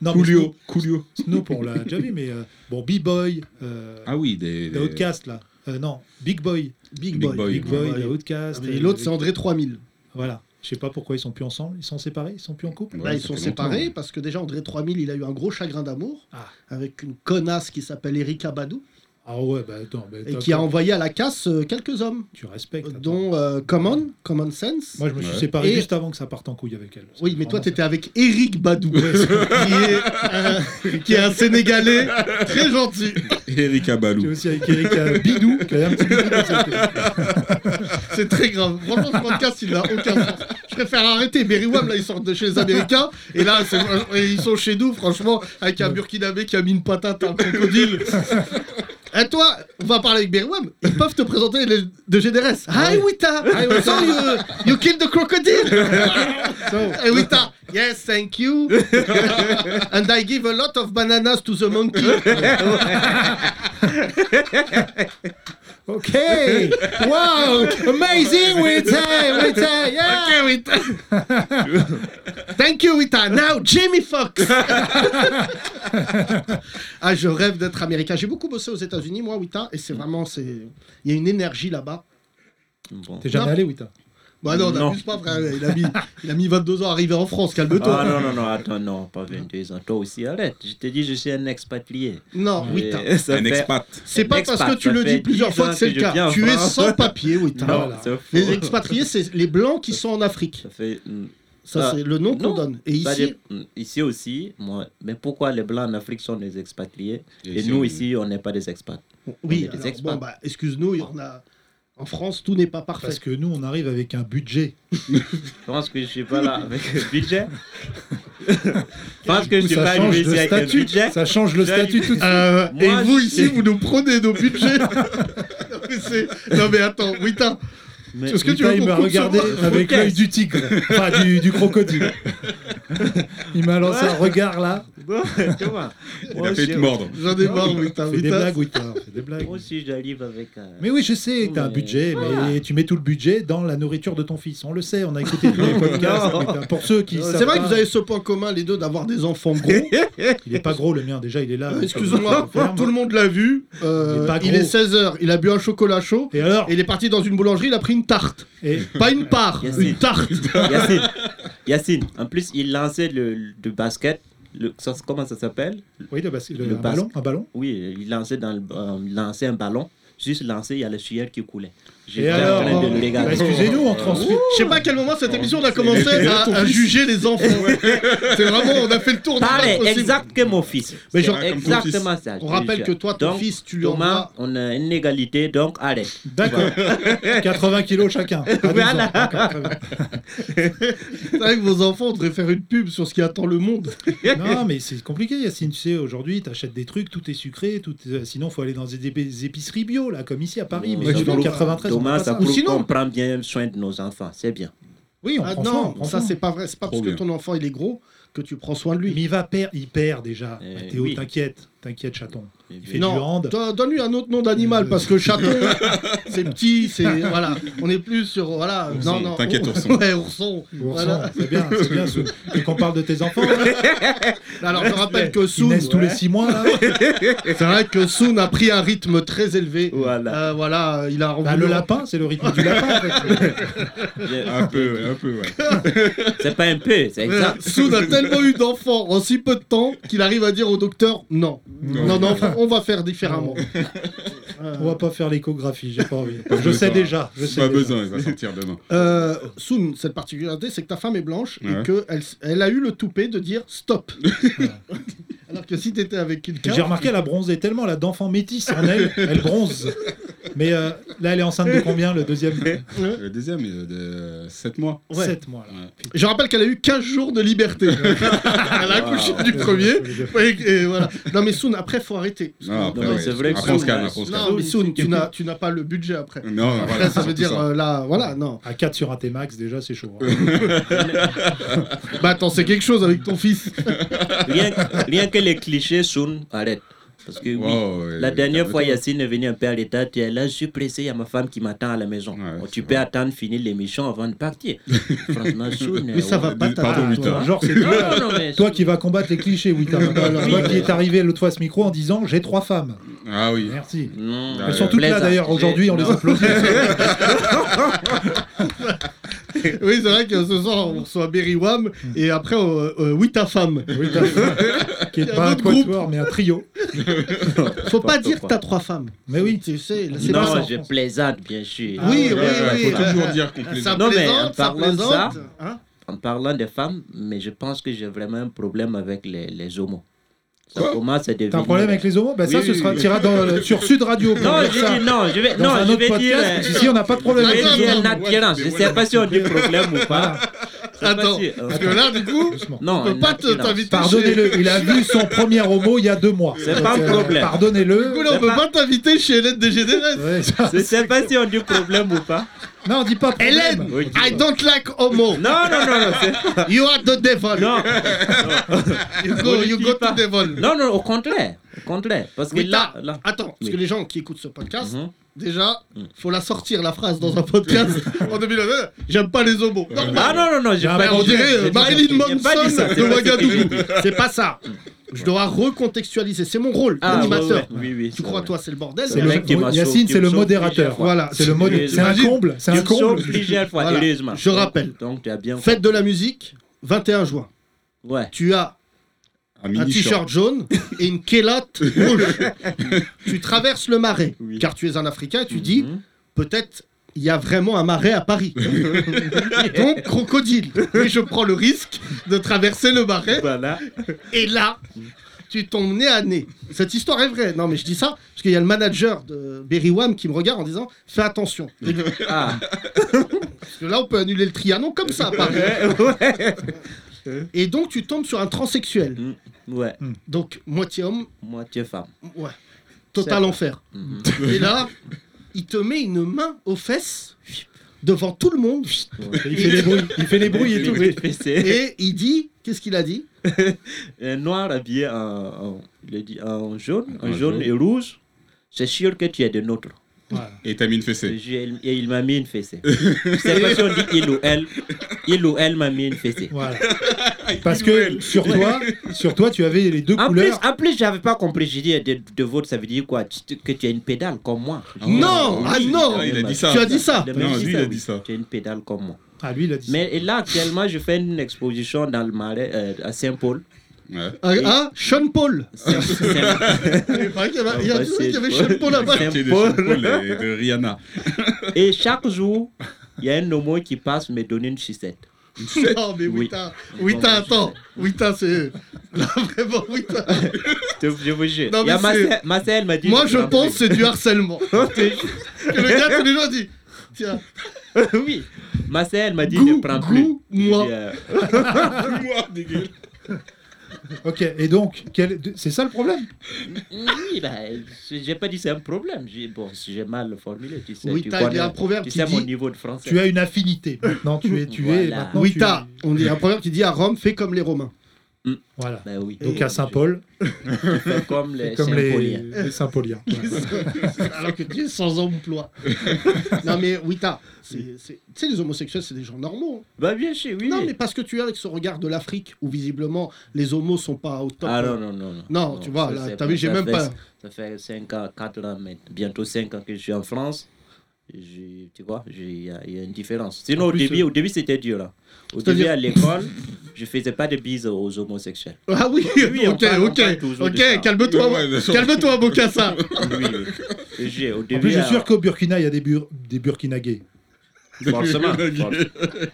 Speaker 5: non, mais
Speaker 4: Coolio, Coolio.
Speaker 5: Snoop, Snoop, on l'a déjà vu, mais euh, bon, B-Boy, euh,
Speaker 4: Ah oui, des.
Speaker 5: la
Speaker 4: des-
Speaker 5: Outcast, là. Euh, non, Big Boy.
Speaker 6: Big
Speaker 4: Big
Speaker 6: Boy.
Speaker 4: Boy.
Speaker 5: Big
Speaker 4: ouais.
Speaker 5: Boy,
Speaker 6: Ouais.
Speaker 5: la Outcast.
Speaker 6: Et
Speaker 5: euh,
Speaker 6: l'autre, c'est
Speaker 5: avec-
Speaker 6: André 3000.
Speaker 5: Voilà. Je sais pas pourquoi ils sont plus ensemble. Ils sont séparés Ils sont plus en couple
Speaker 4: Ouais,
Speaker 6: Là, ils
Speaker 4: ça
Speaker 6: sont
Speaker 4: fait
Speaker 6: séparés
Speaker 4: longtemps.
Speaker 6: parce que déjà, André 3000, il a eu un gros chagrin d'amour
Speaker 5: Ah.
Speaker 6: avec une connasse qui s'appelle Erika Badou
Speaker 5: Ah ouais, bah attends. bah,
Speaker 6: et
Speaker 5: t'as-
Speaker 6: qui a envoyé à la casse euh, quelques hommes,
Speaker 5: Tu respectes.
Speaker 6: euh,
Speaker 5: attends.
Speaker 6: dont euh, Common, Common Sense.
Speaker 5: Moi, je me suis
Speaker 4: Ouais.
Speaker 5: séparé
Speaker 6: Et-
Speaker 5: juste avant que ça parte en couille avec elle.
Speaker 6: Oui, mais toi,
Speaker 5: Vraiment,
Speaker 6: t'étais avec Eric Badou, qui, est, euh, qui est un Sénégalais très gentil.
Speaker 4: Eric
Speaker 5: J'ai
Speaker 4: Abalou.
Speaker 5: aussi avec Eric euh, Bidou, qui a un petit bidou dans sa tête.
Speaker 6: C'est très grave. Franchement, ce podcast, il n'a aucun sens. Je préfère arrêter. Berry Wham, là, ils sortent de chez les Américains. Et là, c'est- et ils sont chez nous, franchement, avec un Burkinabé qui a mis une patate à un crocodile. Et toi, on va parler avec Berry Wham. Ils peuvent te présenter les de GDRS.
Speaker 5: Ah
Speaker 6: Hi, Wita. So you, you killed the crocodile. Hey, Wita. Eh, Yes, thank you. And I give a lot of bananas to the monkey.
Speaker 5: Ok Wow Amazing
Speaker 6: Hmm.
Speaker 5: Wita Wita Yeah
Speaker 6: Okay, Wita. Thank you, Wita. Now, Jamie Foxx. ah, je rêve d'être américain. J'ai beaucoup bossé aux États-Unis, moi, Wita, et c'est vraiment. c'est- Il y a une énergie là-bas.
Speaker 7: Bon.
Speaker 5: T'es jamais allé, Wita
Speaker 6: Bah non,
Speaker 7: Non.
Speaker 6: n'abuse pas, frère. Il a, mis, il a mis 22 ans à arriver en France, calme-toi.
Speaker 7: Ah non, non, non, attends, non, pas 22 ans. Toi aussi, arrête. Je t'ai dit, je suis un expatrié.
Speaker 6: Non, Wita.
Speaker 7: Et ça
Speaker 4: Un
Speaker 7: fait-
Speaker 4: expat.
Speaker 6: C'est pas
Speaker 7: expat,
Speaker 6: parce que tu
Speaker 7: ça
Speaker 6: le
Speaker 7: fait
Speaker 6: dis plusieurs
Speaker 7: 10
Speaker 6: fois
Speaker 7: ans
Speaker 6: que c'est
Speaker 7: que
Speaker 6: le
Speaker 7: je
Speaker 6: cas.
Speaker 7: viens en
Speaker 6: Tu es
Speaker 7: France.
Speaker 6: sans papier, Wita.
Speaker 7: Non,
Speaker 5: Voilà.
Speaker 7: c'est faux.
Speaker 6: Les expatriés, c'est les blancs qui sont en Afrique.
Speaker 7: Ça fait. hmm,
Speaker 6: Ça,
Speaker 7: Ah,
Speaker 6: c'est le nom qu'on
Speaker 7: non.
Speaker 6: donne. Et
Speaker 7: ça
Speaker 6: ici,
Speaker 7: dé- hmm, ici aussi, moi. Mais pourquoi les Blancs en Afrique sont des expatriés et,
Speaker 4: ici,
Speaker 7: nous,
Speaker 4: on-
Speaker 7: ici, on n'est pas des expats
Speaker 6: oui,
Speaker 7: on est des
Speaker 6: alors,
Speaker 7: expats.
Speaker 6: bon, bah, excuse-nous, il y en a. En France, tout n'est pas parfait.
Speaker 5: Parce que nous, on arrive avec un budget.
Speaker 7: Je pense que je suis pas là avec un budget. Je pense que je
Speaker 5: Du coup,
Speaker 7: suis pas
Speaker 5: ça
Speaker 7: arrivé
Speaker 5: change le
Speaker 7: ici avec un
Speaker 5: statut.
Speaker 7: budget.
Speaker 5: Ça change le
Speaker 7: J'ai
Speaker 5: statut tout de suite.
Speaker 6: Euh,
Speaker 7: Moi,
Speaker 6: et vous
Speaker 7: je-
Speaker 6: ici, vous nous prenez nos budgets. non, mais c'est- non mais attends, Wita,
Speaker 7: Mais-
Speaker 6: est-ce que tu
Speaker 5: Wita,
Speaker 6: veux
Speaker 5: il
Speaker 6: qu'on
Speaker 5: m'a
Speaker 6: coupe
Speaker 5: regardé
Speaker 6: sur-
Speaker 5: avec
Speaker 7: Faut
Speaker 5: l'œil du tigre, enfin du, du crocodile. Il m'a lancé un regard là.
Speaker 7: Bon, comment
Speaker 4: Il
Speaker 7: Moi
Speaker 4: a fait
Speaker 7: aussi-
Speaker 4: te mordre.
Speaker 6: oh. J'en ai marre, Wita.
Speaker 5: Fais des
Speaker 6: Wita.
Speaker 5: blagues, Wita. Fais des blagues.
Speaker 7: Moi aussi, j'arrive avec. un-
Speaker 5: Mais oui, je sais, t'as un
Speaker 7: Mais-
Speaker 5: budget, mais tu mets tout le budget dans la nourriture de ton fils. On le sait, on a écouté tous les podcasts.
Speaker 7: Non.
Speaker 5: mais t'as- Pour ceux qui savent
Speaker 6: Euh, C'est vrai que
Speaker 5: pas,
Speaker 6: vous avez ce point commun, les deux, d'avoir des enfants gros.
Speaker 5: il est pas gros le mien déjà, il est là.
Speaker 6: Euh, Excuse-moi, tout le monde l'a vu.
Speaker 5: Il est
Speaker 6: Euh,
Speaker 5: pas
Speaker 6: il
Speaker 5: gros.
Speaker 6: est 16h, il a bu un chocolat chaud.
Speaker 5: Et alors
Speaker 6: Et il est parti dans une boulangerie, il a pris une tarte.
Speaker 5: Et
Speaker 6: Pas une part,
Speaker 7: Yes,
Speaker 6: une
Speaker 7: yes.
Speaker 6: tarte.
Speaker 7: Yacine, Yacine, en plus, il lançait le, le basket. Le, ça, comment ça s'appelle
Speaker 5: oui, le, bas- le-
Speaker 7: Le
Speaker 5: un
Speaker 7: bas-
Speaker 5: ballon, un ballon.
Speaker 7: Oui, il lançait, dans le- euh, il lançait un ballon. Juste lancé, il y a le sueur qui coulait. J'étais
Speaker 5: Et alors,
Speaker 7: en train de
Speaker 5: bon,
Speaker 7: le
Speaker 5: bah,
Speaker 7: regarder.
Speaker 5: excusez-nous, on Oh. transmet.
Speaker 6: Oh. Je sais pas à quel moment cette émission on a
Speaker 4: Il
Speaker 6: commencé
Speaker 4: était
Speaker 6: à,
Speaker 4: ton
Speaker 6: à
Speaker 4: fils.
Speaker 6: juger les enfants. C'est vraiment, on a fait le tour des
Speaker 7: Pareil,
Speaker 6: dates possibles.
Speaker 7: exact que mon fils.
Speaker 6: Mais
Speaker 7: C'est
Speaker 6: genre,
Speaker 4: comme ton
Speaker 7: exactement ça. je
Speaker 6: On
Speaker 7: te
Speaker 6: rappelle
Speaker 7: jure.
Speaker 6: que toi, ton
Speaker 7: Donc,
Speaker 6: fils, tu lui
Speaker 7: Thomas,
Speaker 6: envoies.
Speaker 7: on a une égalité, donc arrête.
Speaker 5: D'accord. 80 kilos chacun. À deux
Speaker 7: Voilà.
Speaker 5: ans. D'accord, très bien.
Speaker 6: C'est vrai que vos enfants, on devrait faire une pub sur ce qui attend le monde.
Speaker 5: Non, mais c'est compliqué, Yacine. Tu sais, aujourd'hui, t'achètes des trucs, tout est sucré, tout est- sinon, faut aller dans des des épiceries bio, là, comme ici à Paris.
Speaker 7: Non,
Speaker 5: mais
Speaker 7: ça
Speaker 5: dans le
Speaker 7: prouve-
Speaker 5: 93, on
Speaker 7: Thomas,
Speaker 5: fait pas
Speaker 7: ça
Speaker 5: ça.
Speaker 7: prouve
Speaker 6: sinon-
Speaker 7: qu'on prend bien soin de nos enfants, c'est bien.
Speaker 5: Oui, on
Speaker 6: Ah
Speaker 5: prend soin, on
Speaker 6: non,
Speaker 5: prend
Speaker 6: ça
Speaker 5: soin.
Speaker 6: c'est pas vrai. C'est pas
Speaker 4: Trop
Speaker 6: parce
Speaker 4: bien.
Speaker 6: que ton enfant il est gros que tu prends soin de
Speaker 5: Mais
Speaker 6: lui.
Speaker 5: il va perdre, il perd déjà.
Speaker 4: Eh
Speaker 7: Euh,
Speaker 5: Bah, Théo,
Speaker 7: oui.
Speaker 5: t'inquiète, t'inquiète, chaton.
Speaker 7: Eh
Speaker 5: Il
Speaker 7: bien.
Speaker 5: fait du
Speaker 6: Non,
Speaker 5: hand.
Speaker 6: don- donne-lui un autre nom d'animal
Speaker 5: Euh,
Speaker 6: parce que chaton, c'est petit, c'est voilà. On est plus sur voilà.
Speaker 4: Ourson,
Speaker 6: non non.
Speaker 4: t'inquiète,
Speaker 6: Oh,
Speaker 4: ourson.
Speaker 6: Ouais, ourson.
Speaker 5: Ourson,
Speaker 6: Voilà.
Speaker 5: c'est bien, c'est bien. Sou. Et qu'on parle de tes enfants,
Speaker 6: Alors je rappelle que
Speaker 5: ils
Speaker 6: Soon,
Speaker 5: naissent tous les 6 mois. là.
Speaker 6: c'est vrai que Soon a pris un rythme très élevé.
Speaker 7: Voilà.
Speaker 6: Euh, voilà, il a
Speaker 5: Bah, le lapin, c'est le rythme du lapin. En fait.
Speaker 7: Je-
Speaker 4: Un peu, ouais, un peu, ouais.
Speaker 7: C'est pas un peu,
Speaker 6: Euh,
Speaker 7: c'est exact.
Speaker 6: Soon a tellement eu d'enfants en si peu de temps qu'il arrive à dire au docteur non, non, non, on va faire différemment. Euh,
Speaker 5: On va pas faire l'échographie, Ah, j'ai pas envie.
Speaker 4: Pas
Speaker 5: je sais
Speaker 4: besoin.
Speaker 5: déjà. Je sais
Speaker 4: Pas
Speaker 5: déjà.
Speaker 4: besoin, il va sortir demain.
Speaker 6: Euh, Soon, cette particularité, c'est que ta femme est blanche et
Speaker 4: Ouais.
Speaker 6: qu'elle elle a eu le toupet de dire stop. Alors que si t'étais avec quelqu'un.
Speaker 5: J'ai remarqué, elle a bronzé tellement, là, d'enfant métis en elle, elle bronze. Mais euh, là, elle est enceinte de combien, le deuxième
Speaker 4: Le deuxième est de 7 mois.
Speaker 6: Ouais.
Speaker 5: 7 mois, là.
Speaker 6: Je rappelle qu'elle a eu 15 jours de liberté. elle a accouché du premier. Et, et voilà. Non mais Soon, après, faut arrêter. Parce que-
Speaker 4: Non, après,
Speaker 7: Non, mais
Speaker 4: ouais.
Speaker 7: c'est vrai que
Speaker 4: Après, on se
Speaker 7: ça,
Speaker 4: calme,
Speaker 7: on a-
Speaker 4: après, on se calme.
Speaker 6: Non, mais Soon, tu n'as- tu n'as pas le budget après.
Speaker 4: Non,
Speaker 6: Après,
Speaker 4: voilà,
Speaker 6: ça veut
Speaker 4: surtout
Speaker 6: dire
Speaker 4: ça.
Speaker 6: euh, là, voilà, non.
Speaker 5: À 4 sur un T-Max, déjà, c'est chaud. hein.
Speaker 6: Bah attends, c'est quelque chose avec ton fils.
Speaker 7: Rien, rien que les clichés sont arrête. Parce que oui,
Speaker 4: Wow, ouais,
Speaker 7: la dernière
Speaker 4: calme-toi.
Speaker 7: fois, Yacine est venu un peu à l'état, tu es là, je suis pressé, il y a ma femme qui m'attend à la maison.
Speaker 4: Ouais,
Speaker 7: Oh,
Speaker 4: c'est
Speaker 7: tu
Speaker 4: vrai.
Speaker 7: peux attendre finir l'émission avant de partir. Franchement, euh, Soun.
Speaker 6: Mais ça va pas,
Speaker 4: Pardon,
Speaker 6: t'as-
Speaker 4: Lucas.
Speaker 6: toi.
Speaker 5: Genre, c'est
Speaker 7: Non, non, non, mais
Speaker 5: toi qui vas combattre les clichés, oui, t'as- Toi qui est arrivé l'autre fois à ce micro en disant J'ai trois femmes.
Speaker 4: Ah oui. euh,
Speaker 5: Merci.
Speaker 7: Non,
Speaker 4: Elles
Speaker 5: Elles
Speaker 4: Ouais.
Speaker 5: sont toutes là,
Speaker 7: plaisante.
Speaker 5: d'ailleurs, aujourd'hui, on les
Speaker 7: Non.
Speaker 5: applaudit.
Speaker 6: Oui, c'est vrai que ce soir, on reçoit Berry Wham et après, euh, euh, oui, ta femme.
Speaker 5: Oui, t'as- qui
Speaker 6: Il y
Speaker 5: est
Speaker 6: a
Speaker 5: pas
Speaker 6: un
Speaker 5: un
Speaker 6: autre groupe.
Speaker 5: quatuor, mais un trio.
Speaker 6: Faut pas
Speaker 7: N'importe
Speaker 6: dire que
Speaker 7: quoi.
Speaker 6: t'as trois femmes.
Speaker 5: Mais oui.
Speaker 6: Tu sais, là, c'est pas ça.
Speaker 7: Non, je plaisante, bien sûr.
Speaker 5: Ah,
Speaker 6: oui, oui,
Speaker 5: ouais,
Speaker 4: Ouais,
Speaker 6: oui.
Speaker 4: ouais, Faut
Speaker 6: euh,
Speaker 4: toujours
Speaker 6: euh,
Speaker 4: dire qu'on plaisante.
Speaker 6: Ça
Speaker 7: Non, mais en
Speaker 6: plaisante, ça
Speaker 7: parlant de ça-
Speaker 6: plaisante. hein.
Speaker 7: En parlant des femmes, mais je pense que j'ai vraiment un problème avec les, les homos. Ça
Speaker 4: Quoi
Speaker 7: commence à devenir.
Speaker 5: T'as un problème avec les homos Ben ça,
Speaker 4: Oui,
Speaker 5: ce
Speaker 4: oui,
Speaker 5: sera
Speaker 4: oui.
Speaker 5: tiré dans le- sur Sud Radio. pour
Speaker 7: Non,
Speaker 5: dire
Speaker 7: je
Speaker 5: ça.
Speaker 7: dis non, je vais,
Speaker 5: Dans
Speaker 7: non,
Speaker 5: un
Speaker 7: je
Speaker 5: autre
Speaker 7: vais dire.
Speaker 5: podcast,
Speaker 7: euh,
Speaker 5: ici, on n'a pas de
Speaker 7: Je
Speaker 5: problème.
Speaker 7: vais
Speaker 6: Attends,
Speaker 7: dire
Speaker 6: attends,
Speaker 7: l'attirance. Je sais pas si on dit problème ou pas. Je sais pas
Speaker 6: Attends,
Speaker 7: si- euh,
Speaker 6: parce que là, du coup,
Speaker 5: Doucement.
Speaker 7: non,
Speaker 6: on peut
Speaker 7: une
Speaker 6: pas te-
Speaker 7: attirance.
Speaker 6: t'inviter. chez-
Speaker 5: Pardonnez-le, il a vu son premier homo il y a deux mois.
Speaker 7: C'est pas un
Speaker 5: euh,
Speaker 7: problème.
Speaker 6: Du
Speaker 5: Pardonnez-le.
Speaker 6: coup, là, on
Speaker 7: C'est
Speaker 6: peut
Speaker 7: pas-
Speaker 6: pas t'inviter chez Hélène DGDRS.
Speaker 5: Ouais, ça-
Speaker 7: Je sais pas si on dit problème ou pas.
Speaker 5: Non, on dit pas problème.
Speaker 6: Hélène,
Speaker 7: Oui.
Speaker 6: I don't like homo.
Speaker 7: Non, non, non, non. c'est-
Speaker 6: You are the devil.
Speaker 7: Non,
Speaker 6: You go,
Speaker 7: on
Speaker 6: you
Speaker 7: dit
Speaker 6: go
Speaker 7: pas.
Speaker 6: to devil.
Speaker 7: non, non, au contraire. Au contraire. Parce que
Speaker 6: Oui,
Speaker 7: là,
Speaker 6: t'as-
Speaker 7: là.
Speaker 6: Attends, parce
Speaker 7: Oui.
Speaker 6: que les gens qui écoutent ce podcast,
Speaker 7: Mhm.
Speaker 6: déjà, faut la sortir la phrase dans un podcast en 2009. J'aime pas les homos. Non,
Speaker 7: Ah non, non, non, j'ai
Speaker 5: Ah,
Speaker 7: pas
Speaker 5: bah,
Speaker 6: on
Speaker 7: dit-
Speaker 6: dirait
Speaker 7: j'ai
Speaker 6: euh,
Speaker 7: dit-
Speaker 6: Marilyn
Speaker 7: j'ai pas dit ça,
Speaker 6: Manson
Speaker 7: c'est
Speaker 6: de
Speaker 7: pas ce que j'ai
Speaker 6: Ouagadougou.
Speaker 7: dit.
Speaker 6: C'est pas ça. Je dois recontextualiser. C'est mon rôle
Speaker 7: Ah,
Speaker 6: d'animateur.
Speaker 7: ouais, ouais. Oui, oui.
Speaker 6: Tu crois, toi, c'est le bordel
Speaker 5: C'est
Speaker 7: Le mec qui m'a
Speaker 5: le...
Speaker 7: sauvé,
Speaker 5: Yacine,
Speaker 7: qui
Speaker 5: c'est
Speaker 7: me
Speaker 5: le
Speaker 7: sauve plusieurs
Speaker 5: modérateur.
Speaker 7: fois.
Speaker 6: Voilà.
Speaker 5: C'est le modé- c'est un
Speaker 6: J'imagine.
Speaker 5: comble. C'est un comble.
Speaker 7: plusieurs fois,
Speaker 6: Voilà.
Speaker 7: heureusement.
Speaker 6: Je rappelle.
Speaker 7: Donc, tu as bien.
Speaker 6: Fête de la musique, 21 juin.
Speaker 7: Ouais.
Speaker 6: Tu as
Speaker 4: Un
Speaker 6: un
Speaker 4: mini
Speaker 6: t-shirt jaune et une kélate rouge. tu traverses le marais,
Speaker 7: Oui.
Speaker 6: car tu es un Africain, et tu dis
Speaker 7: Mhm.
Speaker 6: peut-être il y a vraiment un marais à Paris. Donc, crocodile. Mais je prends le risque de traverser le marais.
Speaker 7: Voilà.
Speaker 6: Et là, tu tombes nez à nez. Cette histoire est vraie. Non, mais je dis ça parce qu'il y a le manager de Berry Wham qui me regarde en disant Fais attention. Parce
Speaker 7: Ah,
Speaker 6: que là, on peut annuler le trianon comme ça à Paris. Et donc, tu tombes sur un transsexuel.
Speaker 7: ouais.
Speaker 5: Mm.
Speaker 6: Donc, moitié homme,
Speaker 7: Moitié femme.
Speaker 6: ouais. Total enfer.
Speaker 7: Mhm.
Speaker 6: Et là, il te met une main aux fesses devant tout le monde
Speaker 5: Il fait les bruits. Il fait les bruits et tout.
Speaker 7: Oui, mais c'est-
Speaker 6: et il dit Qu'est-ce qu'il a dit
Speaker 7: Un Euh, noir habillé en, en- il a dit en jaune, en
Speaker 4: En
Speaker 7: jaune
Speaker 4: jaune.
Speaker 7: et rouge. C'est sûr que tu es de nôtre.
Speaker 4: Et t'as mis une
Speaker 7: Et
Speaker 4: fessée.
Speaker 7: j'ai- et il m'a mis une fessée. C'est pas si on dit il ou elle. Il ou elle m'a mis une fessée.
Speaker 5: Voilà. Parce que sur toi, sur toi, tu avais les deux
Speaker 7: En plus, ah,
Speaker 5: couleurs.
Speaker 7: en plus j'avais pas compris. J'ai dit eh, de, de votre, ça veut dire quoi Tu- Que tu as une pédale comme moi.
Speaker 6: Non Ah non
Speaker 4: Il a dit ça.
Speaker 6: Tu as dit ça
Speaker 7: Le
Speaker 4: Non,
Speaker 7: mec
Speaker 4: lui, il a dit ça.
Speaker 7: Tu as une pédale comme moi.
Speaker 5: Ah lui, il a dit. ça.
Speaker 7: Mais et là, actuellement, je fais une exposition dans le marais euh, à Saint-Paul.
Speaker 4: Ouais.
Speaker 6: Ah,
Speaker 7: Et-
Speaker 6: ah, Sean Paul
Speaker 7: C'est- c'est-
Speaker 6: Il paraît qu'il y avait- il y
Speaker 7: Ah,
Speaker 6: a
Speaker 7: bah,
Speaker 6: toujours qu'il y avait
Speaker 7: c'est-
Speaker 6: Sean Paul là-bas.
Speaker 7: C'est
Speaker 4: Qui est de
Speaker 7: Paul. hein.
Speaker 4: Sean Paul et de Rihanna.
Speaker 7: Et chaque jour, il y a un homo qui passe me donner une sucette.
Speaker 6: Non, mais
Speaker 7: Oui.
Speaker 6: Wita, Wita, attends. Wita, c'est. Là, vraiment, Wita.
Speaker 7: Je te- je vous jure.
Speaker 6: Non,
Speaker 7: Il y a
Speaker 6: mais c'est-
Speaker 7: Marcel, Marcel m'a dit.
Speaker 6: Moi,
Speaker 7: de
Speaker 6: je
Speaker 7: rappeler.
Speaker 6: pense que c'est du harcèlement. Que le gars, tous les jours, dit Tiens,
Speaker 7: oui. Marcel m'a dit ne
Speaker 6: goût,
Speaker 7: prends plus.
Speaker 6: goût, moi.
Speaker 7: Et, euh,
Speaker 4: Moi, dégueulasse.
Speaker 5: Ok, et donc, quel- c'est ça le problème
Speaker 7: Oui, bah, c'est- j'ai pas dit c'est un problème. J'ai, bon, j'ai mal formulé, tu sais. tu
Speaker 6: Wita, il y
Speaker 7: connais-
Speaker 6: a un proverbe
Speaker 7: tu
Speaker 6: qui
Speaker 7: sais mon
Speaker 6: dit
Speaker 7: niveau de français.
Speaker 5: Tu as une affinité. Maintenant, tu es. Tu es
Speaker 7: Voilà.
Speaker 5: maintenant, tu-
Speaker 6: Wita, on dit un proverbe qui dit à Rome, fais comme les Romains.
Speaker 5: Voilà.
Speaker 7: Bah oui.
Speaker 5: Donc à Saint-Paul,
Speaker 7: Tu fais Comme les
Speaker 5: comme les,
Speaker 7: Saint-Paulien.
Speaker 5: les Saint-Pauliens. Ouais.
Speaker 6: Alors que tu es sans emploi. non, mais Wita, c'est- c'est- tu sais, les homosexuels, c'est des gens normaux. hein.
Speaker 7: Bah bien sûr, oui.
Speaker 6: Non, mais parce que tu es avec ce regard de l'Afrique où visiblement les homos sont pas au top. hein.
Speaker 7: Ah non, non, non. Non,
Speaker 6: Non, tu vois,
Speaker 7: ça,
Speaker 6: là,
Speaker 7: c'est
Speaker 6: t'as
Speaker 7: bon,
Speaker 6: vu, j'ai
Speaker 7: ça
Speaker 6: même
Speaker 7: fait-
Speaker 6: pas-
Speaker 7: Ça fait 5 ans, 4 ans, mais bientôt 5 ans que je suis en France. J'ai- Tu vois, j'ai- il y, a- il y a une différence. Sinon,
Speaker 5: En
Speaker 7: au
Speaker 5: plus,
Speaker 7: début,
Speaker 5: euh,
Speaker 7: au début c'était dur. Là. Au
Speaker 6: C'est-à-dire-
Speaker 7: début, à l'école, je faisais pas de bises aux homosexuels.
Speaker 6: Ah oui,
Speaker 7: Oui, on
Speaker 6: ok,
Speaker 7: parle- on
Speaker 6: ok,
Speaker 7: parle toujours de ça.
Speaker 6: ok, calme-toi,
Speaker 4: Ouais, ouais,
Speaker 6: calme-toi, Bokassa.
Speaker 7: Oui, oui. Et j'ai- Au
Speaker 5: En
Speaker 7: début,
Speaker 5: plus, je suis
Speaker 7: à-
Speaker 5: sûr qu'au Burkina, il y a des, bur... des Burkinagais.
Speaker 7: Forcément. for-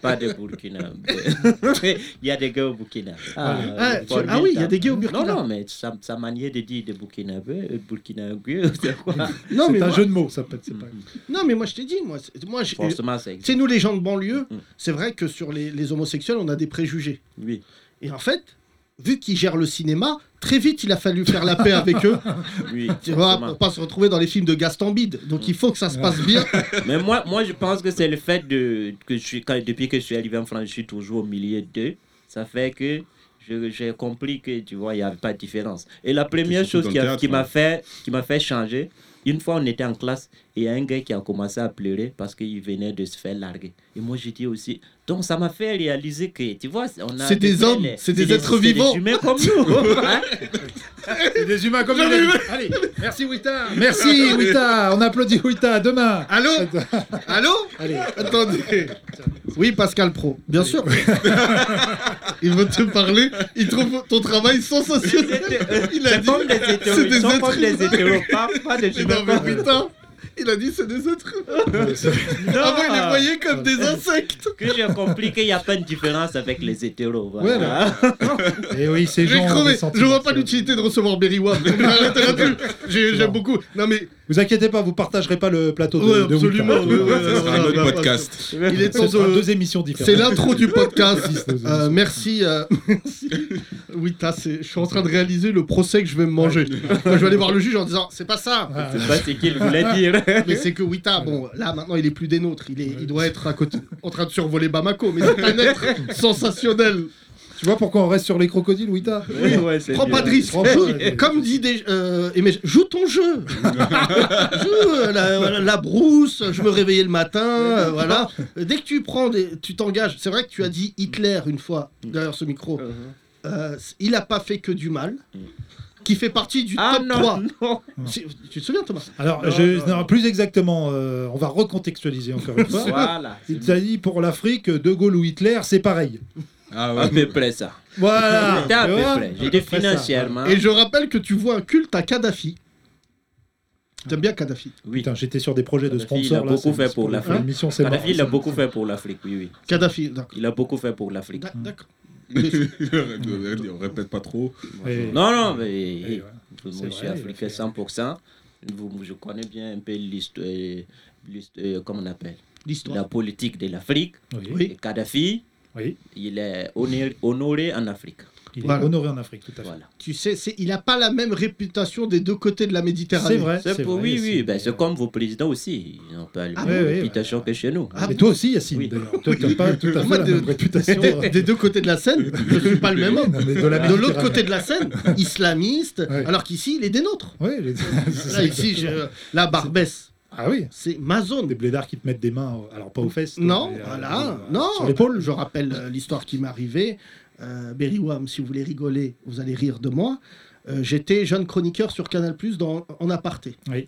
Speaker 7: Pas de Burkina. il y a des gars au Burkina. Ah,
Speaker 6: Ah, tu-
Speaker 7: formidable.
Speaker 6: ah oui, il y a des gays au Burkina.
Speaker 7: Non, non, mais sa, sa manière de dire des Burkina, euh, Burkina, euh, c'est quoi
Speaker 6: Non, mais
Speaker 5: C'est un
Speaker 6: moi,
Speaker 5: jeu de mots, ça peut être. c'est pas-
Speaker 6: non, mais moi je t'ai dit, moi, c'est- moi, j'ai- tu
Speaker 7: Forcément, ça existe.
Speaker 6: sais, nous les gens de banlieue,
Speaker 7: Mhm.
Speaker 6: c'est vrai que sur les, les homosexuels, on a des préjugés.
Speaker 7: Oui.
Speaker 6: Et en fait, vu qu'ils gèrent le cinéma, très vite il a fallu faire la paix avec eux,
Speaker 7: Oui,
Speaker 6: tu vois,
Speaker 7: forcément.
Speaker 6: pour pas se retrouver dans les films de Gaston Bide. Donc il faut que ça se passe bien.
Speaker 7: Mais moi, moi, je pense que c'est le fait de, que je suis, quand- depuis que je suis arrivé en France, je suis toujours au milieu d'eux. Ça fait que je- j'ai compris que, tu vois, il n'y avait pas de différence. Et la première
Speaker 4: surtout
Speaker 7: chose
Speaker 4: dans
Speaker 7: qui, a-
Speaker 4: le théâtre,
Speaker 7: qui m'a
Speaker 4: hein.
Speaker 7: fait, qui m'a fait changer, une fois on était en classe et il y a un gars qui a commencé à pleurer parce qu'il venait de se faire larguer. Et moi, j'ai dit aussi, donc ça m'a fait réaliser que, tu vois, on a...
Speaker 6: C'est des hommes,
Speaker 7: frères,
Speaker 6: c'est des êtres vivants.
Speaker 7: C'est des humains comme nous. hein.
Speaker 5: C'est des humains comme nous. Allez, merci Ah, Wita. Merci Wita. On applaudit Wita. À demain.
Speaker 6: Allô Allô
Speaker 5: Allez.
Speaker 6: Attendez. Oui, Pascal Pro, bien sûr. il veut te parler, il trouve ton travail sensationnel. Il a
Speaker 7: C'est
Speaker 6: dit
Speaker 7: comme des hétéros,
Speaker 6: c'est
Speaker 7: ils sont
Speaker 6: des
Speaker 7: comme
Speaker 6: êtres
Speaker 7: des hétéros, pas, pas des
Speaker 6: Mais
Speaker 7: humains.
Speaker 6: non, mais putain, il a dit c'est des êtres humains.
Speaker 7: Non.
Speaker 6: Avant, il les voyait comme des insectes.
Speaker 7: que j'ai compris qu'il n'y a pas de différence avec les hétéros.
Speaker 5: Ouais,
Speaker 7: Voilà.
Speaker 6: Eh
Speaker 5: Et oui, ces
Speaker 6: J'ai
Speaker 5: gens. ont
Speaker 6: crevé.
Speaker 5: des sentiments.
Speaker 6: Je vois pas l'utilité de recevoir Berry Wap. Arrêtez là-dessus. J'ai- J'aime
Speaker 5: Non.
Speaker 6: beaucoup. Non, mais
Speaker 5: Vous inquiétez pas, vous partagerez pas le plateau de,
Speaker 6: Ouais,
Speaker 5: de
Speaker 6: absolument,
Speaker 5: Wita.
Speaker 6: ouais, ouais, ouais.
Speaker 4: Ce sera un
Speaker 6: Ouais, ouais,
Speaker 4: autre
Speaker 6: ouais.
Speaker 4: podcast.
Speaker 6: il est temps
Speaker 5: Ce sera
Speaker 6: de.
Speaker 5: deux émissions
Speaker 6: C'est
Speaker 5: différentes.
Speaker 6: l'intro du podcast.
Speaker 5: c'est-
Speaker 6: Euh, merci. euh, merci. Oui, t'as, c'est- je suis en train de réaliser le procès que je vais me manger. Moi, je vais aller voir le juge en disant c'est pas ça.
Speaker 5: Ah,
Speaker 7: Je sais pas ce qu'il voulait dire.
Speaker 6: Mais c'est que Wita, bon, là maintenant il est plus des nôtres, il, est, il doit être à côté, en train de survoler Bamako, mais c'est un être sensationnel.
Speaker 5: Tu vois pourquoi on reste sur les crocodiles, Wita
Speaker 7: Oui, ouais, c'est
Speaker 6: Prends
Speaker 7: bien.
Speaker 6: pas de risque.
Speaker 5: Prends pas-
Speaker 6: Joue- Comme dit des. euh, et mais joue ton jeu. joue euh, la, voilà, la brousse, je me réveillais le matin, euh, voilà. Dès que tu prends des. Tu t'engages. C'est vrai que tu as dit Hitler une fois derrière ce micro.
Speaker 7: Mhm.
Speaker 6: Euh, il n'a pas fait que du mal, qui fait partie du
Speaker 7: Mm. Ah
Speaker 6: top
Speaker 7: non,
Speaker 6: 3.
Speaker 7: non.
Speaker 6: C'est- Tu te souviens, Thomas
Speaker 5: Alors,
Speaker 7: Non,
Speaker 5: je-
Speaker 7: non,
Speaker 5: non, plus exactement, euh, on va recontextualiser encore une fois.
Speaker 7: Voilà.
Speaker 5: Il t'a dit pour l'Afrique, De Gaulle ou Hitler, c'est pareil.
Speaker 4: Ah
Speaker 7: À
Speaker 4: ouais.
Speaker 7: peu près ça.
Speaker 5: Voilà.
Speaker 7: J'étais à
Speaker 5: Tu
Speaker 7: peu
Speaker 5: vois
Speaker 7: près. J'étais
Speaker 5: près ça.
Speaker 7: financièrement. hein.
Speaker 6: Et je rappelle que tu vois un culte à Kadhafi. J'aime bien Kadhafi.
Speaker 7: Oui.
Speaker 5: Putain, j'étais sur des projets de
Speaker 7: Kadhafi, il a
Speaker 5: sponsors. là,
Speaker 7: beaucoup
Speaker 5: c'est-
Speaker 7: fait
Speaker 5: c'est
Speaker 7: pour
Speaker 5: la
Speaker 7: l'Afrique.
Speaker 5: L'émission, c'est
Speaker 7: Kadhafi, il a
Speaker 5: marrant.
Speaker 7: beaucoup fait pour l'Afrique. Oui, oui.
Speaker 6: Kadhafi, d'accord.
Speaker 7: Il a beaucoup fait pour l'Afrique.
Speaker 6: D'ac- D'accord.
Speaker 4: On répète pas trop.
Speaker 5: Et-
Speaker 7: Non, non, mais
Speaker 5: et ouais.
Speaker 7: moi, je suis
Speaker 5: vrai,
Speaker 7: africain 100%. Vous- je connais bien un peu l'histoire, l'histoire- euh, comment on appelle, la
Speaker 6: L'histoire.
Speaker 7: politique de l'Afrique.
Speaker 5: Oui.
Speaker 6: Oui.
Speaker 7: Et Kadhafi,
Speaker 5: Oui.
Speaker 7: il est honoré, honoré en Afrique.
Speaker 5: Il
Speaker 6: Voilà.
Speaker 5: est honoré en Afrique, tout à fait.
Speaker 7: Voilà.
Speaker 6: Tu sais, c'est- il n'a pas la même réputation des deux côtés de la Méditerranée.
Speaker 5: C'est vrai.
Speaker 7: C'est
Speaker 5: c'est
Speaker 7: pour-
Speaker 5: vrai,
Speaker 7: oui,
Speaker 5: Yacine.
Speaker 7: oui, ben, c'est comme vos présidents aussi. Ils n'ont pas la
Speaker 5: Ah,
Speaker 7: même
Speaker 5: oui, oui,
Speaker 7: réputation que chez nous.
Speaker 6: Ah,
Speaker 5: Et toi aussi, Yacine,
Speaker 7: Oui.
Speaker 5: d'ailleurs. Toi, t'as pas tout à fait
Speaker 6: Moi,
Speaker 5: la
Speaker 6: de-
Speaker 5: même réputation. hein.
Speaker 6: Des, des deux côtés de la Seine, je ne suis pas le même homme.
Speaker 5: Non, mais de la
Speaker 6: De l'autre
Speaker 5: Méditerranée.
Speaker 6: côté de la Seine, islamiste,
Speaker 5: Ouais.
Speaker 6: alors qu'ici, il est des nôtres.
Speaker 5: Oui, les-
Speaker 6: Là, ici, je- la Barbès,
Speaker 5: Ah oui,
Speaker 6: c'est ma
Speaker 5: des
Speaker 6: zone.
Speaker 5: blédards qui te mettent des mains, euh, alors pas aux fesses.
Speaker 6: Non,
Speaker 5: mais, euh,
Speaker 6: voilà,
Speaker 5: euh,
Speaker 6: non.
Speaker 5: Sur l'épaule,
Speaker 6: Je
Speaker 5: genre.
Speaker 6: rappelle euh, l'histoire qui m'est arrivée. Euh, Berryouam, si vous voulez rigoler, vous allez rire de moi. Euh, J'étais jeune chroniqueur sur Canal Plus en aparté.
Speaker 5: Oui.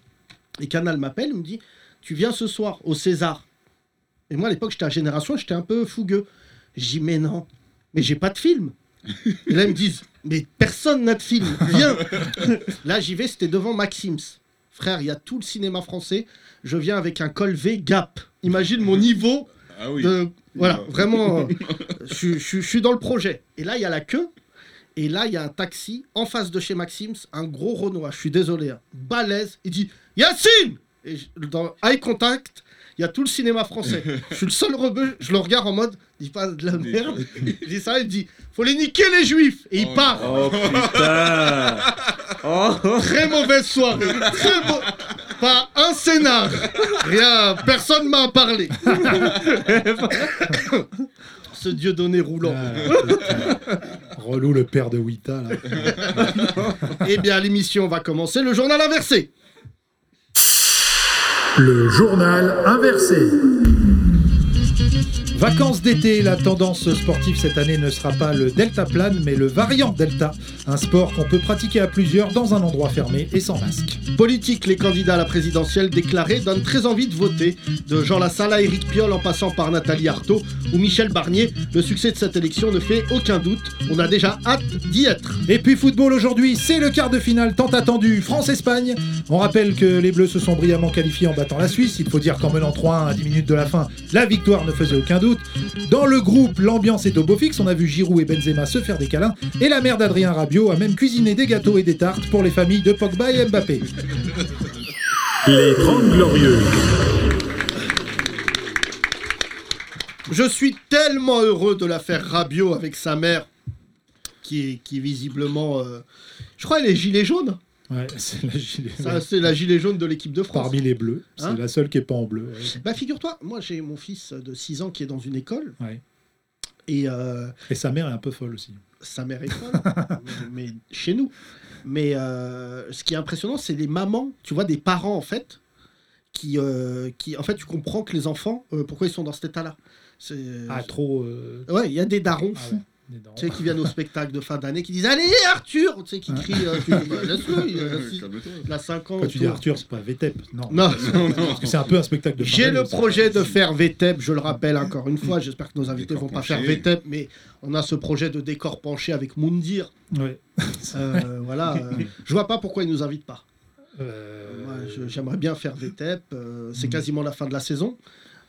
Speaker 6: Et Canal m'appelle, il me dit Tu viens ce soir au César. Et moi, à l'époque, j'étais à Génération, j'étais un peu fougueux. J'y mais non, mais j'ai pas de film. Et là, ils me disent, mais personne n'a de film, viens Là, j'y vais, c'était devant Maxims. Frère, il y a tout le cinéma français. Je viens avec un colvé Gap. Imagine mon niveau
Speaker 4: Ah oui.
Speaker 6: de- Voilà,
Speaker 4: Ouais.
Speaker 6: vraiment, euh, je, je- je suis dans le projet. Et là, il y a la queue. Et là, il y a un taxi en face de chez Maxims, un gros Renoir. Je suis désolé, hein, balèze. Il dit Yacine Et je- dans Eye Contact, il y a tout le cinéma français. Je suis le seul rebeu, je le regarde en mode Dis pas de la merde. Je dis ça, il me dit Faut les niquer les juifs Et il
Speaker 4: Oh,
Speaker 6: part
Speaker 7: Oh putain Oh
Speaker 6: Très mauvaise soirée. Très mau- Pas un scénar. Rien. Personne m'a parlé. Ce dieu donné roulant.
Speaker 5: Ah, putain. Relou le père de Wita là.
Speaker 6: Eh bien, l'émission va commencer. Le journal inversé.
Speaker 1: Le journal inversé.
Speaker 5: Vacances d'été, la tendance sportive cette année ne sera pas le delta plane mais le variant delta, un sport qu'on peut pratiquer à plusieurs dans un endroit fermé et sans masque.
Speaker 6: Politique, les candidats à la présidentielle déclarés donnent très envie de voter. De Jean Lassalle à Éric Piolle en passant par Nathalie Arthaud ou Michel Barnier, le succès de cette élection ne fait aucun doute. On a déjà hâte d'y être.
Speaker 5: Et puis football aujourd'hui, c'est le quart de finale tant attendu France-Espagne. On rappelle que les Bleus se sont brillamment qualifiés en battant la Suisse. Il faut dire qu'en menant 3-1 à 10 minutes de la fin, la victoire ne faisait aucun doute. Dans le groupe, l'ambiance est au beau fixe. On a vu Giroud et Benzema se faire des câlins. Et la mère d'Adrien Rabiot a même cuisiné des gâteaux et des tartes pour les familles de Pogba et Mbappé.
Speaker 1: Les 30 Glorieuses.
Speaker 6: Je suis tellement heureux de l'affaire Rabiot avec sa mère, qui est, qui est visiblement. euh, je crois elle est gilet jaune.
Speaker 5: Ouais, c'est la gilet-
Speaker 6: Ça, c'est la gilet jaune de l'équipe de France.
Speaker 5: Parmi les bleus, c'est
Speaker 6: Hein
Speaker 5: la seule qui est pas en bleu. ouais.
Speaker 6: Bah, figure-toi, moi j'ai mon fils de 6 ans qui est dans une école.
Speaker 5: Ouais.
Speaker 6: Et euh,
Speaker 5: Et sa mère est un peu folle aussi.
Speaker 6: sa mère est folle, mais, mais chez nous. Mais euh, ce qui est impressionnant, c'est les mamans, tu vois, des parents en fait, qui, euh, qui en fait, tu comprends que les enfants, euh, pourquoi ils sont dans cet état-là. C'est-
Speaker 5: Ah, trop. euh,
Speaker 6: Ouais, il y a des darons
Speaker 5: ah
Speaker 6: fous.
Speaker 5: ouais, des darons.
Speaker 6: Tu sais, qui viennent au spectacle de fin d'année, qui disent Allez Arthur Tu sais, qui crient euh, tu- bah, Laisse-le, il a six-
Speaker 4: Calme-toi.
Speaker 6: il a 5 ans.
Speaker 5: Quand tu dis Arthur, c'est pas VTEP. Non.
Speaker 6: Non,
Speaker 5: Parce que c'est un peu un spectacle de fin
Speaker 6: j'ai
Speaker 5: d'année
Speaker 6: le
Speaker 5: aussi.
Speaker 6: projet de faire VTEP, je le rappelle encore une fois. J'espère que nos invités
Speaker 4: Décor
Speaker 6: vont pas
Speaker 4: penché.
Speaker 6: faire VTEP, mais on a ce projet de décor penché avec Moundir.
Speaker 5: Ouais.
Speaker 6: Euh, voilà, euh, je vois pas pourquoi ils nous invitent pas.
Speaker 5: Euh,
Speaker 6: Moi, je- J'aimerais bien faire VTEP, euh,
Speaker 5: Mm.
Speaker 6: c'est quasiment la fin de la saison.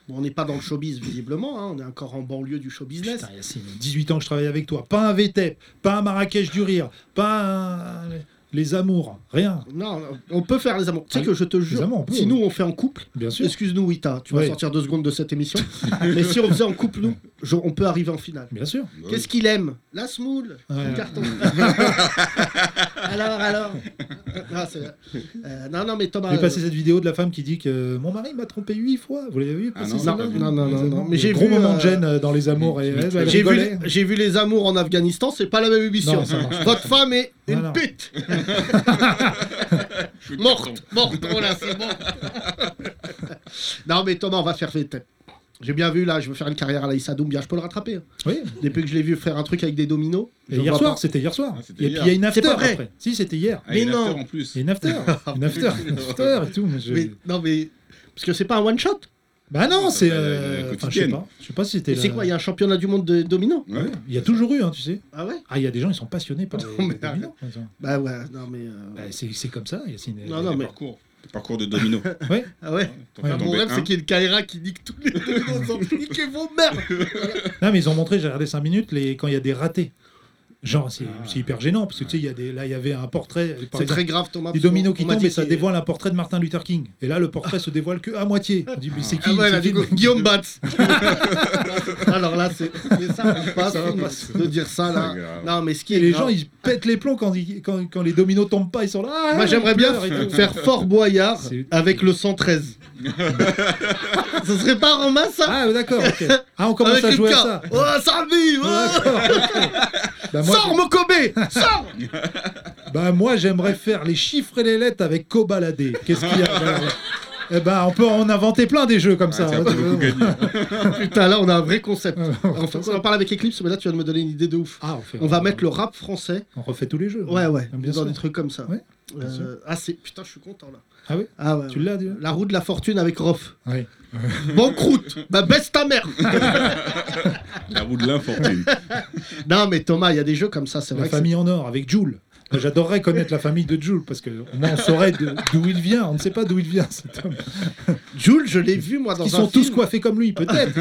Speaker 6: Bon, on n'est pas dans le showbiz visiblement, hein, on est encore en banlieue du show business.
Speaker 5: Putain, Yacine, 18 ans que je travaille avec toi. Pas un VTEP, pas un Marrakech du Rire, pas un- les amours, rien.
Speaker 6: Non, on peut faire les amours. Tu sais
Speaker 5: Ah,
Speaker 6: que je te jure,
Speaker 5: amours, on peut,
Speaker 6: si
Speaker 5: ouais.
Speaker 6: nous on fait en couple,
Speaker 5: Bien sûr.
Speaker 6: Excuse-nous, Wita, tu vas
Speaker 5: Oui.
Speaker 6: sortir deux secondes de cette émission. mais si on faisait en couple, nous, je- on peut arriver en finale.
Speaker 5: Bien sûr.
Speaker 4: Bah oui.
Speaker 6: Qu'est-ce qu'il aime La smoule
Speaker 5: Ouais.
Speaker 6: Le carton Alors, alors non, c'est- euh, non, non, mais Thomas.
Speaker 5: J'ai passé
Speaker 6: euh,
Speaker 5: cette vidéo de la femme qui dit que euh, mon mari m'a trompé 8 fois. Vous l'avez vu
Speaker 4: Ah
Speaker 5: passer
Speaker 4: non,
Speaker 5: ça
Speaker 6: non,
Speaker 4: pas vu.
Speaker 6: non, non, non, non, Mais j'ai
Speaker 5: gros
Speaker 6: vu,
Speaker 5: moment
Speaker 6: euh,
Speaker 5: de gêne euh, dans les amours et ouais, bah, elle
Speaker 6: J'ai vu,
Speaker 5: rigolait.
Speaker 6: j'ai vu les amours en Afghanistan, c'est pas la même émission.
Speaker 5: Non, ça marche.
Speaker 6: Votre femme est une
Speaker 5: Voilà.
Speaker 6: pute
Speaker 4: Je suis
Speaker 6: Morte Morte Voilà, c'est bon Non, mais Thomas, on va faire VTEP. J'ai bien vu, là, je veux faire une carrière à Laïssa Doumbia, je peux le rattraper. hein.
Speaker 5: Oui.
Speaker 6: Depuis que je l'ai vu faire un truc avec des dominos.
Speaker 5: Et
Speaker 6: je
Speaker 5: hier
Speaker 6: vois
Speaker 5: soir,
Speaker 6: pas.
Speaker 5: c'était hier soir.
Speaker 4: Ah,
Speaker 5: et
Speaker 4: c'était
Speaker 5: puis il
Speaker 4: hier.
Speaker 5: y a une
Speaker 6: C'est
Speaker 5: after
Speaker 6: pas vrai.
Speaker 5: après. Si, c'était hier.
Speaker 4: Ah, il y a
Speaker 6: Mais
Speaker 4: une after
Speaker 6: non.
Speaker 4: en plus.
Speaker 5: Il y a une after. une after. une after et tout. mais je-
Speaker 6: Ah, Mais- non, mais. Parce que c'est pas un one-shot.
Speaker 5: Bah non, c'est.
Speaker 4: La- la- la
Speaker 5: euh, enfin, je sais
Speaker 4: quotidienne.
Speaker 5: pas. Je sais pas si c'était.
Speaker 6: Et c'est
Speaker 5: la-
Speaker 6: quoi Il y a un championnat du monde de dominant
Speaker 4: Ouais.
Speaker 5: Il y a toujours eu, hein, tu sais. Euh,
Speaker 6: Ah ouais
Speaker 5: Ah, il y a des gens, ils sont passionnés par les
Speaker 6: mais
Speaker 5: les dominos.
Speaker 6: Bah ouais, non mais. euh,
Speaker 5: Bah, c'est c'est comme ça, Yacine.
Speaker 6: Non, non,
Speaker 4: Le
Speaker 6: mais.
Speaker 4: Parcours. Le Parcours de domino.
Speaker 6: Ah ouais
Speaker 4: T'en
Speaker 5: Ouais.
Speaker 4: fais
Speaker 6: Mon
Speaker 4: tomber
Speaker 6: rêve,
Speaker 4: un.
Speaker 6: c'est qu'il y ait une Kaira qui nique tous les dominos en niquez vos mères
Speaker 5: Non, mais ils ont montré, j'ai regardé 5 minutes, les... quand il y a des ratés. Genre, c'est c'est hyper gênant, parce que tu sais, il y a des... là, il y avait un portrait. par
Speaker 6: Ah. C'est
Speaker 5: exemple,
Speaker 6: très grave, Thomas.
Speaker 5: Des
Speaker 6: parce
Speaker 5: dominos
Speaker 6: qu'on-
Speaker 5: qui
Speaker 6: on m'a
Speaker 5: tombent
Speaker 6: dit
Speaker 5: et ça
Speaker 6: qu'il-
Speaker 5: dévoile un portrait de Martin Luther King. Et là, le portrait se dévoile que à moitié. On dit, mais c'est qui
Speaker 6: Ah ouais, là,
Speaker 5: c'est
Speaker 6: du
Speaker 5: qui
Speaker 6: coup, Guillaume Batz Alors là, c'est. Mais ça passe de dire ça
Speaker 4: C'est
Speaker 6: là.
Speaker 4: grave.
Speaker 6: Non, mais ce qui
Speaker 5: Et
Speaker 6: est.
Speaker 5: les
Speaker 6: grave-
Speaker 5: gens, ils pètent les plombs quand, ils- quand... quand les dominos tombent pas, ils sont là. Ah,
Speaker 6: Moi,
Speaker 5: ils
Speaker 6: j'aimerais bien
Speaker 5: pleurent et tout.
Speaker 6: faire Fort Boyard
Speaker 5: C'est-
Speaker 6: avec le 113. Ce serait pas Romain, ça
Speaker 5: Ah, d'accord, ok. Ah, on commence
Speaker 6: Avec
Speaker 5: à
Speaker 6: le
Speaker 5: jouer à
Speaker 6: cas.
Speaker 5: ça.
Speaker 6: Oh, ça arrive oh
Speaker 5: Bah, moi,
Speaker 6: Sors, Mokobé Sors
Speaker 5: Bah moi j'aimerais faire les chiffres et les lettres avec Cobaladé. Qu'est-ce qu'il y a Bah, ouais. Eh ben on peut en inventer plein des jeux comme
Speaker 4: Ah,
Speaker 5: ça. hein,
Speaker 4: c'est un peu beaucoup gagné.
Speaker 6: Putain, là, on a un vrai concept. En fait,
Speaker 5: on,
Speaker 6: on en parle avec Eclipse, mais là, tu viens de me donner une idée de ouf.
Speaker 5: ah, on, fait-
Speaker 6: On va mettre le rap français.
Speaker 5: On refait tous les jeux.
Speaker 6: Ouais, ouais.
Speaker 5: Bien
Speaker 6: dans
Speaker 5: sûr.
Speaker 6: des trucs comme ça.
Speaker 5: Ouais. Bien sûr.
Speaker 6: Euh, ah, c'est... Putain, je suis content là.
Speaker 5: Ah oui
Speaker 6: Ah ouais,
Speaker 5: Tu
Speaker 6: ouais.
Speaker 5: l'as déjà
Speaker 6: La roue de la fortune avec Rof.
Speaker 5: Oui.
Speaker 6: Banqueroute Bah baisse ta mère
Speaker 4: La roue de l'infortune.
Speaker 6: Non mais Thomas, il y a des jeux comme ça, c'est
Speaker 5: La
Speaker 6: vrai. que
Speaker 5: famille en or avec Jules. Moi, J'adorerais connaître la famille de Jules parce que au moins, on saurait de- d'où il vient. On ne sait pas d'où il vient cet homme.
Speaker 6: c'est- Jules, je l'ai vu moi dans
Speaker 5: Ils
Speaker 6: un
Speaker 5: sont
Speaker 6: film.
Speaker 5: tous coiffés comme lui, peut-être.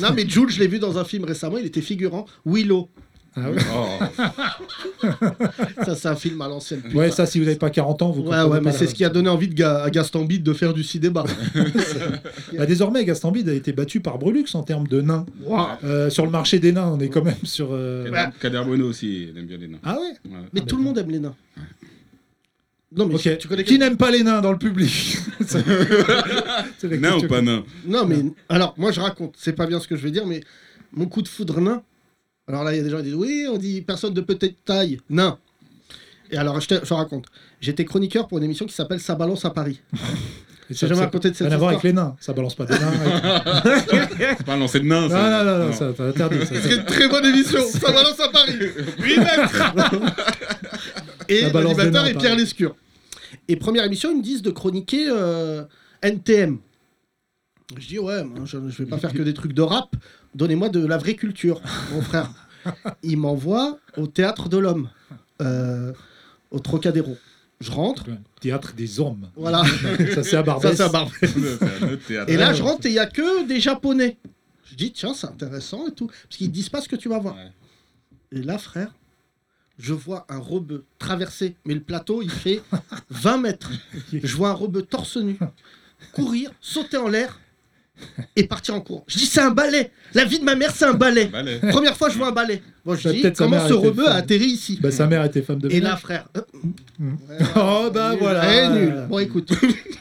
Speaker 6: Non mais Jules, je l'ai vu dans un film récemment, il était figurant. Willow.
Speaker 5: Ah ouais.
Speaker 4: Oh,
Speaker 6: Ça c'est un film à l'ancienne. putain.
Speaker 5: Ouais, ça, si vous n'avez pas 40 ans, vous
Speaker 6: Ouais,
Speaker 5: comprenez
Speaker 6: ouais,
Speaker 5: pas
Speaker 6: mais
Speaker 5: la-
Speaker 6: c'est ce qui a donné envie de Ga- à Gaston Bide de faire du cinéma.
Speaker 5: Bah, désormais, Gaston Bide a été battu par Brulux en termes de nains.
Speaker 6: Ouah.
Speaker 5: Euh, sur le marché des nains, on est quand même sur. euh,
Speaker 4: Kader- Kader Bueno aussi, il aime bien les nains.
Speaker 5: Ah ouais
Speaker 4: Ouais.
Speaker 6: Bah, Mais tout le monde aime les nains. Non mais
Speaker 5: Ok.
Speaker 6: tu connais
Speaker 5: Qui n'aime pas les nains dans le public C'est- c'est la
Speaker 4: Nain
Speaker 5: question.
Speaker 4: ou pas nain
Speaker 6: Non, mais alors, moi je raconte, c'est pas bien ce que je vais dire, mais mon coup de foudre nain. Alors là, il y a des gens qui disent Oui, on dit personne de petite taille, nain. Et alors, je te je te raconte. J'étais chroniqueur pour une émission qui s'appelle Ça balance à Paris.
Speaker 5: Et
Speaker 6: J'ai
Speaker 5: ça-
Speaker 6: jamais
Speaker 5: ça-
Speaker 6: raconté de cette
Speaker 5: Rien à voir
Speaker 6: histoire.
Speaker 5: avec les nains. Ça balance pas des nains. avec-
Speaker 4: C'est pas un lancer de nain,
Speaker 5: Non, non,
Speaker 4: ça.
Speaker 5: non, non, ça, ça interdit. ça-
Speaker 6: C'est une très bonne émission, Ça balance à Paris. 8 mètres Et
Speaker 5: La balance des
Speaker 6: l'animateur
Speaker 5: nains à
Speaker 6: est Pierre
Speaker 5: Paris.
Speaker 6: Lescure. Et première émission, ils me disent de chroniquer euh, NTM. Je dis ouais, moi, je, je vais pas faire que des trucs de rap. Donnez-moi de la vraie culture, mon frère. Il m'envoie au théâtre de l'homme, euh, au Trocadéro. Je rentre.
Speaker 5: Théâtre des hommes.
Speaker 6: Voilà.
Speaker 5: Ça, c'est à
Speaker 6: Ça,
Speaker 5: Barbès.
Speaker 6: c'est à Barbès.
Speaker 4: C'est un autre théâtre.
Speaker 6: Et là, je rentre et il n'y a que des Japonais. Je dis, tiens, c'est intéressant et tout. Parce qu'ils ne disent pas ce que tu vas voir.
Speaker 4: Ouais.
Speaker 6: Et là, frère, je vois un rebeu traverser. Mais le plateau, il fait 20 mètres. Je vois un rebeu torse nu courir, sauter en l'air et partir en cours. Je dis, c'est un ballet. La vie de ma mère, c'est un ballet.
Speaker 4: Balai.
Speaker 6: Première fois, je vois un ballet. Moi, je
Speaker 5: Bah,
Speaker 6: dis,
Speaker 5: peut-être sa
Speaker 6: comment
Speaker 5: mère
Speaker 6: ce
Speaker 5: était
Speaker 6: rebeu a
Speaker 5: fan.
Speaker 6: atterri ici
Speaker 5: Bah, sa mère était femme de
Speaker 6: et
Speaker 5: ménage.
Speaker 6: là, frère. euh,
Speaker 5: Mm.
Speaker 6: ouais,
Speaker 5: Oh, bah,
Speaker 6: nul.
Speaker 5: voilà.
Speaker 6: Eh, nul. Bon, écoute.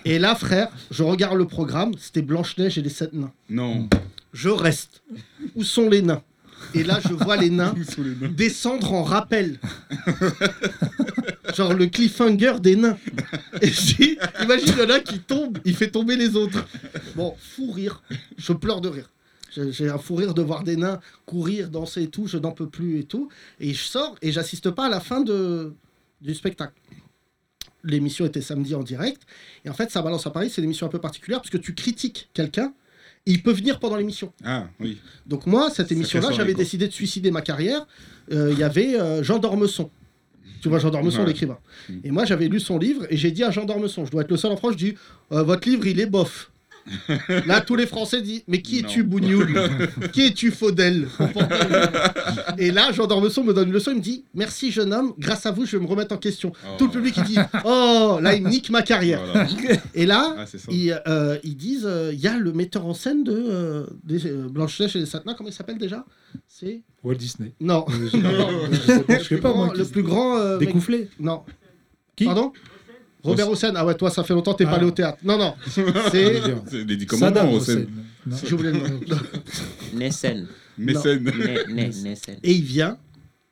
Speaker 6: et là, frère, je regarde le programme. C'était Blanche-Neige et les sept nains.
Speaker 4: Non.
Speaker 6: Je reste. Où sont les nains Et là, je vois les nains
Speaker 4: Sous les nains.
Speaker 6: descendre en rappel. Genre le cliffhanger des nains. Et je dis, imagine le nain qui tombe, il fait tomber les autres. Bon, fou rire. Je pleure de rire. J'ai j'ai un fou rire de voir des nains courir, danser et tout. Je n'en peux plus et tout. Et je sors et j'assiste pas à la fin de, du spectacle. L'émission était samedi en direct. Et en fait, ça balance à Paris. C'est une émission un peu particulière parce que tu critiques quelqu'un. et Il peut venir pendant l'émission.
Speaker 4: Ah, oui.
Speaker 6: Donc moi, cette
Speaker 4: Sacrée
Speaker 6: émission-là,
Speaker 4: soirée,
Speaker 6: j'avais
Speaker 4: quoi.
Speaker 6: décidé de suicider ma carrière. Euh, Il y avait euh, Jean Dormesson. Tu vois, Jean Dormesson,
Speaker 4: Ouais.
Speaker 6: l'écrivain.
Speaker 4: Mm.
Speaker 6: Et moi, j'avais lu son livre et j'ai dit à Jean Dormesson, je dois être le seul en France, je dis, Euh, votre livre, il est bof. Là, tous les Français disent, mais qui
Speaker 4: Non.
Speaker 6: es-tu, Bougnoul Qui es-tu, Faudel Pour porter le livre. Et là, Jean Dormesson me donne une leçon, il me dit, merci jeune homme, grâce à vous, je vais me remettre en question.
Speaker 4: Oh.
Speaker 6: Tout le public, il dit, oh, là, il me nique ma carrière.
Speaker 4: Voilà.
Speaker 6: Et là,
Speaker 4: Ah, c'est ça.
Speaker 6: ils, euh, ils disent, euh, il y a le metteur en scène de euh, des, euh, Blanche-Neige et les Satnins, comment il s'appelle déjà C'est...
Speaker 5: Walt Disney.
Speaker 6: Non.
Speaker 5: Je sais pas, je sais
Speaker 6: Le
Speaker 5: pas,
Speaker 6: grand-
Speaker 5: moi.
Speaker 6: le plus grand... euh, mec-
Speaker 5: Découflé.
Speaker 6: Non.
Speaker 5: Qui
Speaker 6: Pardon Robert Hossein. Ah ouais, toi, ça fait longtemps que t'es
Speaker 5: Ah.
Speaker 6: pas allé au théâtre. Non, non. C'est...
Speaker 4: C'est des dix
Speaker 5: Saddam
Speaker 4: commandements,
Speaker 5: Hussein.
Speaker 4: Hossein.
Speaker 5: Non.
Speaker 6: J'ai oublié le nom.
Speaker 7: Nessen.
Speaker 4: Mécène.
Speaker 7: Ne- ne- Nessen.
Speaker 6: Et il vient,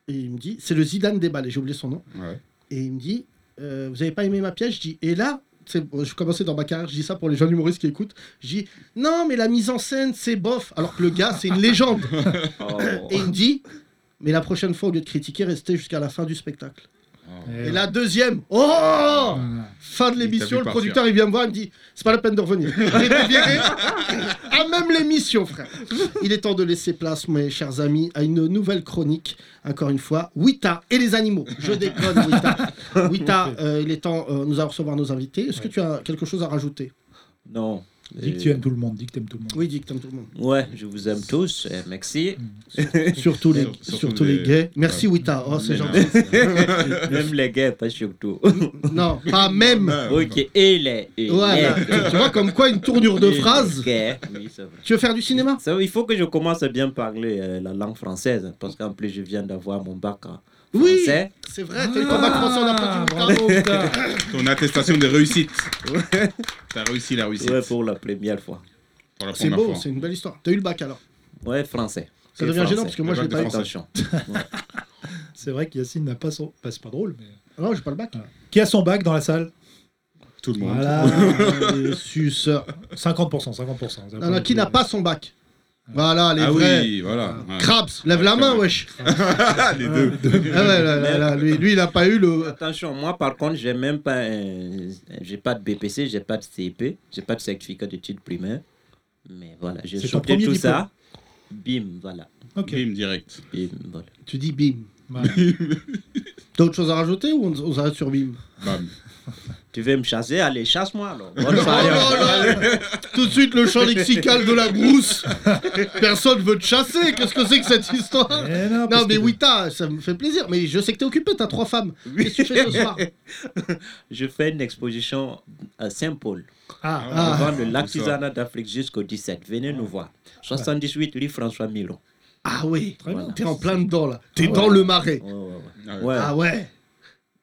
Speaker 6: et il me dit, c'est le Zidane des balles, et j'ai oublié son nom.
Speaker 4: Ouais.
Speaker 6: Et il me dit, euh, vous avez pas aimé ma pièce Je dis, et là, c'est- bon, je commençais dans ma carrière, je dis ça pour les jeunes humoristes qui écoutent. Je dis, non, mais la mise en scène, c'est bof. Alors que le gars, c'est une légende.
Speaker 7: Oh.
Speaker 6: Et il me dit, mais la prochaine fois, au lieu de critiquer, restez jusqu'à la fin du spectacle.
Speaker 5: Eh
Speaker 6: Et la deuxième, oh
Speaker 5: voilà.
Speaker 6: Fin de
Speaker 4: Il t'a vu
Speaker 6: l'émission, le
Speaker 4: partir.
Speaker 6: producteur, il vient me voir, il me dit, c'est pas la peine de revenir. J'ai été viré à même l'émission, frère. Il est temps de laisser place, mes chers amis, à une nouvelle chronique, encore une fois, Wita et les animaux. Je déconne, Wita. Wita, euh, il est temps, euh, nous allons recevoir nos invités. Est-ce que tu as quelque chose à rajouter
Speaker 7: Non.
Speaker 5: Dis que
Speaker 7: Euh,
Speaker 5: tu aimes tout le monde. Dis que t'aimes tout le monde.
Speaker 6: Oui, dis que t'aimes tout le monde.
Speaker 7: Ouais, je vous aime tous. euh, merci.
Speaker 5: Mm.
Speaker 6: Surtout les,
Speaker 4: Surtout
Speaker 6: surtout
Speaker 4: les-
Speaker 6: les gays. Merci, Wita. Oh, c'est
Speaker 4: Mais
Speaker 6: gentil.
Speaker 7: Même les gars, pas surtout.
Speaker 6: Non, pas même.
Speaker 4: non.
Speaker 7: ok, et les. Et
Speaker 6: Ouais, bah,
Speaker 7: les-
Speaker 6: tu vois comme quoi une tournure de
Speaker 7: et les
Speaker 6: phrase.
Speaker 7: gays. Oui, c'est vrai.
Speaker 6: Tu veux faire du cinéma
Speaker 7: Ça, il faut que je commence à bien parler euh, la langue française parce qu'en plus je viens d'avoir mon bac en
Speaker 6: Oui.
Speaker 7: français.
Speaker 6: C'est vrai, t'as eu ton bac français, on n'a pas dit Wita.
Speaker 4: Ton attestation de réussite. T'as réussi la réussite.
Speaker 7: Ouais, pour la première fois.
Speaker 4: Pour la
Speaker 6: C'est
Speaker 4: première
Speaker 6: beau,
Speaker 4: fois.
Speaker 6: c'est une belle histoire. T'as eu le bac alors
Speaker 7: Ouais, français.
Speaker 6: Ça
Speaker 7: Et
Speaker 6: devient
Speaker 7: français.
Speaker 6: gênant parce que moi
Speaker 4: Le
Speaker 6: je l'ai
Speaker 4: bac
Speaker 6: pas
Speaker 4: de
Speaker 6: eu.
Speaker 4: français.
Speaker 7: Attention.
Speaker 5: C'est vrai que Yacine n'a pas son. Bah, c'est pas drôle, mais.
Speaker 6: Ah Non, j'ai pas le bac.
Speaker 5: Qui a son bac dans la salle
Speaker 4: Tout le monde.
Speaker 5: Voilà.
Speaker 6: Les suceurs.
Speaker 5: 50%, 50%.
Speaker 6: Non, non, qui n'a pas son bac Voilà, les
Speaker 4: ah
Speaker 6: vrais.
Speaker 4: oui, voilà. ouais.
Speaker 6: Crabs, lève la main, wesh.
Speaker 4: les deux.
Speaker 6: Ah ouais, là, là, là, lui, lui, il a pas eu le.
Speaker 7: Attention, moi par contre, j'ai même pas, euh, j'ai pas de BPC, j'ai pas de CEP, j'ai pas de certificat d'études primaires. Mais voilà, j'ai
Speaker 5: C'est ton
Speaker 7: chopé
Speaker 5: premier
Speaker 7: tout
Speaker 5: diplôme.
Speaker 7: ça. Bim, voilà.
Speaker 5: Ok.
Speaker 4: Bim, direct.
Speaker 7: Bim, voilà.
Speaker 6: Tu dis bim.
Speaker 5: Voilà.
Speaker 6: T'as autre chose à rajouter ou on, on s'arrête sur bim
Speaker 4: Bam.
Speaker 7: Tu veux me chasser Allez, chasse-moi alors. Bonne soirée.
Speaker 6: Oh Tout de suite, le champ lexical de la brousse. Personne veut te chasser. Qu'est-ce que c'est que cette histoire
Speaker 5: Eh non, parce
Speaker 6: Non, mais
Speaker 5: que-
Speaker 6: oui, t'as, ça me fait plaisir. Mais je sais que t'es occupé, t'as trois femmes. Qu'est-ce que tu fais ce soir
Speaker 7: Je fais une exposition à Saint-Paul,
Speaker 5: Ah,
Speaker 6: Ah.
Speaker 7: devant le lac
Speaker 4: tout ça.
Speaker 7: Tizana d'Afrique jusqu'au 17. Venez nous voir. 78 rue François Milon.
Speaker 6: Ah ouais,
Speaker 5: Très bien.
Speaker 6: t'es en plein dedans là. T'es dans le marais.
Speaker 7: Ouais, ouais, ouais.
Speaker 4: Ah ouais.
Speaker 7: Ouais.
Speaker 6: Ah ouais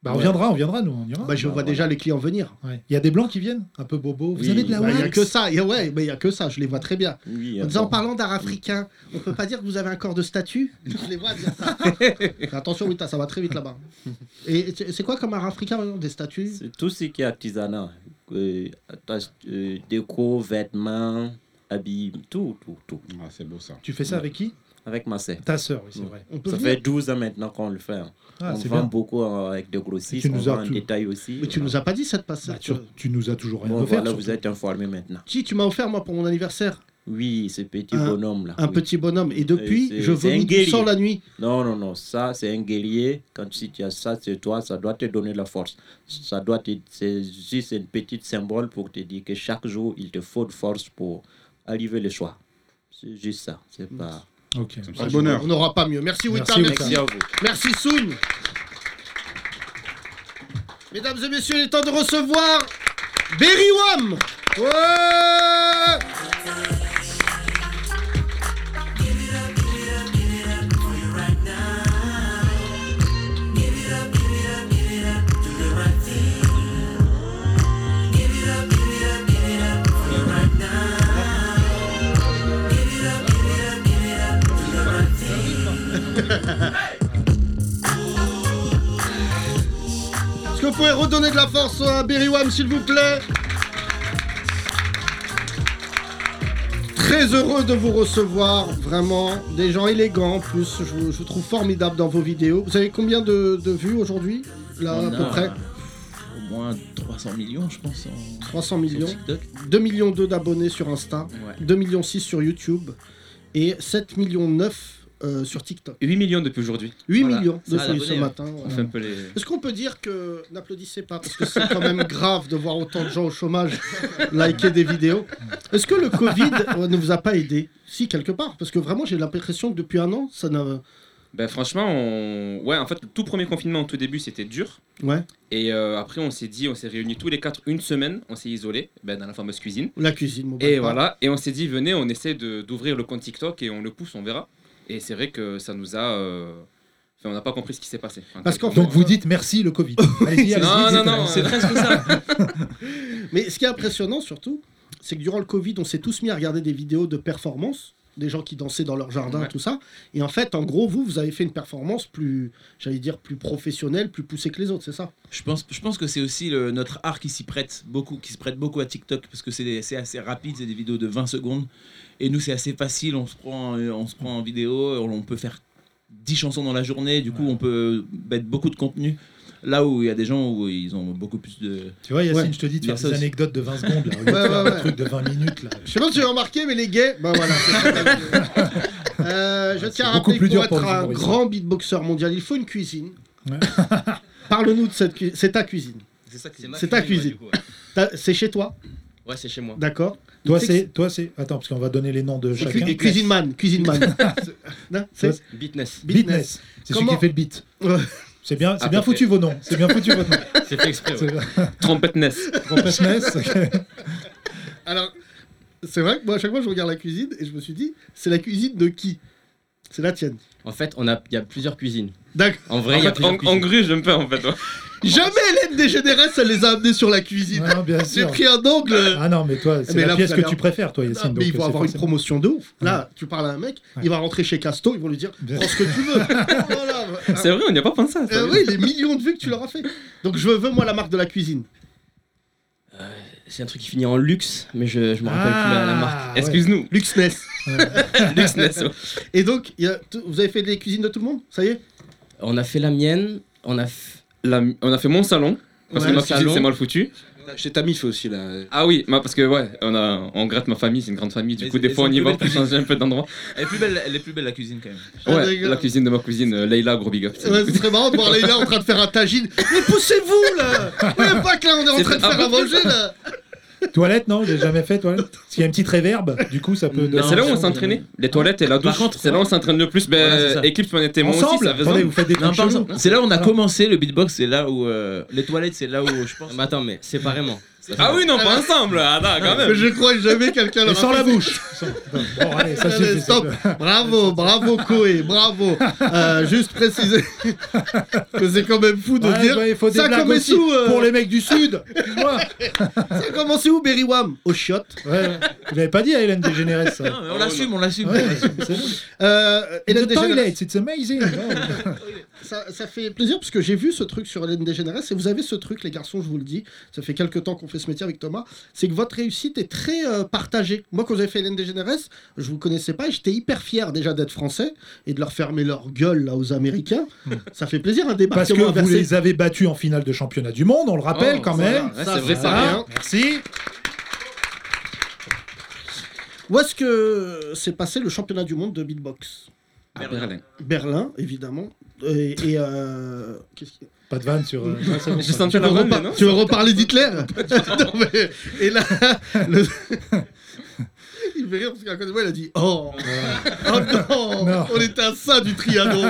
Speaker 5: bah, on viendra, on viendra, nous, on ira.
Speaker 6: Bah, je vois
Speaker 7: voilà.
Speaker 6: déjà les clients venir.
Speaker 5: Ouais. Il y a des blancs qui viennent, un peu bobo. Vous
Speaker 7: Oui,
Speaker 5: avez de la
Speaker 6: Bah, Il y a
Speaker 5: wax
Speaker 6: que ça. Il Y a, ouais, mais il y a que ça. Je les vois très bien.
Speaker 7: Oui,
Speaker 6: En
Speaker 7: euh,
Speaker 6: disant, en
Speaker 7: bon.
Speaker 6: parlant d'art africain, on peut pas dire que vous avez un corps de statue Je les vois dire ça. Fais attention, Wita, ça va très vite là-bas. Et c'est c'est quoi comme art africain, par exemple, des statues
Speaker 7: C'est tout ce qui est artisanat. Euh, atta- euh, déco, vêtements, habits, tout, tout, tout.
Speaker 4: Ah, c'est beau ça.
Speaker 5: Tu fais ça avec qui
Speaker 7: Avec ma sœur.
Speaker 5: Ta sœur, oui, c'est vrai.
Speaker 6: On peut
Speaker 7: Ça
Speaker 6: venir.
Speaker 7: fait 12 ans maintenant qu'on le fait. hein.
Speaker 5: Ah,
Speaker 7: on
Speaker 5: c'est
Speaker 7: vend
Speaker 5: bien.
Speaker 7: beaucoup euh, avec des grossistes,
Speaker 5: Tu
Speaker 7: on
Speaker 5: nous as
Speaker 7: vend en
Speaker 5: tout-
Speaker 7: détail aussi.
Speaker 6: Mais tu nous as pas dit cette passe.
Speaker 5: Bah, tu, tu nous as toujours rien
Speaker 7: Bon,
Speaker 5: offert.
Speaker 7: voilà,
Speaker 5: surtout.
Speaker 7: vous êtes informés maintenant.
Speaker 6: Qui tu m'as offert moi pour mon anniversaire
Speaker 7: Oui, ce petit
Speaker 6: Un-
Speaker 7: bonhomme-là.
Speaker 6: un
Speaker 7: oui.
Speaker 6: petit bonhomme et depuis
Speaker 7: c'est-
Speaker 6: je
Speaker 7: c'est un
Speaker 6: vomis du
Speaker 7: guerrier.
Speaker 6: sang la nuit.
Speaker 7: Non, non, non, ça c'est un guerrier. Quand si tu as ça, c'est toi, ça doit te donner la force. Ça doit te- c'est juste un petit symbole pour te dire que chaque jour, il te faut de force pour arriver le soir. C'est juste ça, c'est pas...
Speaker 5: Ok.
Speaker 4: C'est
Speaker 6: Ah,
Speaker 4: un bonheur.
Speaker 6: On n'aura pas mieux. Merci Wita,
Speaker 5: Merci,
Speaker 6: merci.
Speaker 5: Wita.
Speaker 7: Merci à vous.
Speaker 6: Merci Soun. Mesdames et messieurs, il est temps de recevoir Berry Wam. Ouais Est-ce que vous pouvez redonner de la force à Berrywam, s'il vous plaît Très heureux de vous recevoir, vraiment. Des gens élégants, en plus. Je vous, je vous trouve formidable dans vos vidéos. Vous avez combien de, de vues aujourd'hui Là,
Speaker 9: On
Speaker 6: à peu
Speaker 9: a
Speaker 6: près
Speaker 9: Au moins 300 millions, je pense. en-
Speaker 6: 300
Speaker 9: sur
Speaker 6: millions.
Speaker 9: TikTok.
Speaker 6: 2 millions 2 d'abonnés sur Insta.
Speaker 9: Ouais.
Speaker 6: 2 millions 6 sur YouTube. Et 7 millions 9 euh, sur TikTok.
Speaker 10: 8 millions depuis aujourd'hui.
Speaker 6: 8
Speaker 10: Voilà.
Speaker 6: millions
Speaker 9: Ça,
Speaker 6: depuis ce
Speaker 9: l'abonné,
Speaker 6: matin.
Speaker 10: On
Speaker 6: voilà.
Speaker 10: hein. fait un peu les.
Speaker 6: Est-ce qu'on peut dire que n'applaudissez pas parce que c'est quand même grave de voir autant de gens au chômage liker des vidéos Est-ce que le Covid euh, ne vous a pas aidé Si quelque part, parce que vraiment j'ai l'impression que depuis un an ça n'a
Speaker 10: Ben franchement, on... ouais, en fait, le tout premier confinement, au tout début, c'était dur.
Speaker 6: ouais
Speaker 10: Et euh, après, on s'est dit, on s'est réunis tous les quatre une semaine, on s'est isolés ben, dans la fameuse cuisine.
Speaker 6: la cuisine. mon
Speaker 10: Et
Speaker 6: bon
Speaker 10: voilà, et on s'est dit, venez, on essaie de- d'ouvrir le compte TikTok et on le pousse, on verra. Et c'est vrai que ça nous a. euh, Enfin, on n'a pas compris ce qui s'est passé.
Speaker 6: Parce qu'en
Speaker 5: Donc vous dites merci le Covid. Allez-y, allez-y,
Speaker 10: Non, non,
Speaker 5: dites-
Speaker 10: non, c'est presque ça.
Speaker 6: père. Mais ce qui est impressionnant surtout, c'est que durant le Covid, on s'est tous mis à regarder des vidéos de performance des gens qui dansaient dans leur jardin,
Speaker 10: Ouais.
Speaker 6: tout ça. Et en fait, en gros, vous, vous avez fait une performance plus, j'allais dire, plus professionnelle, plus poussée que les autres, c'est ça
Speaker 9: Je pense, je pense que c'est aussi le- notre art qui s'y prête beaucoup, qui se prête beaucoup à TikTok parce que c'est des- c'est assez rapide, c'est des vidéos de 20 secondes et nous c'est assez facile. On se prend, euh, on se prend en vidéo, on, on peut faire 10 chansons dans la journée, du coup on peut mettre beaucoup de contenu. Là où il y a des gens où ils ont beaucoup plus de.
Speaker 5: Tu vois, Yacine,
Speaker 6: Ouais.
Speaker 5: je te dis de
Speaker 9: Il y a
Speaker 5: faire
Speaker 9: ça
Speaker 5: ces
Speaker 9: aussi.
Speaker 5: anecdotes de 20 secondes, là, au
Speaker 6: Ouais,
Speaker 5: lieu de faire
Speaker 6: ouais,
Speaker 5: des
Speaker 6: ouais.
Speaker 5: trucs de 20 minutes, là.
Speaker 6: Je sais pas si tu as remarqué, mais les gays, ben voilà. c'est ça, la vidéo. Euh, je
Speaker 5: C'est
Speaker 6: tiens à
Speaker 5: beaucoup
Speaker 6: rappeler
Speaker 5: plus
Speaker 6: que pour
Speaker 5: dur pour
Speaker 6: être
Speaker 5: les
Speaker 6: un
Speaker 5: humoristes.
Speaker 6: grand beatboxer mondial, il faut une cuisine.
Speaker 5: Ouais.
Speaker 6: Parle-nous de cette cuisine. C'est ta cuisine.
Speaker 9: C'est ça
Speaker 6: ma C'est ta cuisine,
Speaker 9: Ouais,
Speaker 6: T'as- C'est chez toi,
Speaker 9: c'est chez moi.
Speaker 6: d'accord
Speaker 5: Toi,
Speaker 6: Tu sais
Speaker 5: c'est. Toi, c'est. Attends, parce qu'on va donner les noms de
Speaker 6: que c'est-
Speaker 5: chacun.
Speaker 6: cu- Cuisine man, cuisine man. Non, c'est-
Speaker 10: Business.
Speaker 6: Business.
Speaker 5: Business. C'est celui qui
Speaker 6: Comment-
Speaker 5: fait le beat.
Speaker 6: Ouais.
Speaker 5: C'est bien, c'est
Speaker 10: À
Speaker 5: bien
Speaker 10: peu près.
Speaker 5: foutu vos noms. C'est bien foutu votre nom.
Speaker 10: C'est fait exprès.
Speaker 5: C'est-
Speaker 10: Trompetness.
Speaker 5: Trompetness, ok.
Speaker 6: Alors, c'est vrai que moi, à chaque fois, je regarde la cuisine et je me suis dit, c'est la cuisine de qui C'est la tienne.
Speaker 11: En fait, on a, il y a plusieurs cuisines.
Speaker 6: D'accord.
Speaker 11: En vrai,
Speaker 10: En,
Speaker 11: il y a
Speaker 10: fait,
Speaker 11: plusieurs
Speaker 10: on, on
Speaker 11: cuisines.
Speaker 10: gruge un peu, en fait. ouais.
Speaker 6: Jamais Hélène Dégénéresse, elle les a amenés sur la cuisine.
Speaker 5: Non, bien
Speaker 6: J'ai
Speaker 5: sûr.
Speaker 6: pris un angle.
Speaker 5: Ah non, mais toi, c'est
Speaker 6: Mais
Speaker 5: la
Speaker 6: là,
Speaker 5: pièce
Speaker 6: vous
Speaker 5: que
Speaker 6: avez
Speaker 5: tu
Speaker 6: un-
Speaker 5: préfères, toi,
Speaker 6: Non,
Speaker 5: Yacine.
Speaker 6: mais
Speaker 5: donc
Speaker 6: il faut
Speaker 5: c'est
Speaker 6: avoir une
Speaker 5: forcément-
Speaker 6: promotion de ouf. Là, tu parles à un mec,
Speaker 5: Ouais.
Speaker 6: il va rentrer chez Casto, ils vont lui dire
Speaker 5: Bien. Ah
Speaker 6: prends ce que tu veux. Voilà.
Speaker 10: C'est vrai, on n'y a pas pensé à ça.
Speaker 6: Euh, oui, les millions de vues que tu leur as fait. Donc je veux moi la marque de la cuisine.
Speaker 11: Euh, C'est un truc qui finit en luxe, mais je, je me rappelle plus la, la marque.
Speaker 5: Ah, ouais.
Speaker 10: Excuse-nous.
Speaker 6: Luxness.
Speaker 10: Lux Nasso.
Speaker 6: Et donc, il y a tout- vous avez fait les cuisines de tout le monde Ça y est
Speaker 11: On a fait la mienne, on a f-
Speaker 10: La- On a fait mon salon, parce
Speaker 11: Ouais,
Speaker 10: que ma
Speaker 11: le
Speaker 10: cuisine
Speaker 11: salon.
Speaker 10: c'est mal foutu.
Speaker 9: Chez ta mif aussi, là.
Speaker 10: Ah oui, ma- parce que ouais, on, a, on gratte ma famille, c'est une grande famille, du
Speaker 9: Mais
Speaker 10: coup des
Speaker 9: elles
Speaker 10: fois
Speaker 9: sont
Speaker 10: on y
Speaker 9: plus
Speaker 10: va
Speaker 9: belles
Speaker 10: pour changer un peu d'endroit.
Speaker 9: Elle est plus belle, elle est plus belle la cuisine quand même.
Speaker 6: Ah,
Speaker 10: Ouais,
Speaker 6: d'accord.
Speaker 10: la cuisine de ma cousine, euh, Leïla, gros big up.
Speaker 6: Ouais, ce serait marrant de voir Leïla en train de faire un tagine. Mais poussez-vous là Mais pas que là, on est en
Speaker 10: C'est
Speaker 6: train de
Speaker 10: pas
Speaker 6: faire à manger là
Speaker 5: Toilette, non J'ai jamais fait toilette. Parce qu'il y a une petite réverbe, du coup, ça peut.
Speaker 10: Mais
Speaker 5: donner
Speaker 10: c'est là où
Speaker 5: un
Speaker 10: on
Speaker 5: son.
Speaker 10: s'entraînait, les toilettes et la douche.
Speaker 9: contre,
Speaker 10: C'est là où on s'entraîne le plus. Ben,
Speaker 11: Voilà, c'est ça.
Speaker 10: Eclipse, on était moi aussi,
Speaker 5: Ensemble
Speaker 10: ça faisait.
Speaker 5: Attendez, vous faites des
Speaker 9: Non,
Speaker 5: trucs
Speaker 9: par
Speaker 5: chelous.
Speaker 9: exemple, c'est là où on a
Speaker 5: Alors.
Speaker 9: commencé le beatbox, c'est là où euh, les toilettes, c'est là où je pense.
Speaker 11: Mais attends, mais séparément.
Speaker 10: Ah oui, non, pas ensemble, ah,
Speaker 9: bah,
Speaker 10: non, quand même.
Speaker 6: Je crois que jamais quelqu'un
Speaker 5: Et
Speaker 6: leur a
Speaker 5: sans
Speaker 6: fait
Speaker 5: la bouche Sans- Bon, allez, ça
Speaker 6: Allez,
Speaker 5: suffit.
Speaker 6: stop. Bravo, bravo Koé, bravo. Euh, juste préciser que c'est quand même fou de
Speaker 5: Ouais,
Speaker 6: dire.
Speaker 5: ouais, il faut des
Speaker 6: ça
Speaker 5: blagues
Speaker 6: commence
Speaker 5: aussi
Speaker 6: où euh,
Speaker 5: pour les mecs du Sud Excuse-moi
Speaker 6: Ça commence où Berrywam Au chiot.
Speaker 5: ouais, ouais. Vous l'avez pas dit à Hélène Dégénérée, ça
Speaker 9: Non, mais on l'assume, on l'assume.
Speaker 5: Ouais, c'est bon.
Speaker 6: Euh, Hélène
Speaker 5: The
Speaker 6: Dégénéresse,
Speaker 5: toilet, it's amazing
Speaker 6: ça, ça fait plaisir parce que j'ai vu ce truc sur Hélène Dégénéresse et vous avez ce truc, les garçons, je vous le dis. Ça fait quelques temps qu'on fait ce métier avec Thomas. C'est que votre réussite est très euh, partagée. Moi, quand j'ai fait Hélène Dégénéresse, je vous connaissais pas et j'étais hyper fier déjà d'être français et de leur fermer leur gueule là aux Américains. Ça fait plaisir un
Speaker 5: Hmm. Parce
Speaker 6: débarquement
Speaker 5: que vous
Speaker 6: inversé.
Speaker 5: les avez battus en finale de championnat du monde, on le rappelle
Speaker 10: Oh,
Speaker 5: quand
Speaker 10: ça
Speaker 5: même. Ah.
Speaker 10: va. Ouais,
Speaker 6: Ça,
Speaker 10: c'est vrai,
Speaker 6: ça
Speaker 10: ça
Speaker 6: va.
Speaker 10: rien.
Speaker 6: Hein
Speaker 5: Merci.
Speaker 6: Où est-ce que s'est passé le championnat du monde de beatbox
Speaker 10: À Berlin.
Speaker 6: Berlin, évidemment. Et, et, euh, qu'est-ce qu'il-
Speaker 5: Pas de vanne sur. euh,
Speaker 10: J'ai senti
Speaker 6: tu, veux
Speaker 10: la bonne,
Speaker 6: repar-
Speaker 10: non
Speaker 6: tu veux reparler d'Hitler Non, mais- Et là, le- il me fait rire parce qu'à côté de moi, il a dit Oh, oh non,
Speaker 5: Non.
Speaker 6: On était à ça du Trianon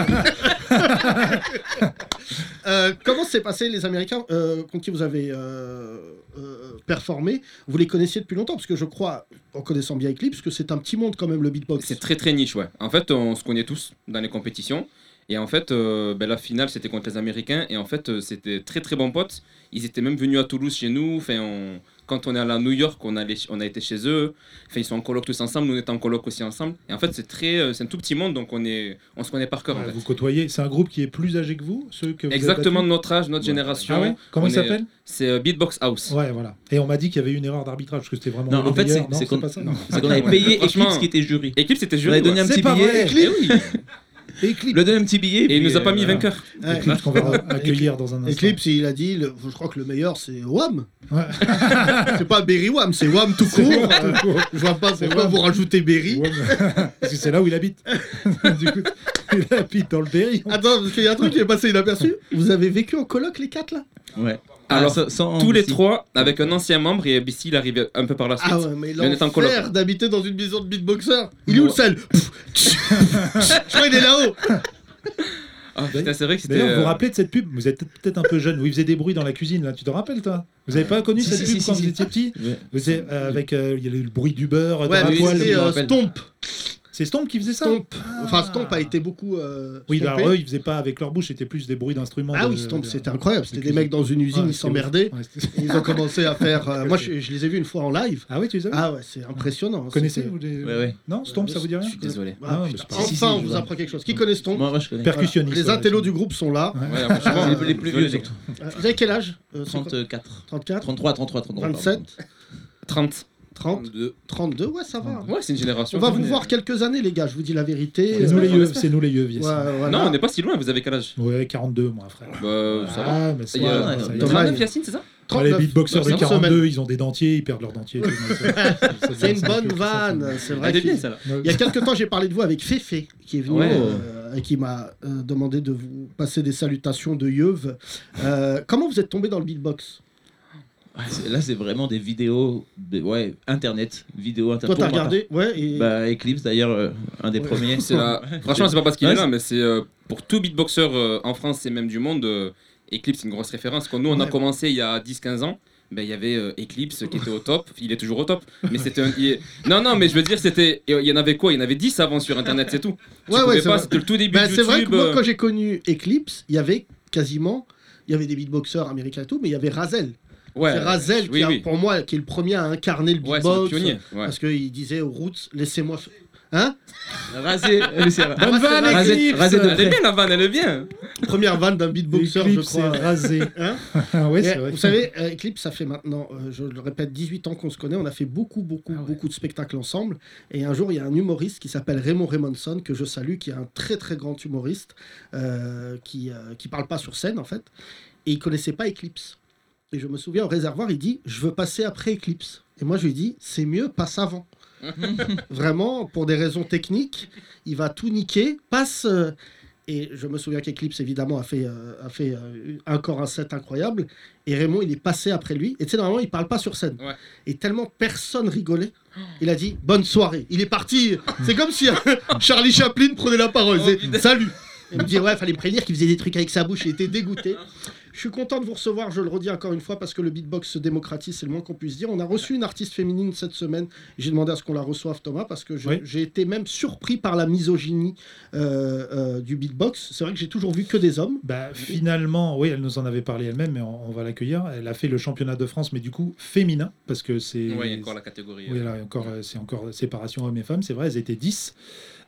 Speaker 6: Euh, Comment s'est passé les Américains euh, contre qui vous avez euh, euh, performé Vous les connaissiez depuis longtemps Parce que je crois, en connaissant bien Eclipse, que c'est un petit monde quand même le beatbox.
Speaker 10: C'est très très niche, ouais. En fait, on se connaît tous dans les compétitions. Et en fait, euh, ben, la finale, c'était contre les Américains. Et en fait, euh, c'était très très bons potes. Ils étaient même venus à Toulouse chez nous. Enfin, on- Quand on est allé à New York, on, allait- on a été chez eux. Enfin, ils sont en coloc tous ensemble. Nous, on était en coloc aussi ensemble. Et en fait, c'est très, euh, c'est un tout petit monde, donc on, est, on se connaît par cœur. en fait.
Speaker 5: Ah, Vous côtoyez. C'est un groupe qui est plus âgé que vous, ceux que vous avez
Speaker 10: Exactement de
Speaker 5: battus
Speaker 10: notre âge, notre génération.
Speaker 5: Ah ouais Comment
Speaker 10: On
Speaker 5: il
Speaker 10: est-
Speaker 5: s'appelle
Speaker 10: C'est euh, Beatbox House.
Speaker 5: Ouais, voilà. Et on m'a dit qu'il y avait eu une erreur d'arbitrage parce que c'était vraiment.
Speaker 9: Non,
Speaker 5: le
Speaker 9: en fait, c'est
Speaker 5: meilleur. Non,
Speaker 9: c'est qu'on
Speaker 5: pas ça.
Speaker 9: non, c'est qu'on avait payé
Speaker 10: Ah, Franchement.
Speaker 9: Eclipse qui était jury.
Speaker 10: Équipe, c'était
Speaker 9: On
Speaker 10: juste.
Speaker 9: avait donné un
Speaker 5: C'est
Speaker 9: petit
Speaker 5: pas
Speaker 9: billet.
Speaker 5: vrai.
Speaker 9: Eh oui. On
Speaker 5: Eclipse.
Speaker 9: lui a donné un petit billet.
Speaker 10: Et il
Speaker 9: puis,
Speaker 10: nous a pas
Speaker 9: euh,
Speaker 10: mis
Speaker 9: voilà.
Speaker 10: vainqueur.
Speaker 6: Ouais.
Speaker 5: Eclipse qu'on va accueillir dans un instant.
Speaker 6: Eclipse, il a dit, le- je crois que le meilleur c'est Wham.
Speaker 5: Ouais.
Speaker 6: c'est pas Berry Wham, c'est Wham tout
Speaker 5: C'est
Speaker 6: court.
Speaker 5: Wham
Speaker 6: Euh,
Speaker 5: tout court.
Speaker 6: Je vois pas
Speaker 5: C'est
Speaker 6: pourquoi
Speaker 5: Wham.
Speaker 6: vous rajoutez Berry.
Speaker 5: Ouais, mais- Parce que c'est là où il habite. du coup, il habite dans le Berry.
Speaker 6: Attends, parce qu'il y a un truc qui est passé inaperçu. Vous avez vécu en coloc les quatre là
Speaker 9: Ouais.
Speaker 10: euh, Alors,
Speaker 9: Ah, sans-
Speaker 10: Tous les
Speaker 9: si.
Speaker 10: trois avec un ancien membre et BC, il arrivait un peu par la suite.
Speaker 6: Ah ouais, mais
Speaker 10: Il en est en coloc.
Speaker 6: l'enfer d'habiter dans une maison de beatboxer. Il est où le sel Je crois qu'il est là-haut.
Speaker 10: Ah, putain, c'est vrai que c'était.
Speaker 5: D'ailleurs, vous vous
Speaker 10: euh,
Speaker 5: rappelez de cette pub Vous êtes peut-être un peu jeune, où il faisait des bruits dans la cuisine, là, tu te rappelles, toi Vous avez pas connu
Speaker 9: Si,
Speaker 5: cette
Speaker 9: si,
Speaker 5: pub
Speaker 9: si,
Speaker 5: quand
Speaker 9: si,
Speaker 5: vous
Speaker 9: si.
Speaker 5: étiez petit
Speaker 9: Ouais.
Speaker 5: Vous savez, euh, Avec euh, il y a eu le bruit du beurre, dans
Speaker 6: Ouais,
Speaker 5: la
Speaker 6: mais
Speaker 5: poêle.
Speaker 6: c'était
Speaker 5: je me
Speaker 6: euh,
Speaker 5: rappelle.
Speaker 6: Stomp.
Speaker 5: C'est Stomp qui faisait ça Ah.
Speaker 6: Stomp. Enfin, Stomp a été beaucoup. euh,
Speaker 5: Oui, bah
Speaker 6: stompé.
Speaker 5: alors eux, ils faisaient pas avec leur bouche, c'était plus des bruits d'instruments.
Speaker 6: Ah
Speaker 5: de-
Speaker 6: oui, Stomp,
Speaker 5: de-
Speaker 6: c'était incroyable. C'était des
Speaker 5: cuisine.
Speaker 6: mecs dans une usine,
Speaker 5: Ouais,
Speaker 6: ils
Speaker 5: c'était
Speaker 6: s'emmerdaient.
Speaker 5: ouf. Ouais, c'était-
Speaker 6: Et Ils ont commencé à faire. euh, moi, je, je les ai vus une fois en live.
Speaker 5: Ah oui, tu les avais
Speaker 6: Ah ouais, c'est impressionnant.
Speaker 5: Vous connaissez
Speaker 6: C'était-
Speaker 5: vous les-
Speaker 9: Ouais, ouais.
Speaker 5: Non, Stomp, ça vous dit rien
Speaker 10: Je suis désolé.
Speaker 5: Ah,
Speaker 6: Ah,
Speaker 5: mais
Speaker 6: putain.
Speaker 5: c'est pas-
Speaker 9: Si, si,
Speaker 6: enfin,
Speaker 9: je
Speaker 6: on vous
Speaker 9: vois.
Speaker 6: apprend quelque chose. Qui connaît Stomp
Speaker 9: Moi, moi, je connais.
Speaker 5: Percussionniste.
Speaker 6: Les
Speaker 5: ouais,
Speaker 6: intellos
Speaker 5: c'est-
Speaker 6: du groupe sont là.
Speaker 10: Ouais, alors, franchement,
Speaker 9: Les, les plus vieux, surtout.
Speaker 6: Euh, Vous avez quel âge Euh, c'est quoi
Speaker 9: 34.
Speaker 6: 34
Speaker 9: 33, 33, 33. pardon.
Speaker 6: 27
Speaker 10: 30.
Speaker 6: 30 32 Ouais, ça va.
Speaker 10: Ouais, c'est une génération.
Speaker 6: On va
Speaker 10: qui
Speaker 6: vous
Speaker 10: est-
Speaker 6: voir quelques années, les gars, je vous dis la vérité.
Speaker 5: C'est nous les yeux, c'est nous les yeux,
Speaker 6: Ouais,
Speaker 5: vieilles.
Speaker 6: voilà.
Speaker 10: Non, on n'est pas si loin, vous avez quel âge
Speaker 5: Ouais, 42, moi, frère.
Speaker 10: Bah, ça va.
Speaker 5: Ah, mais c'est
Speaker 10: Il y a-
Speaker 5: vrai, ça y
Speaker 6: Thomas,
Speaker 5: est.
Speaker 6: Dommage.
Speaker 10: 39 Yacine, c'est ça
Speaker 5: Quand les
Speaker 6: 39.
Speaker 5: beatboxers de
Speaker 6: Dans une
Speaker 5: 42,
Speaker 6: semaine.
Speaker 5: ils ont des dentiers, ils perdent leurs dentiers. tout le monde, ça- ça-
Speaker 6: C'est une
Speaker 5: ça-
Speaker 6: bonne
Speaker 5: ça-
Speaker 6: vanne, c'est vrai.
Speaker 10: Elle est bien,
Speaker 6: qu'il-
Speaker 10: celle-là.
Speaker 5: Ouais.
Speaker 6: Il y a quelques temps, j'ai parlé de vous avec Féfé, qui est venu
Speaker 10: Ouais.
Speaker 6: euh, et qui m'a euh, demandé de vous passer des salutations de Yeuve. Euh, comment vous êtes tombé dans le beatbox
Speaker 9: Ah, c'est- Là, c'est vraiment des vidéos. de- ouais, internet. Vidéo internet.
Speaker 6: Toi, t'as
Speaker 9: Pour moi,
Speaker 6: regardé Ouais, et-
Speaker 9: Bah, Eclipse, d'ailleurs, euh, un des premiers.
Speaker 10: C'est la- Franchement, c'est pas parce qu'il
Speaker 9: Ouais,
Speaker 10: est là, mais c'est euh, pour tout beatboxer euh, en France et même du monde, euh, Eclipse, c'est une grosse référence. Quand nous, on a
Speaker 6: Ouais.
Speaker 10: commencé il y a 10-15 ans, ben, il y avait euh, Eclipse qui était au top. Il est toujours au top. Mais c'était un- il est- Non, non, mais je veux dire, c'était. Il y en avait quoi Il y en avait 10 avant sur Internet, c'est tout. Tu
Speaker 6: Ouais, ouais,
Speaker 10: pouvais
Speaker 6: c'est
Speaker 10: pas,
Speaker 6: vrai.
Speaker 10: c'était le tout début
Speaker 6: Bah,
Speaker 10: de
Speaker 6: c'est
Speaker 10: YouTube.
Speaker 6: vrai que moi,
Speaker 10: euh,
Speaker 6: quand j'ai connu Eclipse, il y avait quasiment. Il y avait des beatboxers américains et tout, mais il y avait Razel.
Speaker 10: ouais,
Speaker 6: c'est Razel
Speaker 10: oui,
Speaker 6: qui, a-
Speaker 10: oui.
Speaker 6: pour moi, qui est le premier à incarner le
Speaker 10: Ouais,
Speaker 6: beatbox.
Speaker 10: c'est le pionnier. ouais.
Speaker 6: Parce qu'il disait aux Roots, laissez-moi. f- Hein
Speaker 9: Rasé.
Speaker 5: Bonne vanne,
Speaker 9: Rasé,
Speaker 5: Eclipse
Speaker 9: rasé de
Speaker 10: Elle est
Speaker 9: près.
Speaker 10: bien la vanne, elle est bien.
Speaker 6: Première vanne d'un beatboxer, je
Speaker 5: Eclipse
Speaker 6: crois.
Speaker 5: est rasé.
Speaker 6: Hein
Speaker 5: Ah ouais,
Speaker 6: Et
Speaker 5: c'est vrai.
Speaker 6: vous savez, euh, Eclipse, ça fait maintenant, euh, je le répète, 18 ans qu'on se connaît. On a fait beaucoup, beaucoup,
Speaker 5: Ah
Speaker 6: beaucoup de spectacles ensemble. Et un jour, il y a un humoriste qui s'appelle Raymond Raymonson, que je salue, qui est un très, très grand humoriste, euh, qui euh, qui parle pas sur scène, en fait. Et il connaissait pas Eclipse. Et je me souviens, au réservoir, il dit Je veux passer après Eclipse. Et moi, je lui dis C'est mieux, passe avant. Vraiment, pour des raisons techniques, il va tout niquer, passe. euh, et je me souviens qu'Eclipse, évidemment, a fait, euh, a fait euh, encore un set incroyable. Et Raymond, il est passé après lui. Et tu sais, normalement, il parle pas sur scène.
Speaker 10: Ouais.
Speaker 6: Et tellement personne rigolait, il a dit Bonne soirée. Il est parti. C'est comme si hein, Charlie Chaplin prenait la parole. C'est, Salut. Il me dit Ouais, fallait me prévenir qu'il faisait des trucs avec sa bouche. Il était dégoûté. Je suis content de vous recevoir, je le redis encore une fois, parce que le beatbox se démocratise, c'est le moins qu'on puisse dire. On a reçu une artiste féminine cette semaine. J'ai demandé à ce qu'on la reçoive, Thomas, parce que je-
Speaker 5: Oui.
Speaker 6: j'ai été même surpris par la misogynie euh, euh, du beatbox. C'est vrai que j'ai toujours vu que des hommes.
Speaker 5: Bah, finalement, oui, elle nous en avait parlé elle-même, mais on, on va l'accueillir. Elle a fait le championnat de France, mais du coup féminin, parce que c'est.
Speaker 10: Ouais, il y a encore la catégorie.
Speaker 5: Oui,
Speaker 10: euh,
Speaker 5: là, il y a encore, euh, c'est encore séparation hommes et femmes, c'est vrai, elles étaient 10.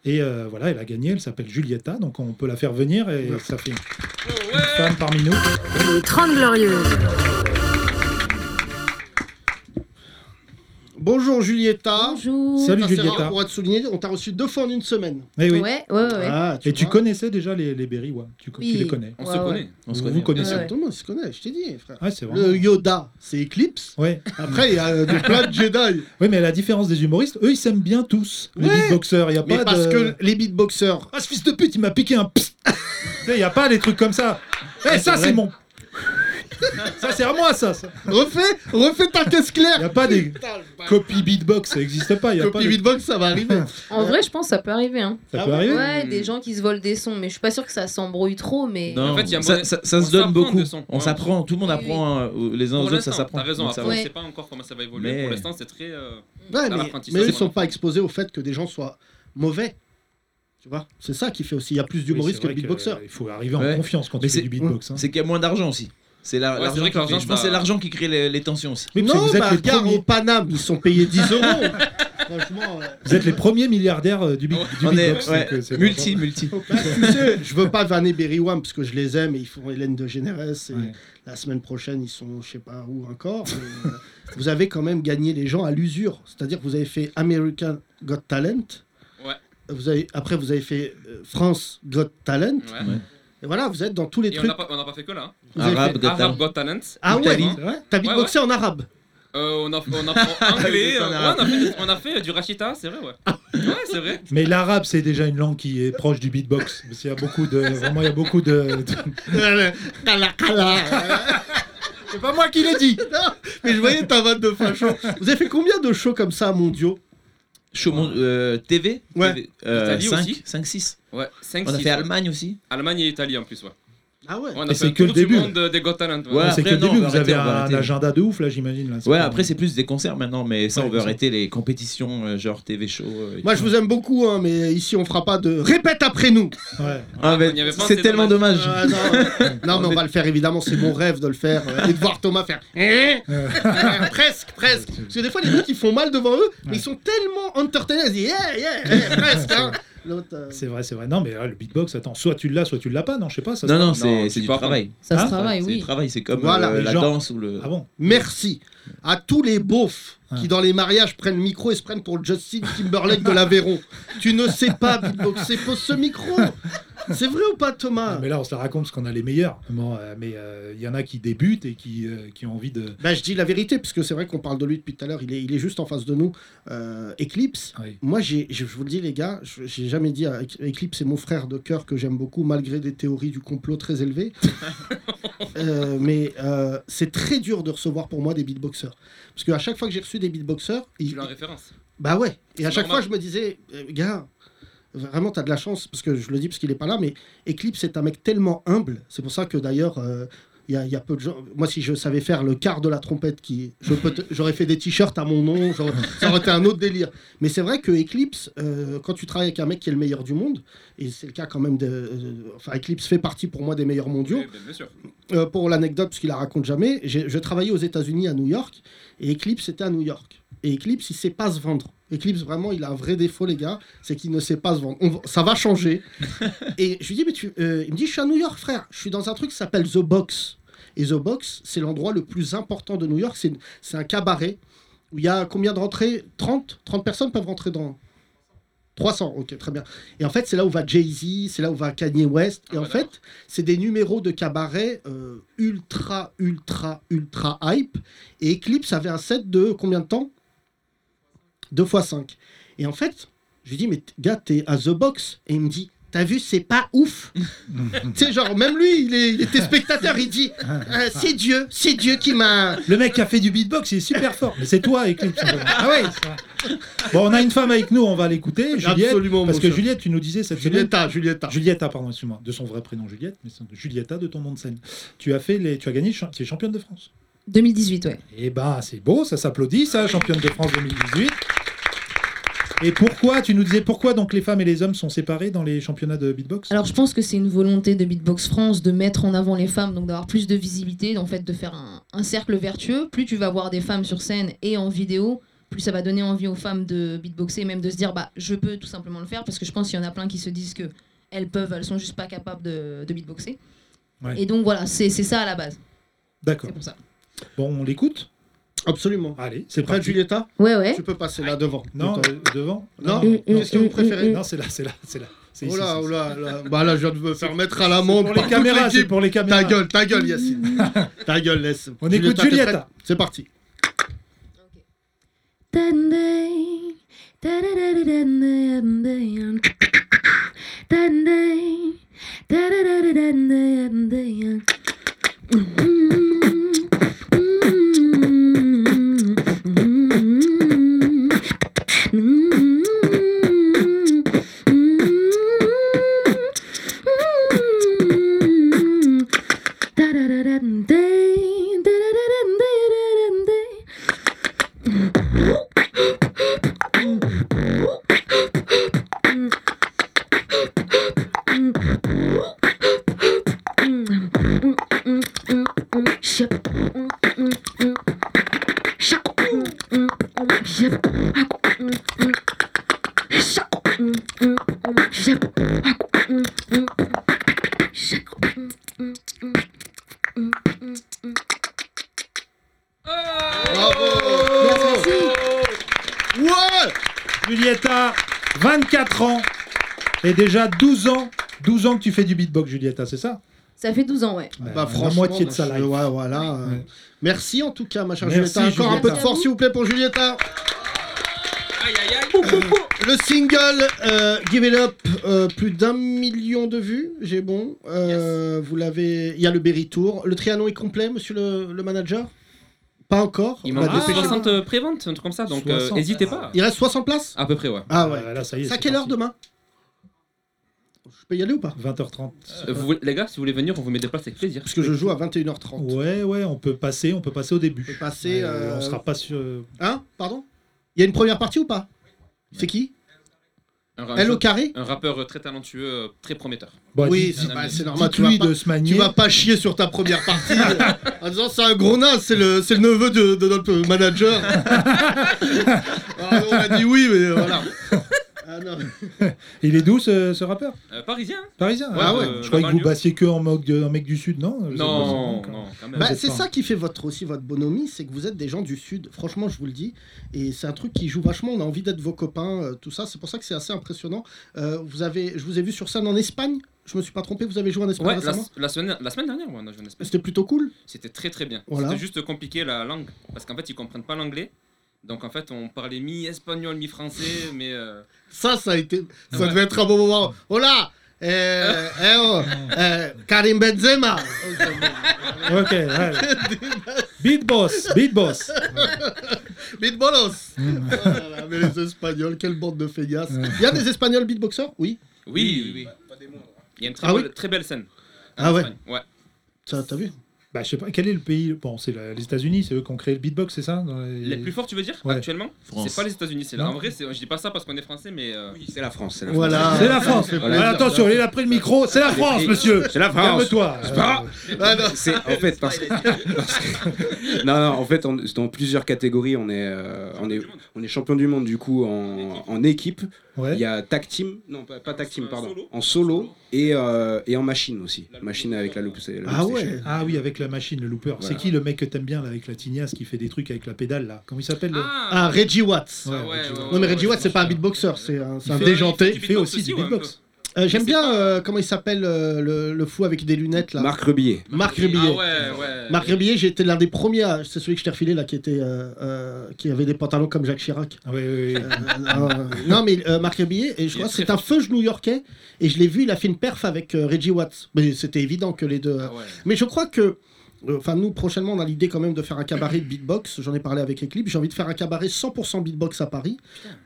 Speaker 5: Et euh, voilà, elle a gagné, elle s'appelle Julieta, donc on peut la faire venir et ça fait une femme parmi nous.
Speaker 2: Les 30 Glorieuses.
Speaker 6: Bonjour Julieta.
Speaker 12: Bonjour.
Speaker 5: Salut
Speaker 6: Ça, c'est
Speaker 5: Julieta.
Speaker 6: rare Pour te souligner, on t'a reçu deux fois en une semaine.
Speaker 5: Eh oui.
Speaker 12: Ouais, ouais, ouais. ouais.
Speaker 6: Ah,
Speaker 5: et tu
Speaker 6: vois.
Speaker 5: connaissais déjà les, les Berry, ouais. tu, tu
Speaker 12: Oui.
Speaker 5: les connais.
Speaker 10: On
Speaker 12: Ouais,
Speaker 10: se
Speaker 12: ouais.
Speaker 10: connaît.
Speaker 9: On se
Speaker 5: vous
Speaker 9: connaît.
Speaker 5: vous connaissez.
Speaker 12: Ouais.
Speaker 6: Tout le monde se connaît, je t'ai dit, frère.
Speaker 5: Ouais, Ah, c'est vrai.
Speaker 6: Le Yoda, c'est Eclipse.
Speaker 5: Ouais.
Speaker 6: Après, il y a euh, des plein de Jedi.
Speaker 5: Oui, mais à la différence des humoristes, eux, ils s'aiment bien tous. Les
Speaker 6: Ouais.
Speaker 5: beatboxers, il y a
Speaker 6: Mais
Speaker 5: pas
Speaker 6: parce
Speaker 5: de...
Speaker 6: que les beatboxers,
Speaker 5: Ah, ce fils de pute, il m'a piqué un psst. Il n'y a pas des trucs comme ça. Eh, ça, c'est mon... ça, c'est à moi, ça. Il
Speaker 6: refais, refais ta caisse claire.
Speaker 5: n'y a pas des copies beatbox, ça n'existe pas. Y a pas
Speaker 6: Copie
Speaker 5: de-
Speaker 6: beatbox, ça va arriver.
Speaker 12: En vrai, je pense que ça peut arriver. Hein.
Speaker 5: Ça
Speaker 6: Ah
Speaker 5: peut
Speaker 6: ouais.
Speaker 5: arriver.
Speaker 12: Ouais, des gens qui se volent des sons, mais je suis pas sûre que ça s'embrouille trop, mais.
Speaker 9: Hmm. Non,
Speaker 10: En fait, il y a un
Speaker 9: ça,
Speaker 10: modèle-
Speaker 9: ça- ça
Speaker 10: on
Speaker 9: se donne
Speaker 10: s'apprend
Speaker 9: beaucoup.
Speaker 10: de son.
Speaker 9: On s'apprend, tout le monde
Speaker 12: Oui,
Speaker 9: apprend euh, les uns aux
Speaker 10: Pour
Speaker 9: autres, ça
Speaker 10: l'instant,
Speaker 9: s'apprend.
Speaker 10: T'as raison,
Speaker 9: Donc, ça
Speaker 10: après,
Speaker 9: va.
Speaker 10: on
Speaker 12: Ouais.
Speaker 10: sait pas encore comment ça va évoluer.
Speaker 9: Mais-
Speaker 10: Pour l'instant, c'est très. euh,
Speaker 6: Ouais,
Speaker 10: Dans
Speaker 6: mais,
Speaker 10: l'apprentissage,
Speaker 6: mais eux, ils
Speaker 10: voilà.
Speaker 6: sont pas exposés au fait que des gens soient mauvais. Tu vois C'est ça qui fait aussi. Il y a plus
Speaker 5: Oui,
Speaker 6: d'humoristes que
Speaker 5: c'est
Speaker 6: de
Speaker 5: vrai
Speaker 6: beatboxers.
Speaker 5: Il faut arriver en
Speaker 9: Ouais.
Speaker 5: confiance quand
Speaker 9: Mais
Speaker 5: tu fais
Speaker 9: c'est-
Speaker 5: du beatbox. hein.
Speaker 9: C'est qu'il y a moins d'argent aussi. C'est la-
Speaker 10: Ouais,
Speaker 9: l'argent
Speaker 10: c'est vrai
Speaker 9: qui
Speaker 10: que l'argent,
Speaker 9: fait- je pense
Speaker 10: ça-
Speaker 9: que c'est l'argent qui crée les, les tensions aussi.
Speaker 5: Oui, parce que
Speaker 6: non,
Speaker 5: vous êtes
Speaker 6: bah,
Speaker 5: les
Speaker 6: regarde,
Speaker 5: premiers-
Speaker 6: au Paname, ils sont payés 10 euros. Franchement, euh,
Speaker 5: Vous êtes les premiers milliardaires euh, du, bi- du
Speaker 9: On est
Speaker 5: beatbox.
Speaker 9: ouais,
Speaker 5: donc, euh, c'est
Speaker 9: multi,
Speaker 5: important.
Speaker 9: multi.
Speaker 6: tu sais, Bah, je veux pas vanner Berry One parce que je les aime et ils font Hélène de Généresse. Et
Speaker 5: Ouais.
Speaker 6: la semaine prochaine, ils sont je sais pas où encore. mais, euh, vous avez quand même gagné les gens à l'usure. C'est-à-dire que vous avez fait American Got Talent.
Speaker 10: Ouais.
Speaker 6: Vous avez, après, vous avez fait euh, France Got Talent.
Speaker 10: ouais.
Speaker 6: Et voilà, vous êtes dans tous les
Speaker 10: Et on
Speaker 6: trucs.
Speaker 10: n'a pas, on n'a pas fait que là. hein.
Speaker 6: Vous avez
Speaker 9: Arabe,
Speaker 6: fait-
Speaker 9: Got
Speaker 10: Arab Got Talent.
Speaker 6: Ah ouais,
Speaker 10: Italie.
Speaker 5: C'est vrai
Speaker 6: T'as
Speaker 10: ouais.
Speaker 6: beatboxé en arabe.
Speaker 10: Euh, on, a, on apprend anglais. euh, ouais, on, a fait, on a fait du Rachita, c'est vrai, ouais. Ouais, c'est vrai.
Speaker 5: Mais l'arabe, c'est déjà une langue qui est proche du beatbox. Parce qu'il y a beaucoup de. Vraiment, il y a beaucoup de.
Speaker 6: C'est pas moi qui l'ai dit. Non, mais je voyais ta vanne de facho. Vous avez fait combien de shows comme ça mondiaux
Speaker 9: Chaumont euh, TV,
Speaker 6: Ouais.
Speaker 9: TV, euh,
Speaker 10: Italie
Speaker 9: 5,
Speaker 10: aussi.
Speaker 9: 5, 6.
Speaker 10: Ouais, 5
Speaker 9: On a fait Allemagne aussi.
Speaker 10: Allemagne et Italie en plus, ouais.
Speaker 6: Ah ouais. Ah
Speaker 10: On
Speaker 5: Mais
Speaker 10: a
Speaker 5: c'est
Speaker 10: fait
Speaker 5: que
Speaker 10: tout
Speaker 5: le
Speaker 10: du
Speaker 5: début.
Speaker 10: monde euh, des Got Talent. ouais.
Speaker 9: Ouais.
Speaker 5: c'est que
Speaker 9: après,
Speaker 5: le
Speaker 9: non,
Speaker 5: début,
Speaker 9: on va
Speaker 5: vous
Speaker 9: arrêter,
Speaker 5: avez
Speaker 9: on va
Speaker 6: bah,
Speaker 5: un
Speaker 9: arrêter.
Speaker 5: agenda de ouf, là, j'imagine. là, c'est
Speaker 9: Ah, Ouais,
Speaker 5: pas-
Speaker 9: après c'est plus des concerts maintenant, mais ça
Speaker 5: Ouais,
Speaker 9: on veut
Speaker 5: ça.
Speaker 9: arrêter les compétitions euh, genre TV show. euh, et
Speaker 6: Moi,
Speaker 9: tout.
Speaker 6: je vous aime beaucoup, hein, mais ici, on fera pas de répète après nous.
Speaker 5: Ouais.
Speaker 9: Ah, mais
Speaker 10: Il y avait pas un Ah,
Speaker 9: c'est tellement dommage.
Speaker 6: Euh, non, euh, non, mais on va le faire évidemment. C'est mon rêve de le faire euh, et de voir Thomas faire. Eh Euh, presque, presque. Parce que des fois, les mecs ils font mal devant eux, mais ils sont tellement entertainés. Ils disent yeah, yeah, yeah, presque. hein. L'autre, euh,
Speaker 5: C'est vrai, c'est vrai. Non, mais ah, le beatbox, attends, soit tu l'as, soit tu l'as pas. Non, je sais pas. Ça se-
Speaker 9: Non non,
Speaker 10: Non,
Speaker 9: c'est c'est
Speaker 10: c'est
Speaker 9: du
Speaker 10: pas
Speaker 9: travail.
Speaker 12: Ça
Speaker 5: Hein
Speaker 12: se travaille,
Speaker 9: C'est du
Speaker 12: oui.
Speaker 9: travail, c'est comme
Speaker 6: Voilà,
Speaker 9: euh,
Speaker 5: mais
Speaker 9: la
Speaker 5: genre-
Speaker 9: danse ou le.
Speaker 5: Ah bon
Speaker 6: Merci à tous les beaufs qui, dans les mariages, prennent le micro et se prennent pour Justin Timberlake de l'Aveyron. tu ne sais pas beatboxer, pose ce micro. C'est vrai ou pas, Thomas
Speaker 5: Ah, Mais là, on se la raconte parce qu'on a les meilleurs. Bon, euh, mais euh, il y en a qui débutent et qui, euh, qui ont envie de.
Speaker 6: Bah, je dis la vérité, parce que c'est vrai qu'on parle de lui depuis tout à l'heure. Il est, il est juste en face de nous. Euh, Eclipse.
Speaker 5: Oui.
Speaker 6: Moi, j'ai- je, je vous le dis, les gars, je- j'ai jamais dit à Ec- Eclipse, c'est mon frère de cœur que j'aime beaucoup, malgré des théories du complot très élevées. Euh, mais euh, c'est très dur de recevoir pour moi des beatboxers. Parce qu'à chaque fois que j'ai reçu des beatboxers,
Speaker 10: Tu
Speaker 6: ils,
Speaker 10: l'as en référence.
Speaker 6: bah ouais. Et à
Speaker 10: C'est
Speaker 6: chaque
Speaker 10: normal.
Speaker 6: fois, je me disais, euh, gars, vraiment, t'as de la chance, parce que je le dis parce qu'il est pas là, mais Eclipse est un mec tellement humble. C'est pour ça que d'ailleurs, euh, il y, a- il y a peu de gens. Moi, si je savais faire le quart de la trompette, qui, je peux te- j'aurais fait des t-shirts à mon nom, j'aurais- ça aurait été un autre délire. Mais c'est vrai que Eclipse, euh, quand tu travailles avec un mec qui est le meilleur du monde, et c'est le cas quand même de. euh, enfin, Eclipse fait partie pour moi des meilleurs mondiaux.
Speaker 10: Oui, ben, bien sûr.
Speaker 6: Euh, pour l'anecdote, parce qu'il la raconte jamais, j'ai- je travaillais aux États-Unis à New York, et Eclipse était à New York. Et Eclipse, il sait pas se vendre. Eclipse, vraiment, il a un vrai défaut, les gars, c'est qu'il ne sait pas se vendre. On va- ça va changer. et je lui dis, mais tu. euh, il me dit, je suis à New York, frère. Je suis dans un truc qui s'appelle The Box. Et The Box, c'est l'endroit le plus important de New York. C'est c'est un cabaret où il y a combien de rentrées 30 30 personnes peuvent rentrer dans. 300, ok, très bien. Et en fait, c'est là où va Jay-Z, c'est là où va Kanye West. Et en fait, c'est des numéros de cabaret euh, ultra, ultra, ultra hype. Et Eclipse avait un set de combien de temps 2 x 5. Et en fait, je lui dis, mais t- gars, t'es à The Box. Et il me dit, t'as vu, c'est pas ouf. tu sais, genre, même lui, il, est- il était spectateur, il dit, Euh, c'est Dieu, c'est Dieu qui m'a.
Speaker 5: Le mec qui a fait du beatbox, il est super fort. Mais c'est toi, Eclipse. ah ouais c'est vrai. Bon, on a une femme avec nous, on va l'écouter, Juliette.
Speaker 6: Absolument,
Speaker 5: parce
Speaker 6: mon
Speaker 5: que
Speaker 6: cher.
Speaker 5: Juliette, tu nous disais cette semaine.
Speaker 6: Julietta, Julietta.
Speaker 5: Julietta, pardon, excuse-moi, de son vrai prénom Juliette, mais c'est- Julietta de ton nom de scène. Tu as fait les, tu as gagné, cha- c'est championne de France.
Speaker 13: 2018, ouais.
Speaker 5: Eh ben, c'est beau, ça s'applaudit, ça, championne de France 2018. Et pourquoi, tu nous disais pourquoi donc les femmes et les hommes sont séparés dans les championnats de beatbox
Speaker 13: Alors je pense que c'est une volonté de Beatbox France de mettre en avant les femmes, donc d'avoir plus de visibilité, en fait de faire un, un cercle vertueux. Plus tu vas voir des femmes sur scène et en vidéo, plus ça va donner envie aux femmes de beatboxer, même de se dire bah je peux tout simplement le faire, parce que je pense qu'il y en a plein qui se disent que elles peuvent, elles sont juste pas capables de, de beatboxer.
Speaker 5: Ouais.
Speaker 13: Et donc voilà, c'est c'est ça à la base.
Speaker 5: D'accord.
Speaker 13: C'est pour ça.
Speaker 5: Bon, on l'écoute
Speaker 6: Absolument.
Speaker 5: Allez, c'est
Speaker 6: C'est prêt,
Speaker 5: parti.
Speaker 6: Julietta
Speaker 13: Ouais, ouais. Mm,
Speaker 6: Tu peux passer là devant.
Speaker 5: Non,
Speaker 6: Attends.
Speaker 5: euh, devant
Speaker 6: Non,
Speaker 5: non, non.
Speaker 6: qu'est-ce que vous préférez
Speaker 5: Non, c'est là, c'est là, c'est là. C'est
Speaker 6: Oh
Speaker 5: ici,
Speaker 6: là, oh
Speaker 5: c'est ici.
Speaker 6: là, là. Bah là, je viens de me faire mettre à l'amende.
Speaker 5: pour les
Speaker 6: par toute
Speaker 5: caméras, c'est
Speaker 6: l'équipe.
Speaker 5: pour les caméras.
Speaker 6: Ta gueule, ta gueule, Yacine. ta gueule, laisse.
Speaker 5: On écoute
Speaker 6: t'es
Speaker 5: Julietta.
Speaker 6: prête C'est parti.
Speaker 8: Dun-day, da-da-da-da-dun-day-dun-day-dun. Dun-day, da-da-da-da-dun-day-dun-day-dun. Da-da-da-dun-day, da-da-da-dun-day-dun-day.
Speaker 5: Julietta, 24 ans et déjà 12 ans, 12 ans que tu fais du beatbox, Julietta, c'est ça
Speaker 13: Ça fait 12 ans, ouais.
Speaker 5: la
Speaker 6: Bah, franchement,
Speaker 5: moitié de sa
Speaker 6: je-
Speaker 5: life.
Speaker 6: ouais, voilà. euh, Merci en tout cas, ma chère
Speaker 5: Merci,
Speaker 6: Julietta. Encore un peu de
Speaker 5: Julietta.
Speaker 6: force, s'il vous plaît, pour Julietta. Euh, Le single euh, Give It Up, euh, plus d'un million de vues, j'ai bon. Euh, Vous l'avez. Il y a le Berry Tour. Le Trianon est complet, monsieur le, le manager Pas encore.
Speaker 10: Il
Speaker 6: On va
Speaker 10: manque
Speaker 6: dépêcher.
Speaker 10: 60 euh, préventes, un truc comme ça, donc euh,
Speaker 6: 60.
Speaker 10: n'hésitez pas.
Speaker 6: Il reste 60 places
Speaker 10: À peu près, ouais.
Speaker 6: Ah ouais.
Speaker 5: Là, ça y est.
Speaker 6: C'est à quelle heure demain Je peux y aller ou pas
Speaker 5: 20h30.
Speaker 10: Euh, vous voulez- les gars, si vous voulez venir, on vous met des places avec plaisir.
Speaker 6: Parce que je joue à 21h30.
Speaker 5: Ouais, ouais, on peut passer, on peut passer au début.
Speaker 6: passer,
Speaker 5: Euh,
Speaker 6: euh,
Speaker 5: On sera pas sûr.
Speaker 6: Hein Pardon Il y a une première partie ou pas C'est qui
Speaker 10: Un ra-
Speaker 6: Elle au carré
Speaker 10: Un rappeur euh, très talentueux, euh, très prometteur.
Speaker 6: Oui,
Speaker 10: dites-
Speaker 6: c'est
Speaker 10: un
Speaker 6: bah,
Speaker 10: ami.
Speaker 6: c'est normal. Tu vas,
Speaker 5: Dites-lui
Speaker 6: pas,
Speaker 5: de se manier.
Speaker 6: tu vas pas chier sur ta première partie euh, en disant c'est un gros naze, c'est le, c'est le neveu de, de notre manager. Ah, on a dit oui, mais euh, voilà. Ah non.
Speaker 5: Il est d'où ce, ce rappeur
Speaker 10: Euh, parisien
Speaker 5: Parisien
Speaker 10: Ouais,
Speaker 5: Ah
Speaker 10: de-
Speaker 5: ouais.
Speaker 10: de
Speaker 5: Je croyais que vous
Speaker 10: banlieue.
Speaker 5: bassiez que en mode de- en mec du Sud, non Vous êtes
Speaker 10: Non,
Speaker 5: pas-
Speaker 10: non, quand même.
Speaker 6: Bah,
Speaker 5: Vous êtes
Speaker 6: c'est
Speaker 5: pas-
Speaker 6: ça qui fait votre, aussi votre bonhomie, c'est que vous êtes des gens du Sud, franchement, je vous le dis. Et c'est un truc qui joue vachement, on a envie d'être vos copains, euh, tout ça. C'est pour ça que c'est assez impressionnant. Euh, vous avez, je vous ai vu sur scène en Espagne, je me suis pas trompé, vous avez joué en Espagne
Speaker 10: Ouais, la,
Speaker 6: récemment
Speaker 10: la semaine, la semaine dernière, ouais, on a joué en Espagne.
Speaker 6: C'était plutôt cool.
Speaker 10: C'était très très bien.
Speaker 6: Voilà.
Speaker 10: C'était juste compliqué la langue parce qu'en fait ils comprennent pas l'anglais. Donc en fait on parlait mi-espagnol, mi-français, mais euh,
Speaker 6: Ça, ça a été. Ça
Speaker 10: Ouais.
Speaker 6: devait être un bon moment. Oh là euh, eh oh, euh, Karim Benzema
Speaker 5: Ok, ouais. Beat Boss, Beat Boss.
Speaker 6: Beatbolos Oh là là, Mais les Espagnols, quelle bande de feignasses Il y a des Espagnols beatboxers Oui
Speaker 10: oui, oui, oui. Il y a une très,
Speaker 6: Ah oui
Speaker 10: belle, très belle scène. en
Speaker 6: Ah ouais
Speaker 10: Espagne. Ouais.
Speaker 6: Ça, T'as vu
Speaker 5: Bah, je sais pas, quel est le pays Bon, c'est la- les États-Unis, c'est eux qui ont créé le beatbox, c'est ça dans les...
Speaker 10: Les plus forts, tu veux dire,
Speaker 5: Ouais.
Speaker 10: actuellement
Speaker 5: France.
Speaker 10: C'est pas les États-Unis, c'est là.
Speaker 5: Non.
Speaker 10: En vrai, c'est- je dis pas ça parce qu'on est français, mais. euh, Oui,
Speaker 14: c'est la France.
Speaker 5: Voilà. C'est la France. Voilà, attention, il a pris le micro. C'est la France, monsieur.
Speaker 14: C'est la France.
Speaker 5: Calme-toi.
Speaker 14: C'est pas- C'est en fait parce que. parce que- non, non, en fait, on- dans plusieurs catégories, on est, euh, on est, on est champion du monde du coup en, en équipe.
Speaker 5: Ouais.
Speaker 14: Il y a tag team, non pas, pas tag team, pardon, en solo et, euh, et en machine aussi. Machine avec la loupe. c'est- la
Speaker 5: Ah
Speaker 14: loupe
Speaker 5: ouais
Speaker 14: station.
Speaker 5: Ah oui, avec la machine, le looper.
Speaker 14: Voilà.
Speaker 5: C'est qui le mec que t'aimes bien là avec la tignasse qui fait des trucs avec la pédale là Comment il s'appelle le-
Speaker 6: Ah, Reggie Watts.
Speaker 5: Ouais, Reggie Watts.
Speaker 6: non, mais Reggie Watts, c'est pas un beatboxer, c'est un, c'est un
Speaker 5: fait-
Speaker 6: déjanté.
Speaker 5: il fait aussi du beatbox.
Speaker 6: Euh, J'aime bien euh, comment il s'appelle euh, le, le fou avec des lunettes là.
Speaker 14: Marc Rebillet.
Speaker 6: Marc Rebillet.
Speaker 10: Ah ouais,
Speaker 14: Euh,
Speaker 10: ouais.
Speaker 6: Marc Rebillet, j'ai été l'un des premiers, à- c'est celui que je t'ai refilé là, qui était, euh, euh, qui avait des pantalons comme Jacques Chirac. Euh, euh, non mais euh, Marc Rebillet, et je crois que c'est un feu new-yorkais, et je l'ai vu, il a fait une perf avec euh, Reggie Watts. Mais c'était évident que les deux. euh, Mais je crois que, euh, enfin nous prochainement, on a l'idée quand même de faire un cabaret de beatbox. J'en ai parlé avec Eclipse. J'ai envie de faire un cabaret 100% beatbox à Paris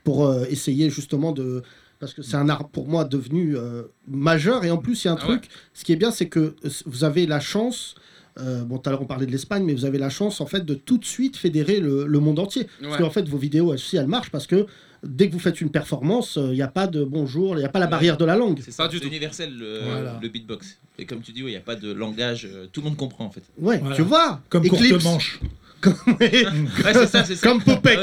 Speaker 6: pour euh, essayer justement de parce que c'est un art pour moi devenu euh, majeur et en plus il y a un truc ce qui est bien c'est que euh, vous avez la chance euh, bon, tout à l'heure on parlait de l'Espagne, mais vous avez la chance en fait de tout de suite fédérer le, le monde entier. Parce
Speaker 10: Ouais.
Speaker 6: qu'en fait vos vidéos elles, aussi elles marchent parce que dès que vous faites une performance, euh, il n'y a pas de bonjour, il n'y a pas la barrière de la langue.
Speaker 9: C'est ça, c'est universel le,
Speaker 6: Voilà.
Speaker 9: le beatbox. Et comme tu dis, il n'y a pas de langage, euh, tout le monde comprend en fait.
Speaker 6: Ouais, tu vois
Speaker 5: Comme courte
Speaker 6: Eclipse.
Speaker 5: manche.
Speaker 9: Ouais, c'est ça, c'est ça.
Speaker 6: Comme Popek.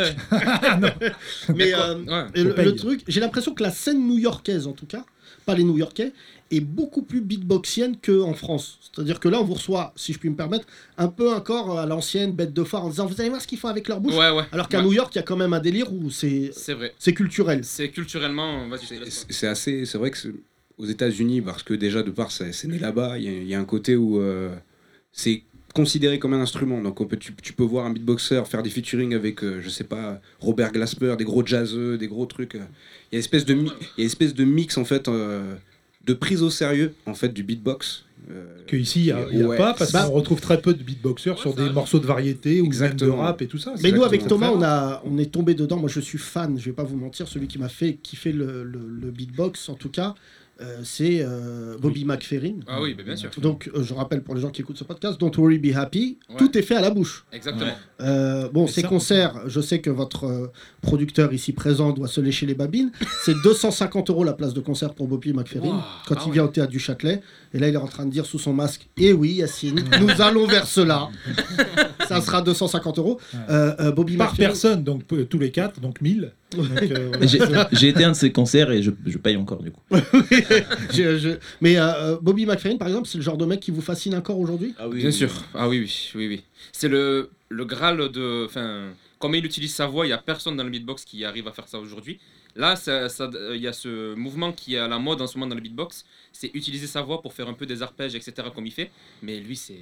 Speaker 6: Mais
Speaker 9: D'accord.
Speaker 6: euh,
Speaker 9: Ouais.
Speaker 6: et le,
Speaker 9: Popeye.
Speaker 6: le truc, j'ai l'impression que la scène new-yorkaise, en tout cas, pas les new-yorkais, est beaucoup plus beatboxienne qu'en France. C'est-à-dire que là, on vous reçoit, si je puis me permettre, un peu encore à l'ancienne bête de foire en disant Vous allez voir ce qu'ils font avec leur bouche
Speaker 10: Ouais, ouais.
Speaker 6: Alors qu'à
Speaker 10: Ouais.
Speaker 6: New York, il y a quand même un délire où c'est
Speaker 10: C'est vrai.
Speaker 6: c'est culturel.
Speaker 10: C'est culturellement. vas-y, je te laisse.
Speaker 14: C'est assez, c'est vrai que c'est- aux États-Unis, parce que déjà de part, c'est c'est né là-bas. Il y, a- il y a un côté où euh, c'est considéré comme un instrument. Donc on peut, tu, tu peux voir un beatboxer faire des featuring avec, euh, je sais pas, Robert Glasper, des gros jazzeux, des gros trucs. euh. Il y a espèce de, mi- il y a espèce de mix en fait, euh, de prise au sérieux en fait du beatbox. euh,
Speaker 5: Que ici, il n'y a, il y a
Speaker 14: Ouais.
Speaker 5: pas, parce
Speaker 14: Bah-
Speaker 5: qu'on retrouve très peu de beatboxers sur des morceaux de variété ou même de rap et tout ça.
Speaker 6: Mais nous, avec
Speaker 5: Exactement.
Speaker 6: Thomas, on, a, on est tombé dedans. Moi, je suis fan, je vais pas vous mentir. Celui qui m'a fait kiffer le, le- le beatbox, en tout cas, euh, c'est euh, Bobby McFerrin.
Speaker 10: Ah oui, bah bien sûr.
Speaker 6: Donc, euh, je rappelle pour les gens qui écoutent ce podcast, Don't Worry Be Happy,
Speaker 10: Ouais.
Speaker 6: tout est fait à la bouche.
Speaker 10: Exactement. Ouais.
Speaker 6: Euh, bon, ces
Speaker 10: ça, on-
Speaker 6: concerts, je sais que votre euh, producteur ici présent doit se lécher les babines. C'est 250 euros la place de concert pour Bobby McFerrin
Speaker 10: Wow.
Speaker 6: quand
Speaker 10: Ah
Speaker 6: il
Speaker 10: ouais.
Speaker 6: vient au théâtre du Châtelet. Et là, il est en train de dire sous son masque Eh oui, Yacine, nous allons vers cela. ça sera 250 euros. Euh, euh, Bobby
Speaker 5: Par
Speaker 6: McFerrin-
Speaker 5: personne, donc peu- tous les quatre, donc 1000. Donc, euh, voilà.
Speaker 9: Mais J'ai j'ai été à un de ses concerts et je, je paye encore du coup.
Speaker 6: Je- je- Mais euh, Bobby McFerrin, par exemple, c'est le genre de mec qui vous fascine encore aujourd'hui
Speaker 9: Ah oui,
Speaker 10: Bien sûr. Ah oui, oui, oui, oui. C'est le, le Graal de. Enfin, comment il utilise sa voix, il n'y a personne dans le beatbox qui arrive à faire ça aujourd'hui. Là, ça- ça- euh, il y a ce mouvement qui est à la mode en ce moment dans le beatbox. C'est utiliser sa voix pour faire un peu des arpèges, etc., comme il fait. Mais lui, c'est.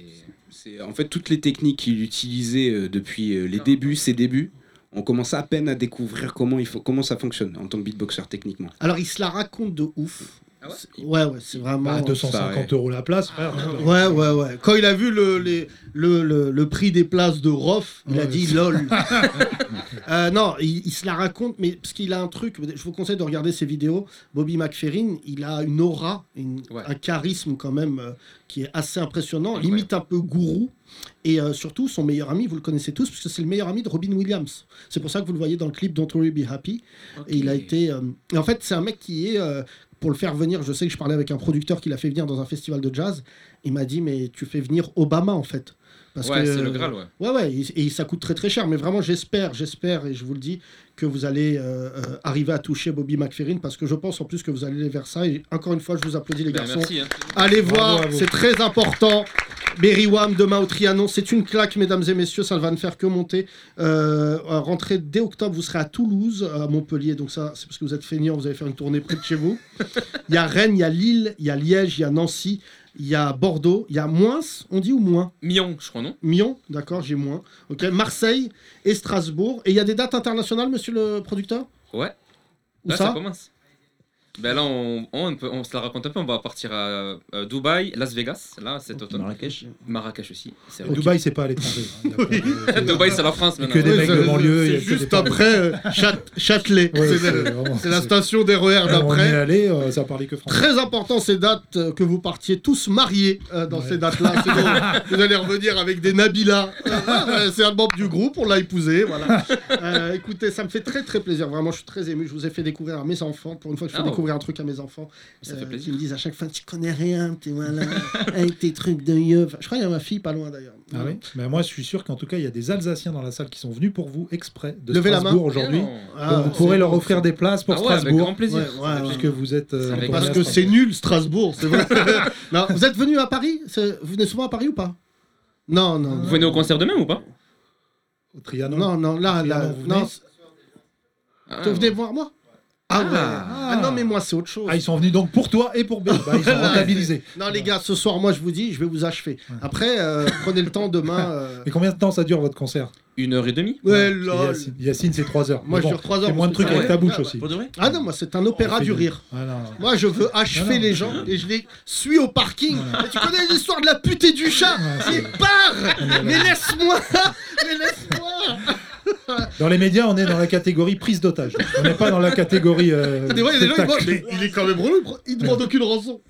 Speaker 14: C'est- En fait, toutes les techniques qu'il utilisait euh, depuis euh, les débuts, ses débuts, on commence à peine à découvrir comment, il faut, comment ça fonctionne en tant que beatboxer techniquement.
Speaker 6: Mmh. Alors, il se la raconte de ouf. C'est- ouais, ouais, c'est vraiment.
Speaker 5: Bah, 250 euros la place, frère.
Speaker 6: Ouais, ouais, ouais. Quand il a vu le, les- le, le- le prix des places de Rof, il a dit lol. Euh, non, il, il se la raconte, mais parce qu'il a un truc, je vous conseille de regarder ses vidéos. Bobby McFerrin, il a une aura, une- un charisme quand même euh, qui est assez impressionnant, limite un peu gourou. Et euh, surtout, son meilleur ami, vous le connaissez tous, puisque c'est le meilleur ami de Robin Williams. C'est pour ça que vous le voyez dans le clip Don't Worry Be Happy. Et il a été. euh, et en fait, c'est un mec qui est. euh, pour le faire venir, je sais que je parlais avec un producteur qui l'a fait venir dans un festival de jazz. Il m'a dit Mais tu fais venir Obama, en fait.
Speaker 10: Ouais, c'est le Graal, ouais.
Speaker 6: Ouais, ouais, et, et ça coûte très très cher, mais vraiment j'espère, j'espère, et je vous le dis, que vous allez euh, euh, arriver à toucher Bobby McFerrin, parce que je pense en plus que vous allez vers ça, et encore une fois, je vous applaudis les
Speaker 10: Ben,
Speaker 6: garçons.
Speaker 10: merci, hein.
Speaker 6: Allez
Speaker 10: Bravo
Speaker 6: voir,
Speaker 10: à vous.
Speaker 6: c'est très important. Berry Wham demain au Trianon, c'est une claque, mesdames et messieurs, ça ne va ne faire que monter. Euh, euh, rentrez dès octobre, vous serez à Toulouse, à Montpellier, donc ça, c'est parce que vous êtes feignants, vous allez faire une tournée près de chez vous. Il y a Rennes, il y a Lille, il y a Liège, il y a Nancy, il y a Bordeaux, il y a Moins, on dit ou Moins
Speaker 10: Mion, je crois, non
Speaker 6: Mion, d'accord, j'ai moins. Ok, Marseille et Strasbourg. Et il y a des dates internationales, monsieur le producteur
Speaker 10: Ouais.
Speaker 6: Où
Speaker 10: Là,
Speaker 6: ça
Speaker 10: commence. Ben là, on, on, peut- on se la raconte un peu. On va partir à euh, Dubaï, Las Vegas, là, cet automne.
Speaker 8: Marrakech.
Speaker 10: Marrakech aussi. c'est vrai.
Speaker 1: Oh, Dubaï, c'est pas à l'étranger. hein. Il y a pas de-
Speaker 10: Dubaï, c'est la France
Speaker 1: Il y a
Speaker 10: maintenant.
Speaker 1: Que des mecs de banlieue. il y a
Speaker 6: C'est
Speaker 1: que
Speaker 6: juste
Speaker 1: des-
Speaker 6: après euh, Châte- Châtelet.
Speaker 1: Ouais,
Speaker 6: C'est
Speaker 1: c'est
Speaker 6: la-
Speaker 1: vraiment-
Speaker 6: c'est la
Speaker 1: c'est-
Speaker 6: station des RER
Speaker 1: On y est
Speaker 6: d'après.
Speaker 1: allé, euh, ça parlait que français.
Speaker 6: Très important ces dates, euh, que vous partiez tous mariés euh, dans ces dates-là. C'est bon, vous allez revenir avec des Nabila. Euh, C'est un membre du groupe, on l'a épousé. Voilà. Euh, écoutez, ça me fait très très plaisir. Vraiment, je suis très ému. Je vous ai fait découvrir à mes enfants. Pour une fois, que je fais
Speaker 10: Ah,
Speaker 6: découvrir un truc à mes enfants.
Speaker 10: Ça fait plaisir.
Speaker 6: Ils me disent à chaque fois, tu connais rien, t'es voilà, avec tes trucs de yeux. Enfin, Je crois qu'il y a ma fille pas loin d'ailleurs.
Speaker 1: Ah oui Mais moi, je suis sûr qu'en tout cas, il y a des Alsaciens dans la salle qui sont venus pour vous exprès de
Speaker 6: Levez la main.
Speaker 1: Strasbourg aujourd'hui.
Speaker 6: Mais non.
Speaker 1: Donc,
Speaker 6: Ah,
Speaker 1: vous
Speaker 6: c'est
Speaker 1: pourrez leur
Speaker 6: bon.
Speaker 1: offrir des places pour
Speaker 6: Ah ouais, avec
Speaker 1: Strasbourg.
Speaker 6: grand plaisir.
Speaker 1: Ouais, ouais, puisque vous êtes. euh, retourné
Speaker 6: Parce
Speaker 1: à
Speaker 6: que
Speaker 1: Strasbourg.
Speaker 6: c'est nul Strasbourg, c'est vrai. Non, vous êtes venu à Paris C'est- Vous venez souvent à Paris ou pas Non, non.
Speaker 10: Vous venez au concert de même ou pas
Speaker 1: Au Ah, Trianon
Speaker 6: Non, non, là, là,
Speaker 1: vous venez
Speaker 6: non. c'est- vous venez voir moi ah, ouais
Speaker 1: Ah.
Speaker 6: ah non, mais moi, c'est autre chose.
Speaker 1: Ah, ils sont venus donc pour toi et pour Ben. Bah, ils sont rentabilisés.
Speaker 6: Non, les gars, ce soir, moi, je vous dis, je vais vous achever. Après, euh, prenez le temps demain. euh,
Speaker 1: Et combien de temps ça dure votre concert
Speaker 10: Une heure et demie
Speaker 6: Ouais,
Speaker 1: Et
Speaker 6: lol.
Speaker 1: Yacine, Yacine, c'est 3 heures.
Speaker 6: Moi,
Speaker 1: Mais
Speaker 6: je
Speaker 1: bon,
Speaker 6: dure 3 heures.
Speaker 1: C'est moins de
Speaker 6: parce
Speaker 1: trucs
Speaker 6: que
Speaker 1: avec
Speaker 6: ça-
Speaker 1: ta bouche
Speaker 6: Ah,
Speaker 1: aussi.
Speaker 6: Ah non, moi, c'est un opéra
Speaker 1: fait
Speaker 6: du
Speaker 1: du-
Speaker 6: rire.
Speaker 1: Ah, non, non.
Speaker 6: Moi, je veux achever les gens et je les suis au parking. Et tu connais l'histoire de la pute et du chat Mais
Speaker 1: Ah,
Speaker 6: pars Mais laisse-moi Mais laisse-moi
Speaker 1: Dans les médias, on est dans la catégorie prise d'otage. On n'est pas dans la catégorie. euh,
Speaker 6: Des fois, il y a des gens, ils
Speaker 1: spectacle.
Speaker 6: demandent, mais il est quand même relou, il prend- il demande aucune rançon.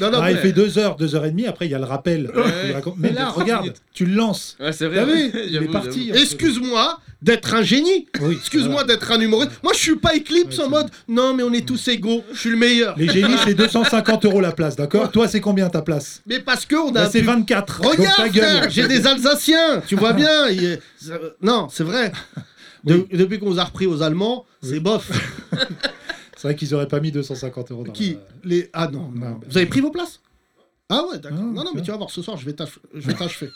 Speaker 6: Non, non,
Speaker 1: Ah, il
Speaker 6: mais-
Speaker 1: fait 2 heures, 2 heures et demie, après il y a le rappel.
Speaker 6: Ouais.
Speaker 1: Il raconte- Mais là,
Speaker 6: Cinq
Speaker 1: regarde,
Speaker 6: minutes.
Speaker 1: tu le lances. T'as vu
Speaker 6: J'avoue,
Speaker 1: Il est
Speaker 6: j'avoue.
Speaker 1: parti. hein.
Speaker 6: Excuse-moi d'être un génie. Excuse-moi d'être un humoriste. Moi, je suis pas Eclipse en mode non, mais on est tous égaux. Je suis le meilleur.
Speaker 1: Les génies, c'est 250 euros la place, d'accord Toi, c'est combien ta place
Speaker 6: Mais parce que on a.
Speaker 1: Bah, c'est
Speaker 6: pu-
Speaker 1: 24. Donc, ta
Speaker 6: Regarde,
Speaker 1: gueule. Ah.
Speaker 6: frère, j'ai des Alsaciens. Tu vois bien. il est- euh, Non, c'est vrai. De- Depuis qu'on vous a repris aux Allemands, c'est bof.
Speaker 1: C'est vrai qu'ils auraient pas mis 250 euros dans
Speaker 6: Qui les... Ah non, non.
Speaker 1: bah,
Speaker 6: Vous avez pris vos places Ah ouais, d'accord. non, non, mais tu vas voir, ce soir, je vais t'ach- je
Speaker 1: Ah.
Speaker 6: vais t'achever.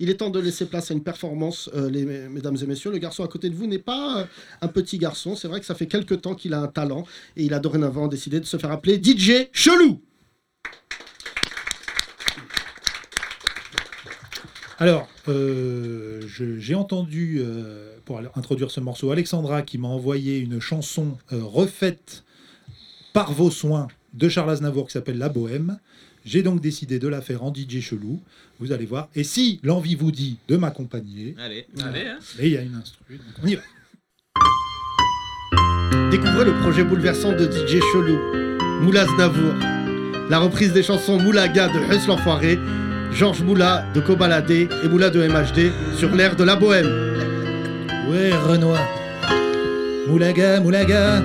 Speaker 6: Il est temps de laisser place à une performance, euh, les, mes- mesdames et messieurs. Le garçon à côté de vous n'est pas euh, un petit garçon. C'est vrai que ça fait quelques temps qu'il a un talent et il a dorénavant décidé de se faire appeler DJ Chelou.
Speaker 1: Alors, euh, je- j'ai entendu, euh, pour aller- introduire ce morceau, Alexandra qui m'a envoyé une chanson euh, refaite par vos soins de Charles Aznavour qui s'appelle La Bohème. J'ai donc décidé de la faire en DJ chelou. Vous allez voir. Et si l'envie vous dit de m'accompagner,
Speaker 8: Allez,
Speaker 1: voilà.
Speaker 8: allez. hein.
Speaker 1: Et il y a une instru, donc on y va.
Speaker 6: Découvrez le projet bouleversant de DJ Chelou, Moula Znavour, la reprise des chansons Moulaga de Huss l'Enfoiré, Georges Moula de Cobaladé et Moula de MHD sur l'air de la bohème.
Speaker 1: Ouais, Renoir. Moulaga, moulaga.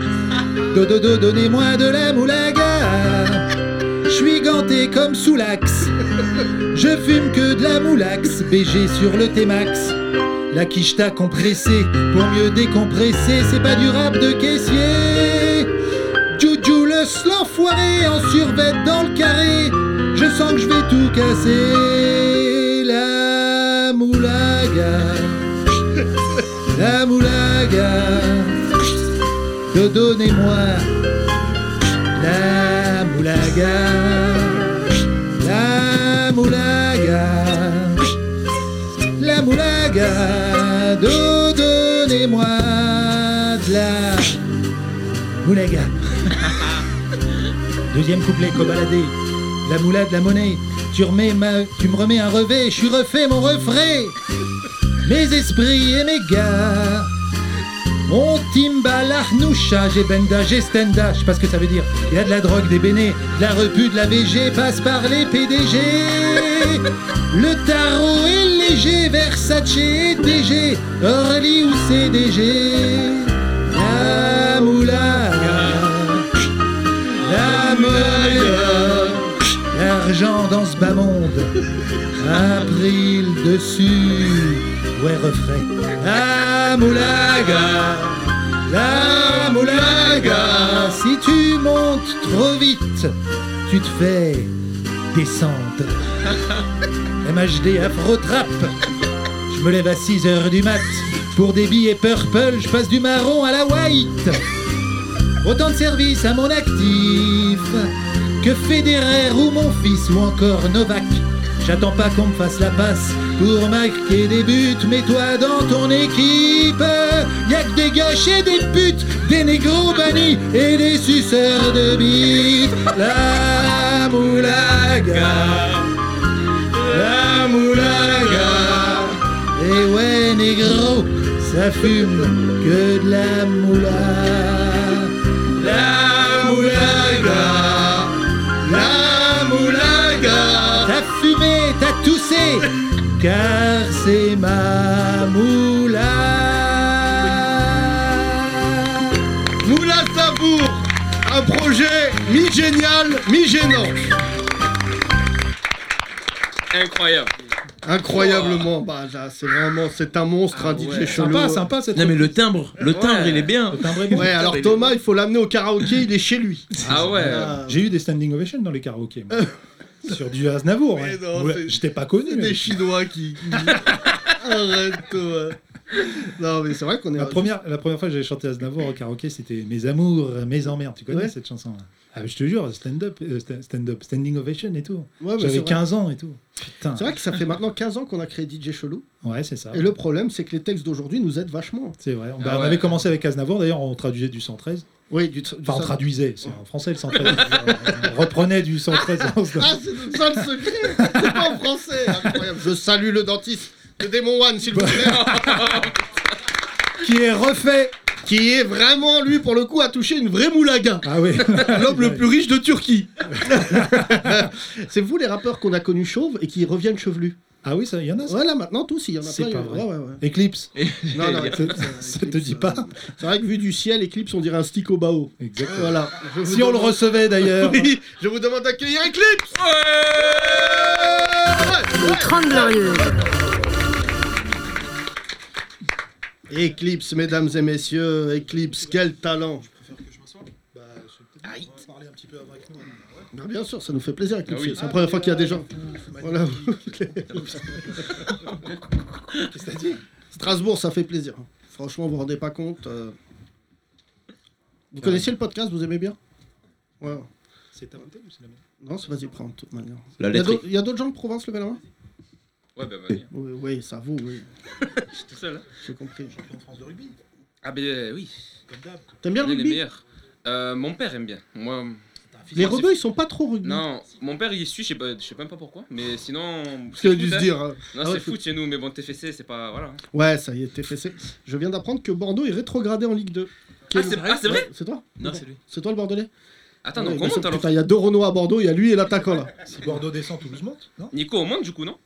Speaker 1: Dodo, do, donnez-moi de la moulaga. Je suis ganté comme Soulax. Je fume que de la moulax. BG sur le T-Max. La quiche t'a compressé. Pour mieux décompresser, c'est pas du rap de caissier. Joujou le slanfoiré en survêt dans le carré. Je sens que je vais tout casser. La moulaga. La moulaga, de donnez-moi la moulaga, la moulaga, la moulaga, de donnez-moi de la moulaga. Deuxième couplet, cobaladé. La moula de la monnaie. Tu, remets ma- tu me remets un revêt, je suis refait mon refrain. Mes esprits et mes gars. On timba l'arnoucha, j'ai benda, j'ai stenda, je sais pas ce que ça veut dire. Il y a de la drogue, des bénés, de la repu, de la VG, passe par les PDG. Le tarot est léger, Versace et DG, Orly ou CDG. La moula. La monnaie, l'argent dans ce bas monde, a pris le dessus. Ouais, refrain. La moulaga, la moulaga. Si tu montes trop vite, tu te fais descendre. MHD Afro-Trap. Je me lève à 6h du mat. Pour des billets purple, je passe du marron à la white. Autant de services à mon actif que Federer ou mon fils ou encore Novak. J'attends pas qu'on me fasse la passe,
Speaker 5: pour marquer des buts. Mets-toi dans ton équipe. Y'a que des gâches et des putes, des négros bannis et des suceurs de bites. La moulaga, la moulaga. Et ouais, négro, ça fume que de la moula. La moulaga, la moulaga. T'as fumé, t'as toussé, car c'est ma moula.
Speaker 6: Moula Sabour, un projet mi-génial, mi-gênant.
Speaker 10: Incroyable.
Speaker 6: Incroyablement,
Speaker 9: Oh.
Speaker 6: bah, là, c'est vraiment, c'est un monstre, un DJ chelou.
Speaker 5: Sympa, sympa, cette
Speaker 9: Ah Non, mais le timbre, le timbre, il est bien.
Speaker 6: euh. Ouais, alors Thomas, il faut l'amener au karaoké, il est chez lui.
Speaker 10: Ah ouais.
Speaker 5: J'ai eu des standing ovations dans les karaokés. moi. Sur du Aznavour. ouais.
Speaker 6: non,
Speaker 5: Ouais,
Speaker 6: c'est-
Speaker 5: Je t'ai pas connu.
Speaker 6: C'est
Speaker 5: mais-
Speaker 6: des Chinois qui. qui- Arrête, Thomas. Non, mais c'est vrai qu'on est.
Speaker 5: La première, la première fois que j'avais chanté Aznavour au karaoké, c'était Mes amours, mes emmerdes. Tu connais
Speaker 6: Ouais.
Speaker 5: cette chanson ah, Je te jure, stand-up, euh, sta- stand-up, standing ovation et tout.
Speaker 6: Ouais, bah, c'est
Speaker 5: J'avais
Speaker 6: vrai.
Speaker 5: 15 ans et tout. Putain.
Speaker 6: C'est vrai que ça fait maintenant 15 ans qu'on a créé DJ Chelou.
Speaker 5: Ouais, c'est ça.
Speaker 6: Et le problème, c'est que les textes d'aujourd'hui nous aident vachement.
Speaker 5: C'est vrai. On,
Speaker 6: Ah
Speaker 5: bah, on
Speaker 6: ouais.
Speaker 5: avait commencé avec Aznavour, d'ailleurs, on traduisait du 113.
Speaker 6: Oui, du, tra- du
Speaker 5: Enfin, on
Speaker 6: ça-
Speaker 5: traduisait, c'est en français le 113. on reprenait du 113.
Speaker 6: Ah, c'est ça le secret C'est pas en français Incroyable Je salue le dentiste de Demon One, s'il vous plaît
Speaker 5: Qui est refait
Speaker 6: Qui est vraiment, lui, pour le coup, a touché une vraie moulaga
Speaker 5: Ah oui
Speaker 6: L'homme le plus riche de Turquie C'est vous, les rappeurs qu'on a connus chauves et qui reviennent chevelus
Speaker 5: Ah oui, ça, il y en a ça
Speaker 6: Ouais, là, maintenant, tous, il y en a
Speaker 5: C'est
Speaker 6: plein.
Speaker 5: pas
Speaker 6: il y en a-
Speaker 5: vrai.
Speaker 6: ouais, ouais, ouais.
Speaker 5: Eclipse.
Speaker 6: Non, non,
Speaker 5: ça, ça te dit pas
Speaker 6: C'est vrai que vu du ciel, Eclipse, on dirait un stick au bao.
Speaker 5: Exactement.
Speaker 6: Voilà. Je vous
Speaker 5: Si on le
Speaker 6: demande-
Speaker 5: recevait d'ailleurs.
Speaker 6: Oui, je vous demande d'accueillir Eclipse
Speaker 2: Les 30 Glorieuses.
Speaker 6: Eclipse, mesdames et messieurs, Eclipse, quel talent
Speaker 5: Bah,
Speaker 6: Ah,
Speaker 5: Aïe. parler un petit peu avec nous.
Speaker 6: Ben, Bien sûr, ça nous fait plaisir, Eclipse.
Speaker 5: Ah oui.
Speaker 6: C'est la première fois qu'il y a des gens. Voilà.
Speaker 5: Qu'est-ce que t'as dit
Speaker 6: Strasbourg, ça fait plaisir. Franchement, vous vous rendez pas compte. euh. Vous connaissez le podcast, vous aimez bien Ouais.
Speaker 5: C'est ta montée ou c'est la mienne
Speaker 6: Non, c'est vas-y, prends de toute manière. Il y a
Speaker 5: La lettre-
Speaker 6: d'autres- il y a d'autres gens de province, levez la main
Speaker 10: Ouais, bah vas-y.
Speaker 6: Oui, oui, ça vaut, oui.
Speaker 10: Je suis tout seul. hein.
Speaker 6: J'ai compris.
Speaker 10: Ah ben oui.
Speaker 6: T'aimes bien
Speaker 10: On
Speaker 6: le
Speaker 10: est les
Speaker 6: rugby
Speaker 10: meilleurs. Euh, Mon père aime bien. Moi.
Speaker 6: Les rebeux, ils sont pas trop rugby.
Speaker 10: Non, mon père il suit, je sais, pas, je sais même pas pourquoi, mais sinon.
Speaker 6: Parce qu'il a
Speaker 10: c'est
Speaker 6: dû
Speaker 10: foot,
Speaker 6: se
Speaker 10: hein.
Speaker 6: dire, hein.
Speaker 10: Non,
Speaker 6: Ah
Speaker 10: c'est
Speaker 6: ouais,
Speaker 10: foot chez nous, mais bon, TFC, c'est pas. Voilà. hein.
Speaker 6: Ouais, ça y est, TFC. Je viens d'apprendre que Bordeaux est rétrogradé en Ligue 2. Quel-
Speaker 10: c'est vrai Ah, c'est vrai
Speaker 6: Ouais, C'est toi
Speaker 10: Non, c'est lui.
Speaker 6: C'est toi le Bordelais
Speaker 10: Attends, donc,
Speaker 6: Ouais,
Speaker 10: on
Speaker 6: parce
Speaker 10: monte
Speaker 6: que,
Speaker 10: alors.
Speaker 6: Putain, il y a deux Renault à Bordeaux, il y a lui et l'attaquant là.
Speaker 5: Si Bordeaux descend, Toulouse monte Non
Speaker 10: Nico, on monte du coup, non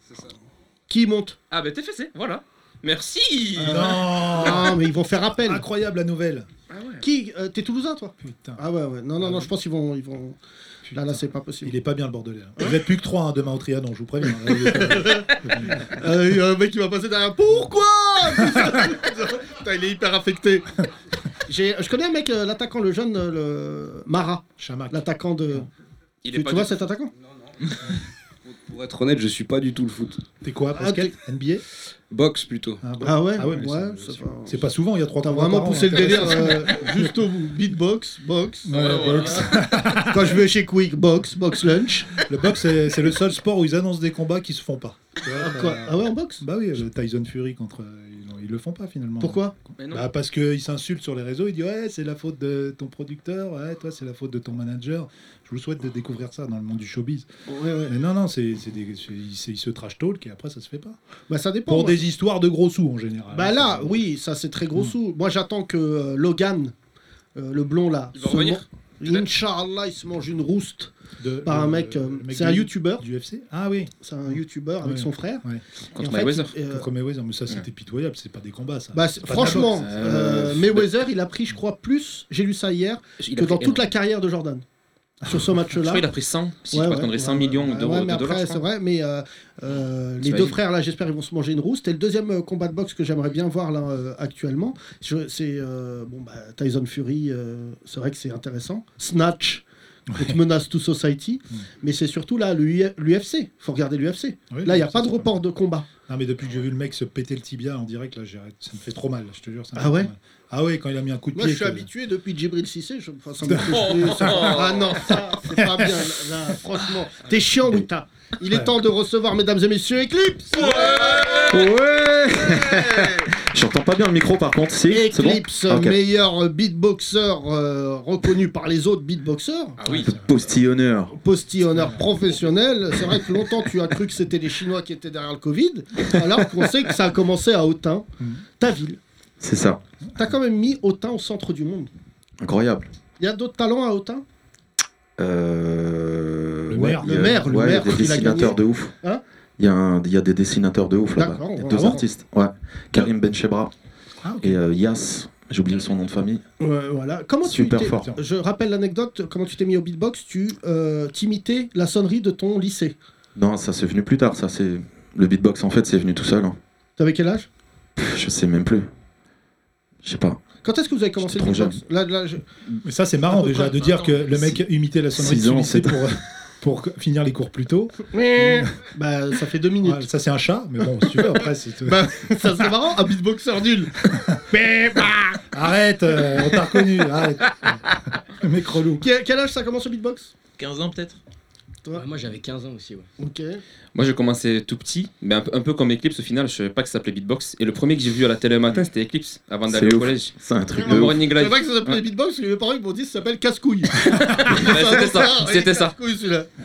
Speaker 6: Qui monte
Speaker 10: Ah ben TFC, voilà. Merci
Speaker 5: Ah Non
Speaker 6: Non, mais ils vont faire appel.
Speaker 5: Incroyable la nouvelle.
Speaker 10: Ah
Speaker 6: Qui Euh, T'es Toulousain toi Ah ouais, ouais. Non, non, non, je pense qu'ils vont. Ils vont... Là, là, c'est pas possible.
Speaker 5: Il est pas bien le Bordelais. hein. Vous êtes plus que 3 demain au Trianon, je vous préviens.
Speaker 6: Euh, il y a un mec qui va passer derrière. Pourquoi Putain, il est hyper affecté. J'ai- Je connais un mec, euh, l'attaquant, le jeune, euh, le Mara. L'attaquant de.
Speaker 10: Il
Speaker 6: tu tu vois cet attaquant
Speaker 14: Pour être honnête, je suis pas du tout le foot.
Speaker 5: T'es quoi, Pascal NBA
Speaker 14: Boxe plutôt.
Speaker 6: Ah ouais, ouais,
Speaker 5: mais
Speaker 6: c'est
Speaker 5: c'est- c'est pas souvent, il y a 3
Speaker 6: T'as vraiment poussé le
Speaker 5: hein.
Speaker 6: délire euh, juste au bout. Beatbox, box.
Speaker 5: euh,
Speaker 6: Quand je vais chez Quick, box, box lunch.
Speaker 5: Le box, c'est c'est le seul sport où ils annoncent des combats qui se font pas. Tu vois,
Speaker 6: quoi
Speaker 5: t'as-
Speaker 6: Ah ouais, en boxe
Speaker 5: Euh, Bah oui, le Tyson Fury contre. euh, ils l'ont- Ils le font pas finalement.
Speaker 6: Pourquoi
Speaker 10: Mais non.
Speaker 5: bah parce qu'ils s'insultent sur les réseaux, ils disent ouais c'est la faute de ton producteur, ouais toi c'est la faute de ton manager. Je vous souhaite de découvrir ça dans le monde du showbiz. Mais non non c'est c'est des c'est- ils se- ils se trash talk et après ça se fait pas.
Speaker 6: Bah ça dépend.
Speaker 5: Pour
Speaker 6: moi.
Speaker 5: des histoires de gros sous en général.
Speaker 6: Bah là, oui, ça c'est très
Speaker 5: Hmm.
Speaker 6: gros sous. Moi j'attends que euh, Logan, euh, le blond là,
Speaker 5: Il va
Speaker 6: se
Speaker 5: revenir
Speaker 6: man- Inch'Allah, il se mange une rouste
Speaker 5: De-
Speaker 6: par un
Speaker 5: le-
Speaker 6: mec. euh,
Speaker 5: le mec
Speaker 6: c'est
Speaker 5: du-
Speaker 6: un youtubeur.
Speaker 5: Du UFC Ah oui.
Speaker 6: C'est un youtubeur avec
Speaker 5: Ouais.
Speaker 6: son frère.
Speaker 5: Ouais.
Speaker 6: Et en fait, il- euh,
Speaker 5: Contre Mayweather, mais ça c'était pitoyable, c'est pas des combats ça.
Speaker 6: Bah,
Speaker 5: C'est
Speaker 6: c'est-
Speaker 5: pas de la
Speaker 6: franchement,
Speaker 5: boxe.
Speaker 6: euh, Mayweather, il a pris, je crois, plus, j'ai lu ça hier,
Speaker 10: Il a
Speaker 6: que
Speaker 10: pris
Speaker 6: dans toute
Speaker 10: énorme.
Speaker 6: la carrière de Jordan. Sur ce match-là.
Speaker 10: Je crois qu'il a pris 100, si je
Speaker 6: Ouais,
Speaker 10: sais pas,
Speaker 6: ouais.
Speaker 10: qu'on aurait 100
Speaker 6: Ouais,
Speaker 10: millions
Speaker 6: ouais,
Speaker 10: d'euros-
Speaker 6: ouais,
Speaker 10: de
Speaker 6: mais
Speaker 10: dollars,
Speaker 6: après,
Speaker 10: je
Speaker 6: C'est
Speaker 10: crois.
Speaker 6: vrai, mais euh, euh, les
Speaker 10: T'imagines.
Speaker 6: deux frères, là, j'espère, ils vont se manger une rousse. C'était le deuxième euh, combat de boxe que j'aimerais bien voir, là, euh, actuellement. Je- C'est euh, bon, bah, Tyson Fury, euh, c'est vrai que c'est intéressant. Snatch. contre menace to society, mais c'est surtout là l'UFC. Faut regarder l'UFC.
Speaker 5: Oui,
Speaker 6: là, il n'y a
Speaker 5: ça,
Speaker 6: pas de
Speaker 5: c'est
Speaker 6: report de combat.
Speaker 5: Non, mais depuis que j'ai vu le mec se péter le tibia en direct, là, j'arrête. Ça me fait trop mal, je te jure. ça me
Speaker 6: Ah
Speaker 5: fait
Speaker 6: ouais
Speaker 5: trop mal. Ah ouais, quand il a mis un coup de
Speaker 6: Moi,
Speaker 5: pied.
Speaker 6: je suis
Speaker 5: que-
Speaker 6: habitué depuis Djibril Cissé. Je... enfin, ça me touche plus. ah non, ça, c'est pas bien. là, là, franchement, t'es chiant, Wita. Il est temps de recevoir, mesdames et messieurs, Eclipse. Ouais
Speaker 14: Ouais
Speaker 15: J'entends pas bien le micro par contre, si c'est bon
Speaker 6: Eclipse,
Speaker 15: Ah, ok.
Speaker 6: meilleur euh, beatboxer euh, reconnu par les autres beatboxers.
Speaker 9: Ah
Speaker 15: Postillonneur.
Speaker 6: Postillonneur professionnel. C'est vrai que longtemps tu as cru que c'était les Chinois qui étaient derrière le Covid, alors qu'on sait que ça a commencé à Autun,
Speaker 5: Mm.
Speaker 6: ta ville.
Speaker 15: C'est ça.
Speaker 6: T'as quand même mis Autun au centre du monde.
Speaker 15: Incroyable.
Speaker 6: Il y a d'autres talents à Autun
Speaker 15: Euh,
Speaker 6: Le
Speaker 15: ouais,
Speaker 6: maire.
Speaker 15: il y a-
Speaker 6: Le maire, le
Speaker 15: ouais,
Speaker 6: maire,
Speaker 15: Il y a des
Speaker 6: il a
Speaker 15: dessinateurs de
Speaker 6: gagné.
Speaker 15: ouf.
Speaker 6: Hein
Speaker 15: il, y a un- il y a des dessinateurs de ouf là-bas.
Speaker 6: D'accord,
Speaker 15: Il y a
Speaker 6: on va
Speaker 15: deux
Speaker 6: voir.
Speaker 15: artistes. Ouais. Karim Benchebra
Speaker 5: Ah,
Speaker 15: et euh, Yass. J'ai oublié son nom de famille.
Speaker 6: Ouais, voilà. Comment
Speaker 15: Super
Speaker 6: tu t'es-
Speaker 15: fort.
Speaker 6: Je rappelle l'anecdote, comment tu t'es mis au beatbox, tu euh, t'imitais la sonnerie de ton lycée.
Speaker 15: Non, ça c'est venu plus tard. Ça c'est le beatbox en fait, c'est venu tout seul. hein.
Speaker 6: T'avais quel âge
Speaker 15: Pff, Je sais même plus. Je sais pas.
Speaker 6: Quand est-ce que vous avez commencé le
Speaker 15: trop
Speaker 6: beatbox là, là, je-
Speaker 5: Mais ça, c'est marrant
Speaker 6: À peu
Speaker 5: déjà
Speaker 6: près.
Speaker 5: de dire que le mec imitait la sonnerie
Speaker 15: Six
Speaker 5: de son
Speaker 15: ans,
Speaker 5: lycée
Speaker 15: c'est-
Speaker 5: pour, pour que- finir les cours plus tôt.
Speaker 6: bah, ça fait deux minutes.
Speaker 5: ça, c'est un chat, mais bon, si tu veux, après, c'est.
Speaker 6: Bah, ça c'est marrant, un beatboxer nul. bah. Ah.
Speaker 5: Arrête, euh, on t'a reconnu, arrête. Le mec relou.
Speaker 6: Quel, quel âge ça commence au beatbox
Speaker 9: 15 ans peut-être
Speaker 6: Toi
Speaker 11: Moi j'avais 15 ans aussi, ouais.
Speaker 6: Ok.
Speaker 10: Moi j'ai commencé tout petit, mais un peu, un peu comme Eclipse au final, je savais pas que ça s'appelait Beatbox. Et le premier que j'ai vu à la télé le matin c'était Eclipse avant
Speaker 15: C'est
Speaker 10: d'aller au
Speaker 15: ouf.
Speaker 10: collège.
Speaker 15: C'est un truc
Speaker 10: Le
Speaker 15: de ouf.
Speaker 10: morning
Speaker 6: C'est
Speaker 10: live.
Speaker 6: vrai que ça s'appelle
Speaker 10: Ouais.
Speaker 6: beatbox, mais mes parents ils m'ont dit ça s'appelle casse-couille.
Speaker 10: Ouais, c'était ça, c'était ça.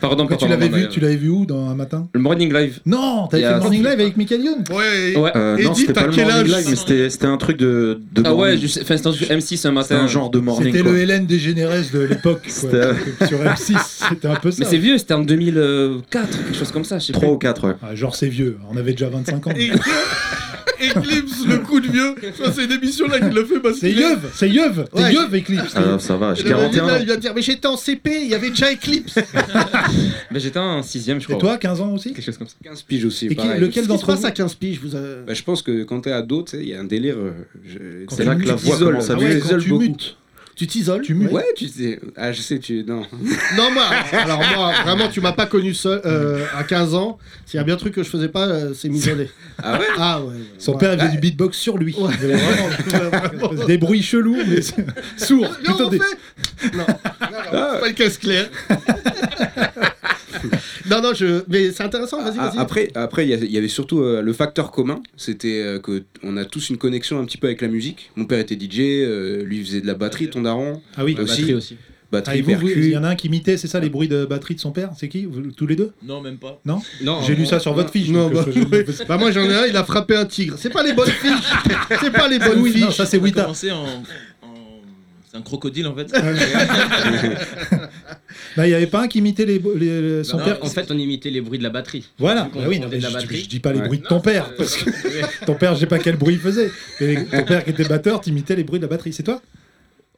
Speaker 10: Pardon,
Speaker 5: Quand
Speaker 10: papa,
Speaker 5: tu l'avais
Speaker 10: maman,
Speaker 5: vu,
Speaker 10: d'ailleurs.
Speaker 5: tu l'avais vu où dans un matin
Speaker 10: Le morning live.
Speaker 5: Non, t'avais
Speaker 10: Il y
Speaker 5: fait
Speaker 10: a-
Speaker 5: le morning live avec Michael Youn
Speaker 6: Ouais.
Speaker 15: Euh, non, c'était pas le morning live, mais c'était- c'était un truc de. de
Speaker 10: Ah ouais,
Speaker 15: morning.
Speaker 10: je sais- enfin, c'était un truc M6 un matin.
Speaker 15: C'était un genre de morning.
Speaker 5: C'était
Speaker 15: quoi.
Speaker 5: le Hélène dégénéresse de l'époque. quoi.
Speaker 15: C'était-
Speaker 5: Sur M6, c'était un peu ça.
Speaker 10: Mais c'est vieux, c'était en 2004, quelque chose comme ça, je sais
Speaker 15: 3 ou 4, ouais.
Speaker 5: Ah, genre, c'est vieux. On avait déjà 25 ans.
Speaker 6: Eclipse, le coup de vieux. Ça, c'est une émission là qui le fait parce
Speaker 5: C'est
Speaker 6: qu'il est-
Speaker 5: Yeuve, c'est Yeuve,
Speaker 6: Ouais.
Speaker 5: c'est Yeuve Eclipse.
Speaker 15: Ah, ça va, j'ai
Speaker 6: Le Manila,
Speaker 15: 41 ans.
Speaker 6: il vient de dire, mais j'étais en CP, il y avait déjà Eclipse.
Speaker 10: Mais j'étais en 6ème, je
Speaker 5: Et
Speaker 10: crois.
Speaker 6: Ah,
Speaker 5: toi, 15 ans aussi
Speaker 10: Quelque chose comme ça.
Speaker 14: 15 piges aussi.
Speaker 5: Et qui-
Speaker 14: pareil.
Speaker 5: lequel d'entre vous
Speaker 6: à 15 piges vous euh, avez-
Speaker 14: Bah, Je pense que quand t'es ado, tu sais, il y a un délire. euh, je-
Speaker 15: tu là que la
Speaker 14: tu
Speaker 15: voix
Speaker 14: t'isoles.
Speaker 15: commence à
Speaker 14: Ah ouais,
Speaker 15: muter.
Speaker 14: quand
Speaker 15: Tu
Speaker 14: tu
Speaker 15: mutes.
Speaker 14: mutes.
Speaker 6: Tu t'isoles
Speaker 5: Tu
Speaker 14: mutes. Ouais, tu sais. Ah, je sais, tu. Non.
Speaker 6: Non, moi, alors moi, vraiment, tu m'as pas connu seul euh, à 15 ans. S'il y a bien un truc que je faisais pas, euh, c'est m'isoler.
Speaker 14: Ah ouais
Speaker 6: Ah ouais.
Speaker 5: Son
Speaker 6: Ouais.
Speaker 5: père il faisait du beatbox sur lui. Il faisait vraiment- des bruits chelous, mais c'est- sourds.
Speaker 6: Viens, on
Speaker 5: Plutôt des-
Speaker 6: refait Non, non, non, c'est pas le casse clair. non, non, je. Mais c'est intéressant, vas-y,
Speaker 14: Ah,
Speaker 6: vas-y.
Speaker 14: après, après, il y, a- il y avait surtout euh, le facteur commun, c'était euh, que t- on a tous une connexion un petit peu avec la musique. Mon père était DJ, euh, lui faisait de la batterie, ton daron.
Speaker 5: Ah oui. La batterie
Speaker 11: aussi.
Speaker 5: Ah, et
Speaker 14: Batterie,
Speaker 5: vous, vous,
Speaker 14: percu.
Speaker 5: il y en a un qui imitait, c'est ça, les bruits de batterie de son père C'est qui Vous- Tous les deux
Speaker 9: Non, même pas.
Speaker 5: Non
Speaker 11: Non,
Speaker 5: J'ai lu
Speaker 11: on-
Speaker 5: ça sur votre fiche.
Speaker 6: Non,
Speaker 5: donc, euh,
Speaker 6: bah,
Speaker 5: je- je-
Speaker 6: Bah, moi, j'en ai un, il a frappé un tigre. C'est pas les bonnes fiches. C'est pas les bonnes
Speaker 5: Oui,
Speaker 6: fiches.
Speaker 5: non, ça c'est
Speaker 9: On a
Speaker 5: Wita.
Speaker 9: commencé en. en- C'est un crocodile en fait.
Speaker 5: Là, Bah, il n'y avait pas un qui imitait les, les- les- son
Speaker 11: Non,
Speaker 5: père
Speaker 11: en fait, on imitait les bruits de la batterie.
Speaker 5: Voilà,
Speaker 11: Vu qu'on
Speaker 5: bah oui, non,
Speaker 11: entendait
Speaker 5: mais
Speaker 11: de la
Speaker 5: je,
Speaker 11: batterie.
Speaker 5: je- je dis pas les bruits de ton père, parce que ton père, je sais pas quel bruit il faisait. Mais ton père qui était batteur, t'imitais les bruits de la batterie. C'est toi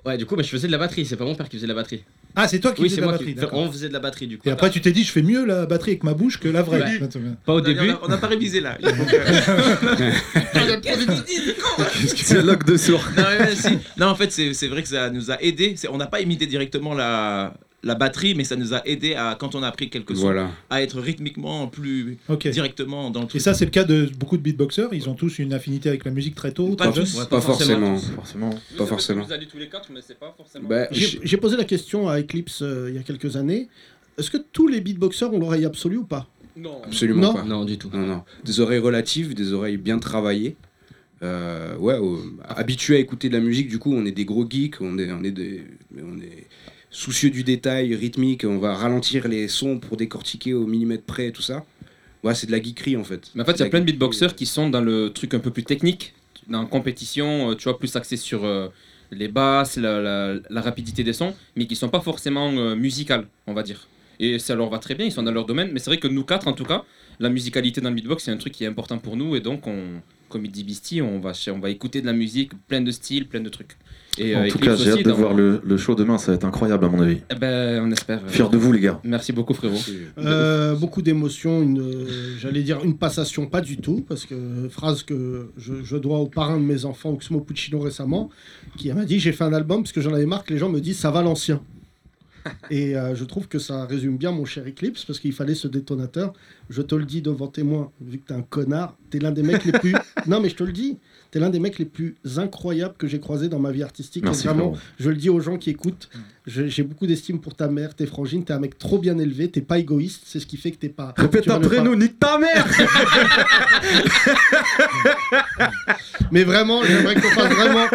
Speaker 11: Ouais, du coup, mais je faisais de la batterie, c'est pas mon père qui faisait de la batterie.
Speaker 5: Ah, c'est toi qui
Speaker 11: Oui, c'est
Speaker 5: faisais de la
Speaker 11: moi
Speaker 5: batterie.
Speaker 11: qui.
Speaker 5: d'accord.
Speaker 11: On faisait de la batterie, du coup.
Speaker 5: Et après, tu t'es dit, je fais mieux la batterie avec ma bouche que la vraie.
Speaker 11: Ouais. Pas au début.
Speaker 9: On n'a pas révisé là.
Speaker 15: C'est lock de sourd.
Speaker 9: non, mais si. Non, en fait, c'est c'est vrai que ça nous a aidé. C'est- On n'a pas imité directement la, la batterie, mais ça nous a aidé à, quand on a appris quelques sons,
Speaker 14: Voilà.
Speaker 9: à être rythmiquement plus
Speaker 5: Ok.
Speaker 9: directement dans le
Speaker 5: Et
Speaker 9: truc.
Speaker 5: ça, c'est le cas de beaucoup de beatboxers. Ils ont tous une affinité avec la musique très tôt.
Speaker 9: Pas
Speaker 5: très
Speaker 9: tous,
Speaker 5: jeune.
Speaker 9: ouais,
Speaker 14: Pas forcément.
Speaker 15: Forcément.
Speaker 14: Pas forcément.
Speaker 10: Vous allez tous les quatre, mais c'est pas forcément.
Speaker 5: Euh,
Speaker 14: Bah,
Speaker 6: J'ai
Speaker 14: je-
Speaker 6: j'ai posé la question à Eclipse euh, il y a quelques années. Est-ce que tous les beatboxers ont l'oreille absolue ou pas
Speaker 10: Non.
Speaker 14: Absolument
Speaker 6: Non.
Speaker 14: pas.
Speaker 11: Non, du tout.
Speaker 14: Non, non. Des oreilles relatives, des oreilles bien travaillées. Euh, ouais, euh, habitués à écouter de la musique, du coup, on est des gros geeks, on est, on est, des- on est soucieux du détail rythmique, on va ralentir les sons pour décortiquer au millimètre près, tout ça. Ouais, c'est de la geekerie en fait.
Speaker 10: Mais en fait, il y a plein de beatboxers qui sont dans le truc un peu plus technique, dans la compétition, euh, tu vois, plus axé sur euh, les basses, la, la- la rapidité des sons, mais qui sont pas forcément euh, musicales, on va dire. Et ça leur va très bien, ils sont dans leur domaine, mais c'est vrai que nous quatre, en tout cas, la musicalité dans le beatbox, c'est un truc qui est important pour nous, et donc, on, comme il dit Bisti, on va, ch- on va écouter de la musique, plein de styles, plein de trucs. Et,
Speaker 15: en
Speaker 10: euh,
Speaker 15: tout
Speaker 10: Eclipse
Speaker 15: cas, j'ai
Speaker 10: aussi,
Speaker 15: hâte de
Speaker 10: dans-
Speaker 15: voir le, le show demain, ça va être incroyable à mon avis.
Speaker 10: Eh ben, on espère. euh,
Speaker 15: Fier de vous, les gars.
Speaker 10: Merci beaucoup, frérot.
Speaker 6: Euh, beaucoup d'émotions, une, euh, j'allais dire une passation, pas du tout, parce que euh, phrase que je, je dois au parrain de mes enfants, Oxmo Puccino récemment, qui m'a dit j'ai fait un album parce que j'en avais marre que les gens me disent ça va l'ancien. Et euh, je trouve que ça résume bien mon cher Eclipse, parce qu'il fallait ce détonateur. Je te le dis devant témoin, vu que t'es un connard, T'es l'un des mecs les plus. Non, mais je te le dis. T'es l'un des mecs les plus incroyables que j'ai croisé dans ma vie artistique.
Speaker 15: Merci,
Speaker 6: Et vraiment,
Speaker 15: frérot.
Speaker 6: je le dis aux gens qui écoutent. je- J'ai beaucoup d'estime pour ta mère, tes frangines. T'es un mec trop bien élevé. T'es pas égoïste. C'est ce qui fait que t'es pas.
Speaker 14: Répète
Speaker 6: tu vas ne
Speaker 14: après
Speaker 6: pas-
Speaker 14: nous, nique ta mère
Speaker 6: Mais vraiment, j'aimerais qu'on fasse vraiment.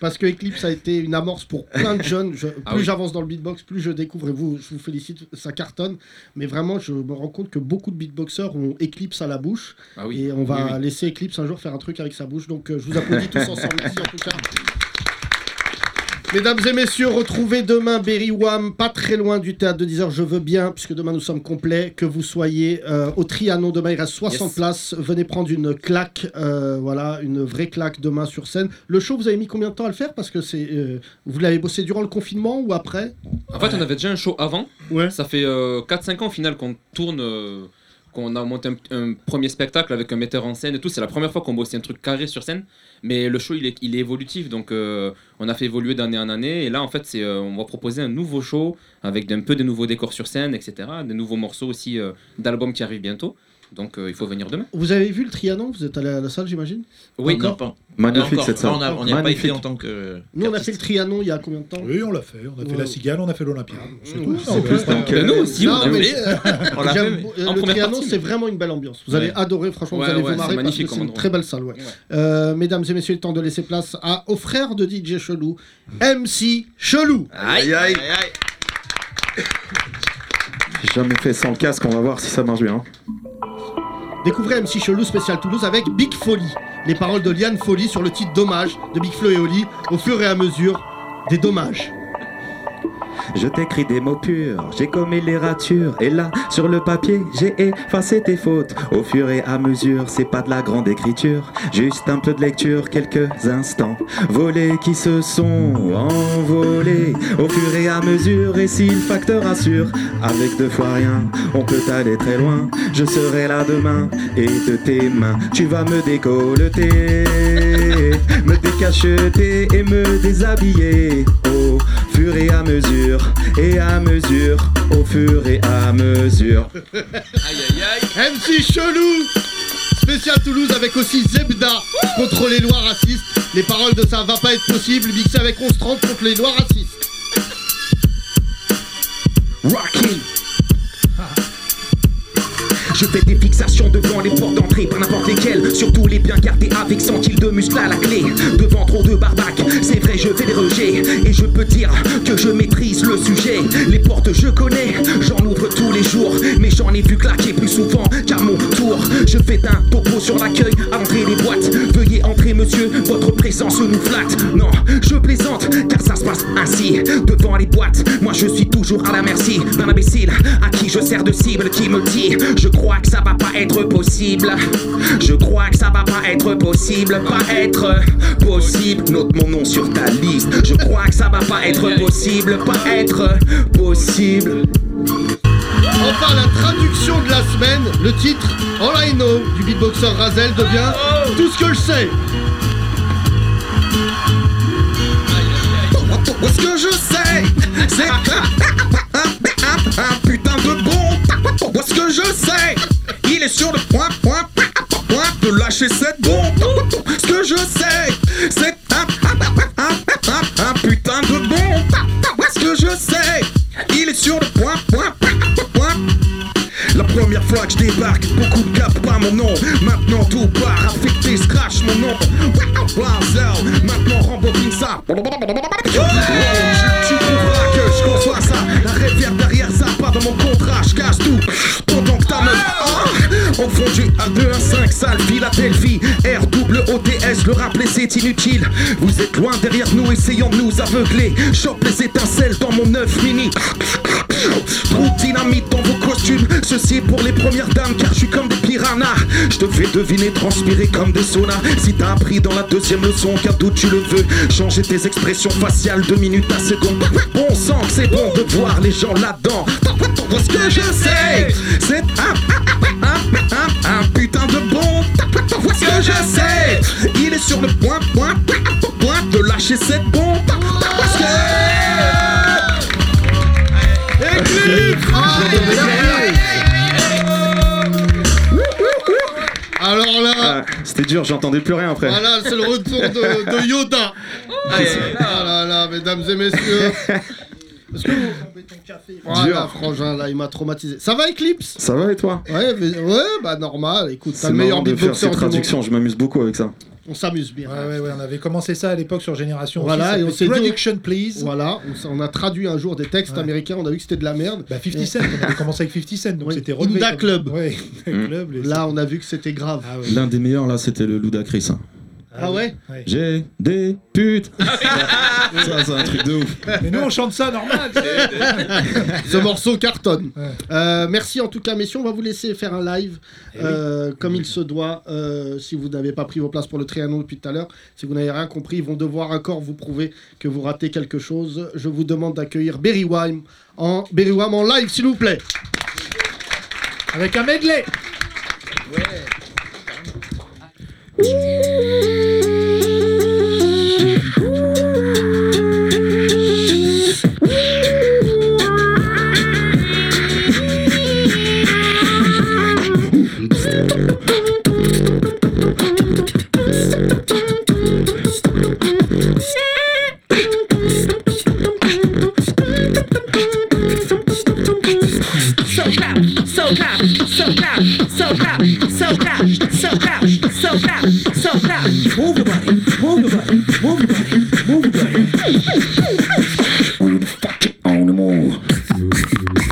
Speaker 6: Parce que Eclipse a été une amorce pour plein de jeunes. Je- plus
Speaker 14: Ah oui.
Speaker 6: j'avance dans le beatbox, plus je découvre. Et vous, je vous félicite, ça cartonne. Mais vraiment, je me rends compte que beaucoup de beatboxers ont Eclipse à la bouche.
Speaker 14: Ah oui.
Speaker 6: Et on va
Speaker 14: Oui, oui.
Speaker 6: laisser Eclipse un jour faire un truc avec sa bouche. Donc euh, je vous applaudis tous ensemble ici, en tout cas. Mesdames et messieurs, retrouvez demain Berry Wham, pas très loin du théâtre de 10h, je veux bien, puisque demain nous sommes complets, que vous soyez euh, au Trianon, demain il reste 60
Speaker 14: Yes.
Speaker 6: places, venez prendre une claque, euh, voilà, une vraie claque demain sur scène. Le show, vous avez mis combien de temps à le faire Parce que c'est, euh, vous l'avez bossé durant le confinement ou après
Speaker 10: En fait, on avait déjà un show avant. Ça fait euh, 4-5 ans au final qu'on tourne, euh, qu'on a monté un, un premier spectacle avec un metteur en scène et tout. C'est la première fois qu'on bossait un truc carré sur scène. Mais le show, il est, il est évolutif. Donc, euh, on a fait évoluer d'année en année. Et là, en fait, c'est, euh, on va proposer un nouveau show avec un peu de nouveaux décors sur scène, etc. Des nouveaux morceaux aussi euh, d'albums qui arrivent bientôt. Donc, euh, il faut venir demain.
Speaker 6: Vous avez vu le Trianon Vous êtes allé à la salle, j'imagine
Speaker 10: Oui,
Speaker 6: Encore
Speaker 10: non, pas-
Speaker 15: Magnifique,
Speaker 10: encore.
Speaker 15: cette salle.
Speaker 10: Non, on a- on n'y a pas
Speaker 15: Magnifique.
Speaker 10: été en tant que.
Speaker 6: Nous, on a fait le Trianon il y a combien de temps
Speaker 5: Oui, on l'a fait. On a fait
Speaker 6: Ouais.
Speaker 5: la cigale, on a fait l'Olympia. Mmh. C'est tout.
Speaker 6: C'est plus
Speaker 5: Ouais.
Speaker 6: que- Non, mais, euh,
Speaker 5: On l'a
Speaker 6: j'aime
Speaker 5: fait,
Speaker 6: beau-
Speaker 5: mais
Speaker 6: euh,
Speaker 5: en
Speaker 6: Le
Speaker 5: première
Speaker 6: Trianon,
Speaker 5: partie.
Speaker 6: c'est vraiment une belle ambiance. Vous
Speaker 5: Ouais.
Speaker 6: allez adorer, franchement,
Speaker 5: Ouais,
Speaker 6: vous allez
Speaker 5: ouais,
Speaker 6: vous marrer.
Speaker 5: c'est
Speaker 6: parce que
Speaker 5: magnifique
Speaker 6: C'est
Speaker 5: comme
Speaker 6: une
Speaker 5: endroit.
Speaker 6: très belle salle. ouais. Euh, mesdames et messieurs, il est temps de laisser place à, au frère de DJ Chelou, MC Chelou.
Speaker 15: Aïe, aïe. J'ai jamais fait sans le casque, on va voir si ça marche bien. hein.
Speaker 6: Découvrez MC Chelou spécial Toulouse avec Big Folly. Les paroles de Liane Folly sur le titre Dommage de Big Flo et Oli au fur et à mesure des dommages.
Speaker 16: Je t'écris des mots purs, j'ai commis les ratures, et là, sur le papier, j'ai effacé tes fautes. Au fur et à mesure, c'est pas de la grande écriture, juste un peu de lecture, quelques instants. Volés qui se sont envolés, au fur et à mesure, et si le facteur assure, avec deux fois rien, on peut aller très loin. Je serai là demain, et de tes mains, tu vas me décolleter, me décacheter et me déshabiller. Oh, Au fur et à mesure, et à mesure, au fur et à mesure.
Speaker 6: MC Chelou Spécial Toulouse avec aussi Zebda contre les Noirs racistes. Les paroles de ça va pas être possible, mixé avec 11-30 contre les Noirs racistes.
Speaker 16: Rockin' Je fais des fixations devant les portes d'entrée, pas n'importe lesquelles, surtout les bien gardées avec centile de muscle à la clé. Devant trop de barbaques, c'est vrai, je fais des rejets, et je peux dire que je maîtrise le sujet. Les portes je connais, j'en ouvre tous les jours, mais j'en ai vu claquer plus souvent qu'à mon tour. Je fais un topo sur l'accueil, à l'entrée des boîtes. Veuillez entrer, monsieur, votre présence nous flatte. Non, je plaisante, car ça se passe ainsi. Devant les boîtes, moi je suis toujours à la merci d'un imbécile à qui je sers de cible, qui me dit Je crois que ça va pas être possible. Je crois que ça va pas être possible, pas être possible. Note mon nom sur ta liste. Je crois que ça va pas être possible, pas être possible.
Speaker 6: Enfin, la traduction de la semaine, le titre All I Know du beatboxer Razel devient Tout ce que je sais.
Speaker 16: Moi, tout ce que je sais, c'est un, un- un putain de bon. Moi, ce que je sais, il est sur le point, point, point de lâcher cette bombe. Ce que je sais, c'est un, un- un- un- un putain de bon. Moi, ce que je sais, il est sur le point, point, point. La première fois que je débarque, beaucoup de gars pas mon nom. Maintenant tout part affecté, scratch mon nom. Wazel, maintenant rembobine ça. Oh, je- Tu comprends que je conçois ça. La rivière derrière ça, pas dans mon contrat, je cache tout. Pendant que ta meuf, ah, au fond du A215, sale Philadelphie. R-W-O-T-S, le rappeler c'est inutile. Vous êtes loin derrière nous, essayons de nous aveugler. Chope les étincelles dans mon 9 mini. Trop de dynamite dans vos costumes. Ceci est pour les premières dames, car je suis comme des piranhas. Je te fais deviner, transpirer comme des saunas. Si t'as appris dans la deuxième leçon, car d'où tu le veux, changer tes expressions faciales de minute à seconde. Bon sang, que c'est bon de voir les gens là-dedans. Vois ce que je sais, c'est un, un, un, Hein, un, un putain de bon. Vois ce que je sais, il est sur le point, point, point, point de lâcher cette bombe. Vois ce que
Speaker 6: Alors là,
Speaker 15: Ah, dur, j'entendais plus rien après.
Speaker 6: Ah. Voilà, c'est le retour de, de Yoda. Ah là là, mesdames et messieurs. Est-ce que vous... Voilà,
Speaker 15: Dur.
Speaker 6: frangin, là, il m'a traumatisé. Ça va, Eclipse
Speaker 15: Ça va et toi
Speaker 6: ouais, mais- ouais, bah normal, écoute, t'as
Speaker 15: C'est
Speaker 6: le meilleur
Speaker 15: marrant de faire
Speaker 6: beatboxer
Speaker 15: ces
Speaker 6: du monde.
Speaker 15: traductions, je m'amuse beaucoup avec ça.
Speaker 6: On s'amuse bien.
Speaker 5: Ouais, ouais, ouais, on avait commencé ça à l'époque sur Génération. aussi,
Speaker 6: Voilà,
Speaker 5: ça
Speaker 6: et on
Speaker 5: s'appelait
Speaker 6: s'est dit.
Speaker 5: Production, please.
Speaker 6: Voilà, on, s'en- on a traduit un jour des textes américains, on a vu que c'était de la merde.
Speaker 5: Bah, 50 Cent, on avait commencé avec 50 Cent, donc c'était relevé.
Speaker 6: Inda
Speaker 5: comme-
Speaker 6: Club.
Speaker 5: Ouais,
Speaker 15: Mm.
Speaker 5: Club, les-
Speaker 6: Là, on a vu que c'était grave. Ah ouais,
Speaker 15: L'un des meilleurs là, c'était le Ludacris. hein. J'ai des putes.
Speaker 6: Ah
Speaker 15: ça, c'est un truc de ouf.
Speaker 5: Mais nous, on chante ça normal. tu sais.
Speaker 6: Ce morceau cartonne. Euh, merci en tout cas, messieurs. On va vous laisser faire un live
Speaker 5: Eh
Speaker 6: euh, comme il se doit. euh, si vous n'avez pas pris vos places pour le Trianon depuis tout à l'heure, si vous n'avez rien compris, ils vont devoir encore vous prouver que vous ratez quelque chose. Je vous demande d'accueillir Berry Wime en, Berry Wham en live, s'il vous plaît.
Speaker 5: Avec un medley.
Speaker 8: So clap, so clap, so clap, so clap, so clap, so clap, so clap, so clap. Move your body, move your body, move your body, move your body.
Speaker 15: On the move.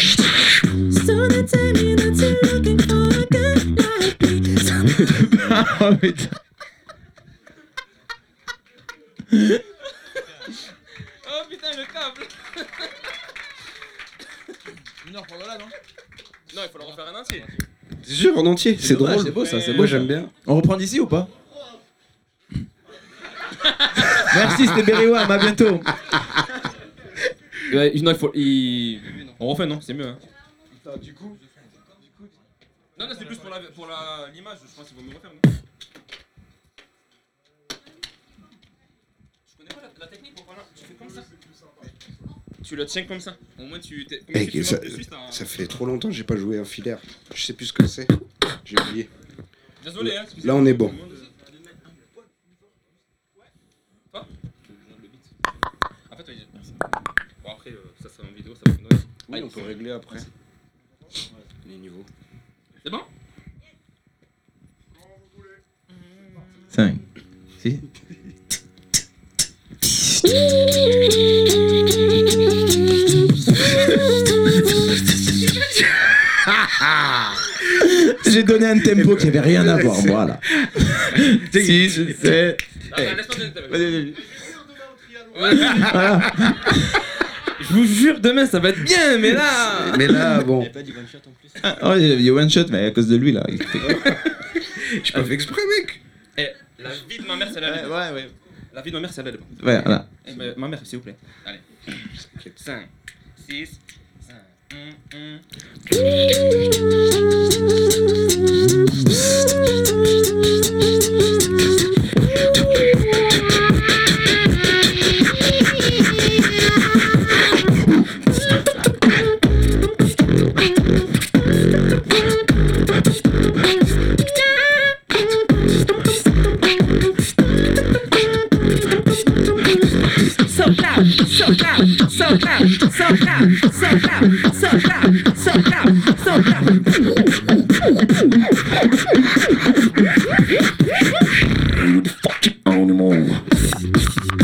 Speaker 8: So they tell me that you're looking for a girl like me.
Speaker 9: oh putain.
Speaker 8: Oh putain, le câble
Speaker 9: Une heure pour hein. Lola, non
Speaker 10: Non, il faut le refaire un entier.
Speaker 14: Jure en entier, c'est
Speaker 9: dommage,
Speaker 14: drôle.
Speaker 9: C'est beau ça, c'est
Speaker 14: Moi
Speaker 9: beau,
Speaker 14: j'aime
Speaker 9: ça.
Speaker 14: bien.
Speaker 9: On reprend d'ici ou pas Merci, Ah, c'était Berrywarm, à bientôt.
Speaker 10: Ouais, non, il faut. il- On refait, non C'est mieux. Hein.
Speaker 14: du coup.
Speaker 10: Non, non, c'est plus pour l'image, pour la... l'image, je pense qu'il vaut mieux refaire. Non je connais pas la, la technique pour faire là. Tu fais comme ça. Tu le tiens comme ça. Au moins, tu. t'es- comme si tu
Speaker 14: Eh, ça,
Speaker 10: portes dessus, t'as-
Speaker 14: ça fait trop longtemps que j'ai pas joué un filaire. Je sais plus ce que c'est. J'ai oublié.
Speaker 10: Désolé, hein,
Speaker 14: Là on est bon.
Speaker 10: En fait, ouais, merci. Bon, après, euh, ça, c'est en vidéo, ça fait une noise.
Speaker 14: Oui, on peut régler après. Les niveaux.
Speaker 10: C'est bon
Speaker 9: 5. Si J'ai donné un tempo qui avait rien à voir, voilà. 6, 7. Ah.
Speaker 10: Voilà. Je vous jure, demain ça va être bien, mais là.
Speaker 14: Mais là, bon.
Speaker 4: Oh, il y a one shot, mais à cause de lui là.
Speaker 14: J'ai pas fait exprès, mec.
Speaker 10: Eh, la vie de ma mère, c'est la vie. Ouais, ouais. La vie de ma mère, c'est la vie.
Speaker 4: Ouais, voilà.
Speaker 10: Eh, ma- ma mère, s'il vous plaît. Allez. 5, 6, 5, 1, 1.
Speaker 8: So loud, so loud, so loud, so loud, so loud, so loud, so loud, so loud.
Speaker 15: On the move.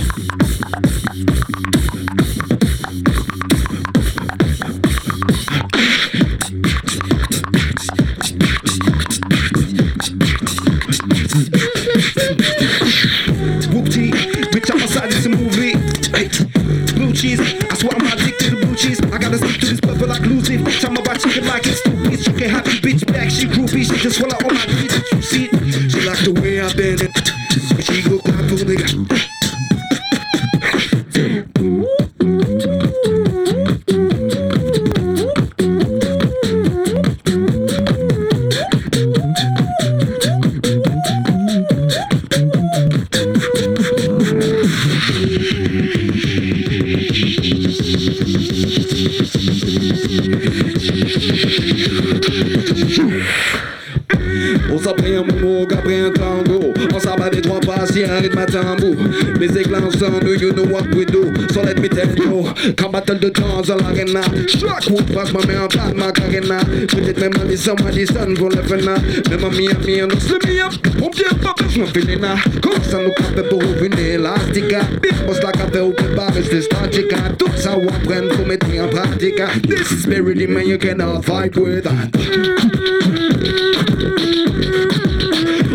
Speaker 16: Whoopty, bitch, I'm outside this movie. Hey, Blue cheese, I swear I'm addicted to blue cheese. I gotta stick to this purple like losing. Bitch, I'm about to get like it's stupid. She can happy bitch back, she groovy. She just swallow all my needs. You see, she like the way I bend it. She go clap for me.
Speaker 2: momo qu'après un tango On s'abat des trois pas si un rythme à tambour Mes éclats ensemble, you know what we do So let me tell you Quand battle de danse dans l'arena Shock ou passe ma main en bas de Macarena Peut-être même à l'issue, moi l'issue, pour le fena Même à Miami, on se met up On vient pas, je me fais l'éna Comme ça nous capte pour revenir Elastica Big boss la capte ou prépare, c'est statica Tout ça ou apprendre, faut mettre en pratique This is really man, you cannot fight with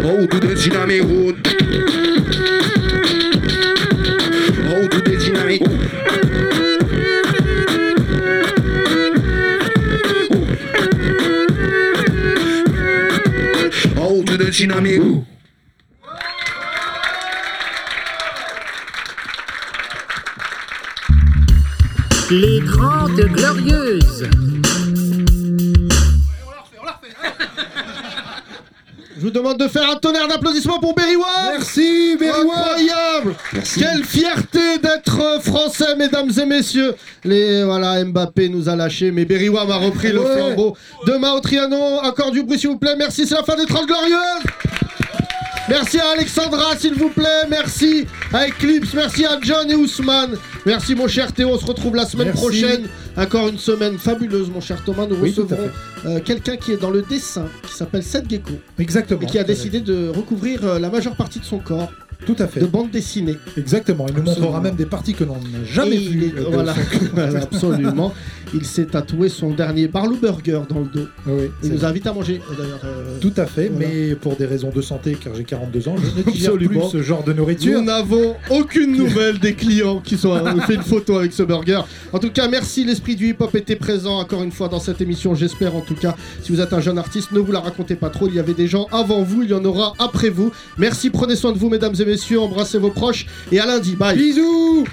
Speaker 2: Oh, do the dynamic hood. Oh, do the dynamic Oh, do the dynamic
Speaker 17: Les Grandes Glorieuses.
Speaker 6: Je vous demande de faire un tonnerre d'applaudissements pour Berry Ward Merci Berry Incroyable
Speaker 18: Merci.
Speaker 6: Quelle fierté d'être euh, français, mesdames et messieurs Les voilà, Mbappé nous a lâchés, mais Berry Ward a repris le
Speaker 1: Ouais.
Speaker 6: flambeau. Demain au Trianon, encore du bruit s'il vous plaît, merci, c'est la fin des 30 glorieuses Merci à Alexandra, s'il vous plaît. Merci à Eclipse. Merci à John et Ousmane. Merci, mon cher Théo. On se retrouve la semaine
Speaker 1: Merci.
Speaker 6: prochaine. Encore une semaine fabuleuse, mon cher Thomas. Nous
Speaker 1: Oui, tout à
Speaker 6: recevrons euh, quelqu'un qui est dans le dessin, qui s'appelle Seth Gecko.
Speaker 1: Exactement.
Speaker 6: Et qui a
Speaker 1: Tout à
Speaker 6: décidé de recouvrir euh, la majeure partie de son corps.
Speaker 1: Tout à fait.
Speaker 6: De bande dessinée.
Speaker 1: Exactement. Il nous montrera
Speaker 6: Absolument.
Speaker 1: même des parties que l'on n'a jamais
Speaker 6: Et il
Speaker 1: vues.
Speaker 6: est-
Speaker 1: euh, de
Speaker 6: voilà,
Speaker 1: son-
Speaker 6: Voilà, absolument. Il s'est tatoué son dernier Barlow Burger dans le dos.
Speaker 1: Ah c'est
Speaker 6: Il nous
Speaker 1: vrai.
Speaker 6: invite à manger, euh, d'ailleurs. euh,
Speaker 1: Tout à fait,
Speaker 6: voilà.
Speaker 1: mais pour des raisons de santé, car j'ai 42 ans, je ne digère
Speaker 6: Absolument.
Speaker 1: plus ce genre de nourriture.
Speaker 6: Nous n'avons aucune nouvelle des clients qui sont ont fait une photo avec ce burger. En tout cas, merci l'esprit du hip-hop était présent encore une fois dans cette émission. J'espère en tout cas, si vous êtes un jeune artiste, ne vous la racontez pas trop. Il y avait des gens avant vous, il y en aura après vous. Merci, prenez soin de vous, mesdames et messieurs, embrassez vos proches et à lundi. Bye. Bisous.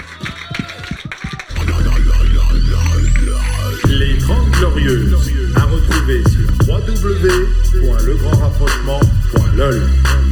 Speaker 5: Les 30 Glorieuses. À retrouver sur www.legrandrapprochement.lol.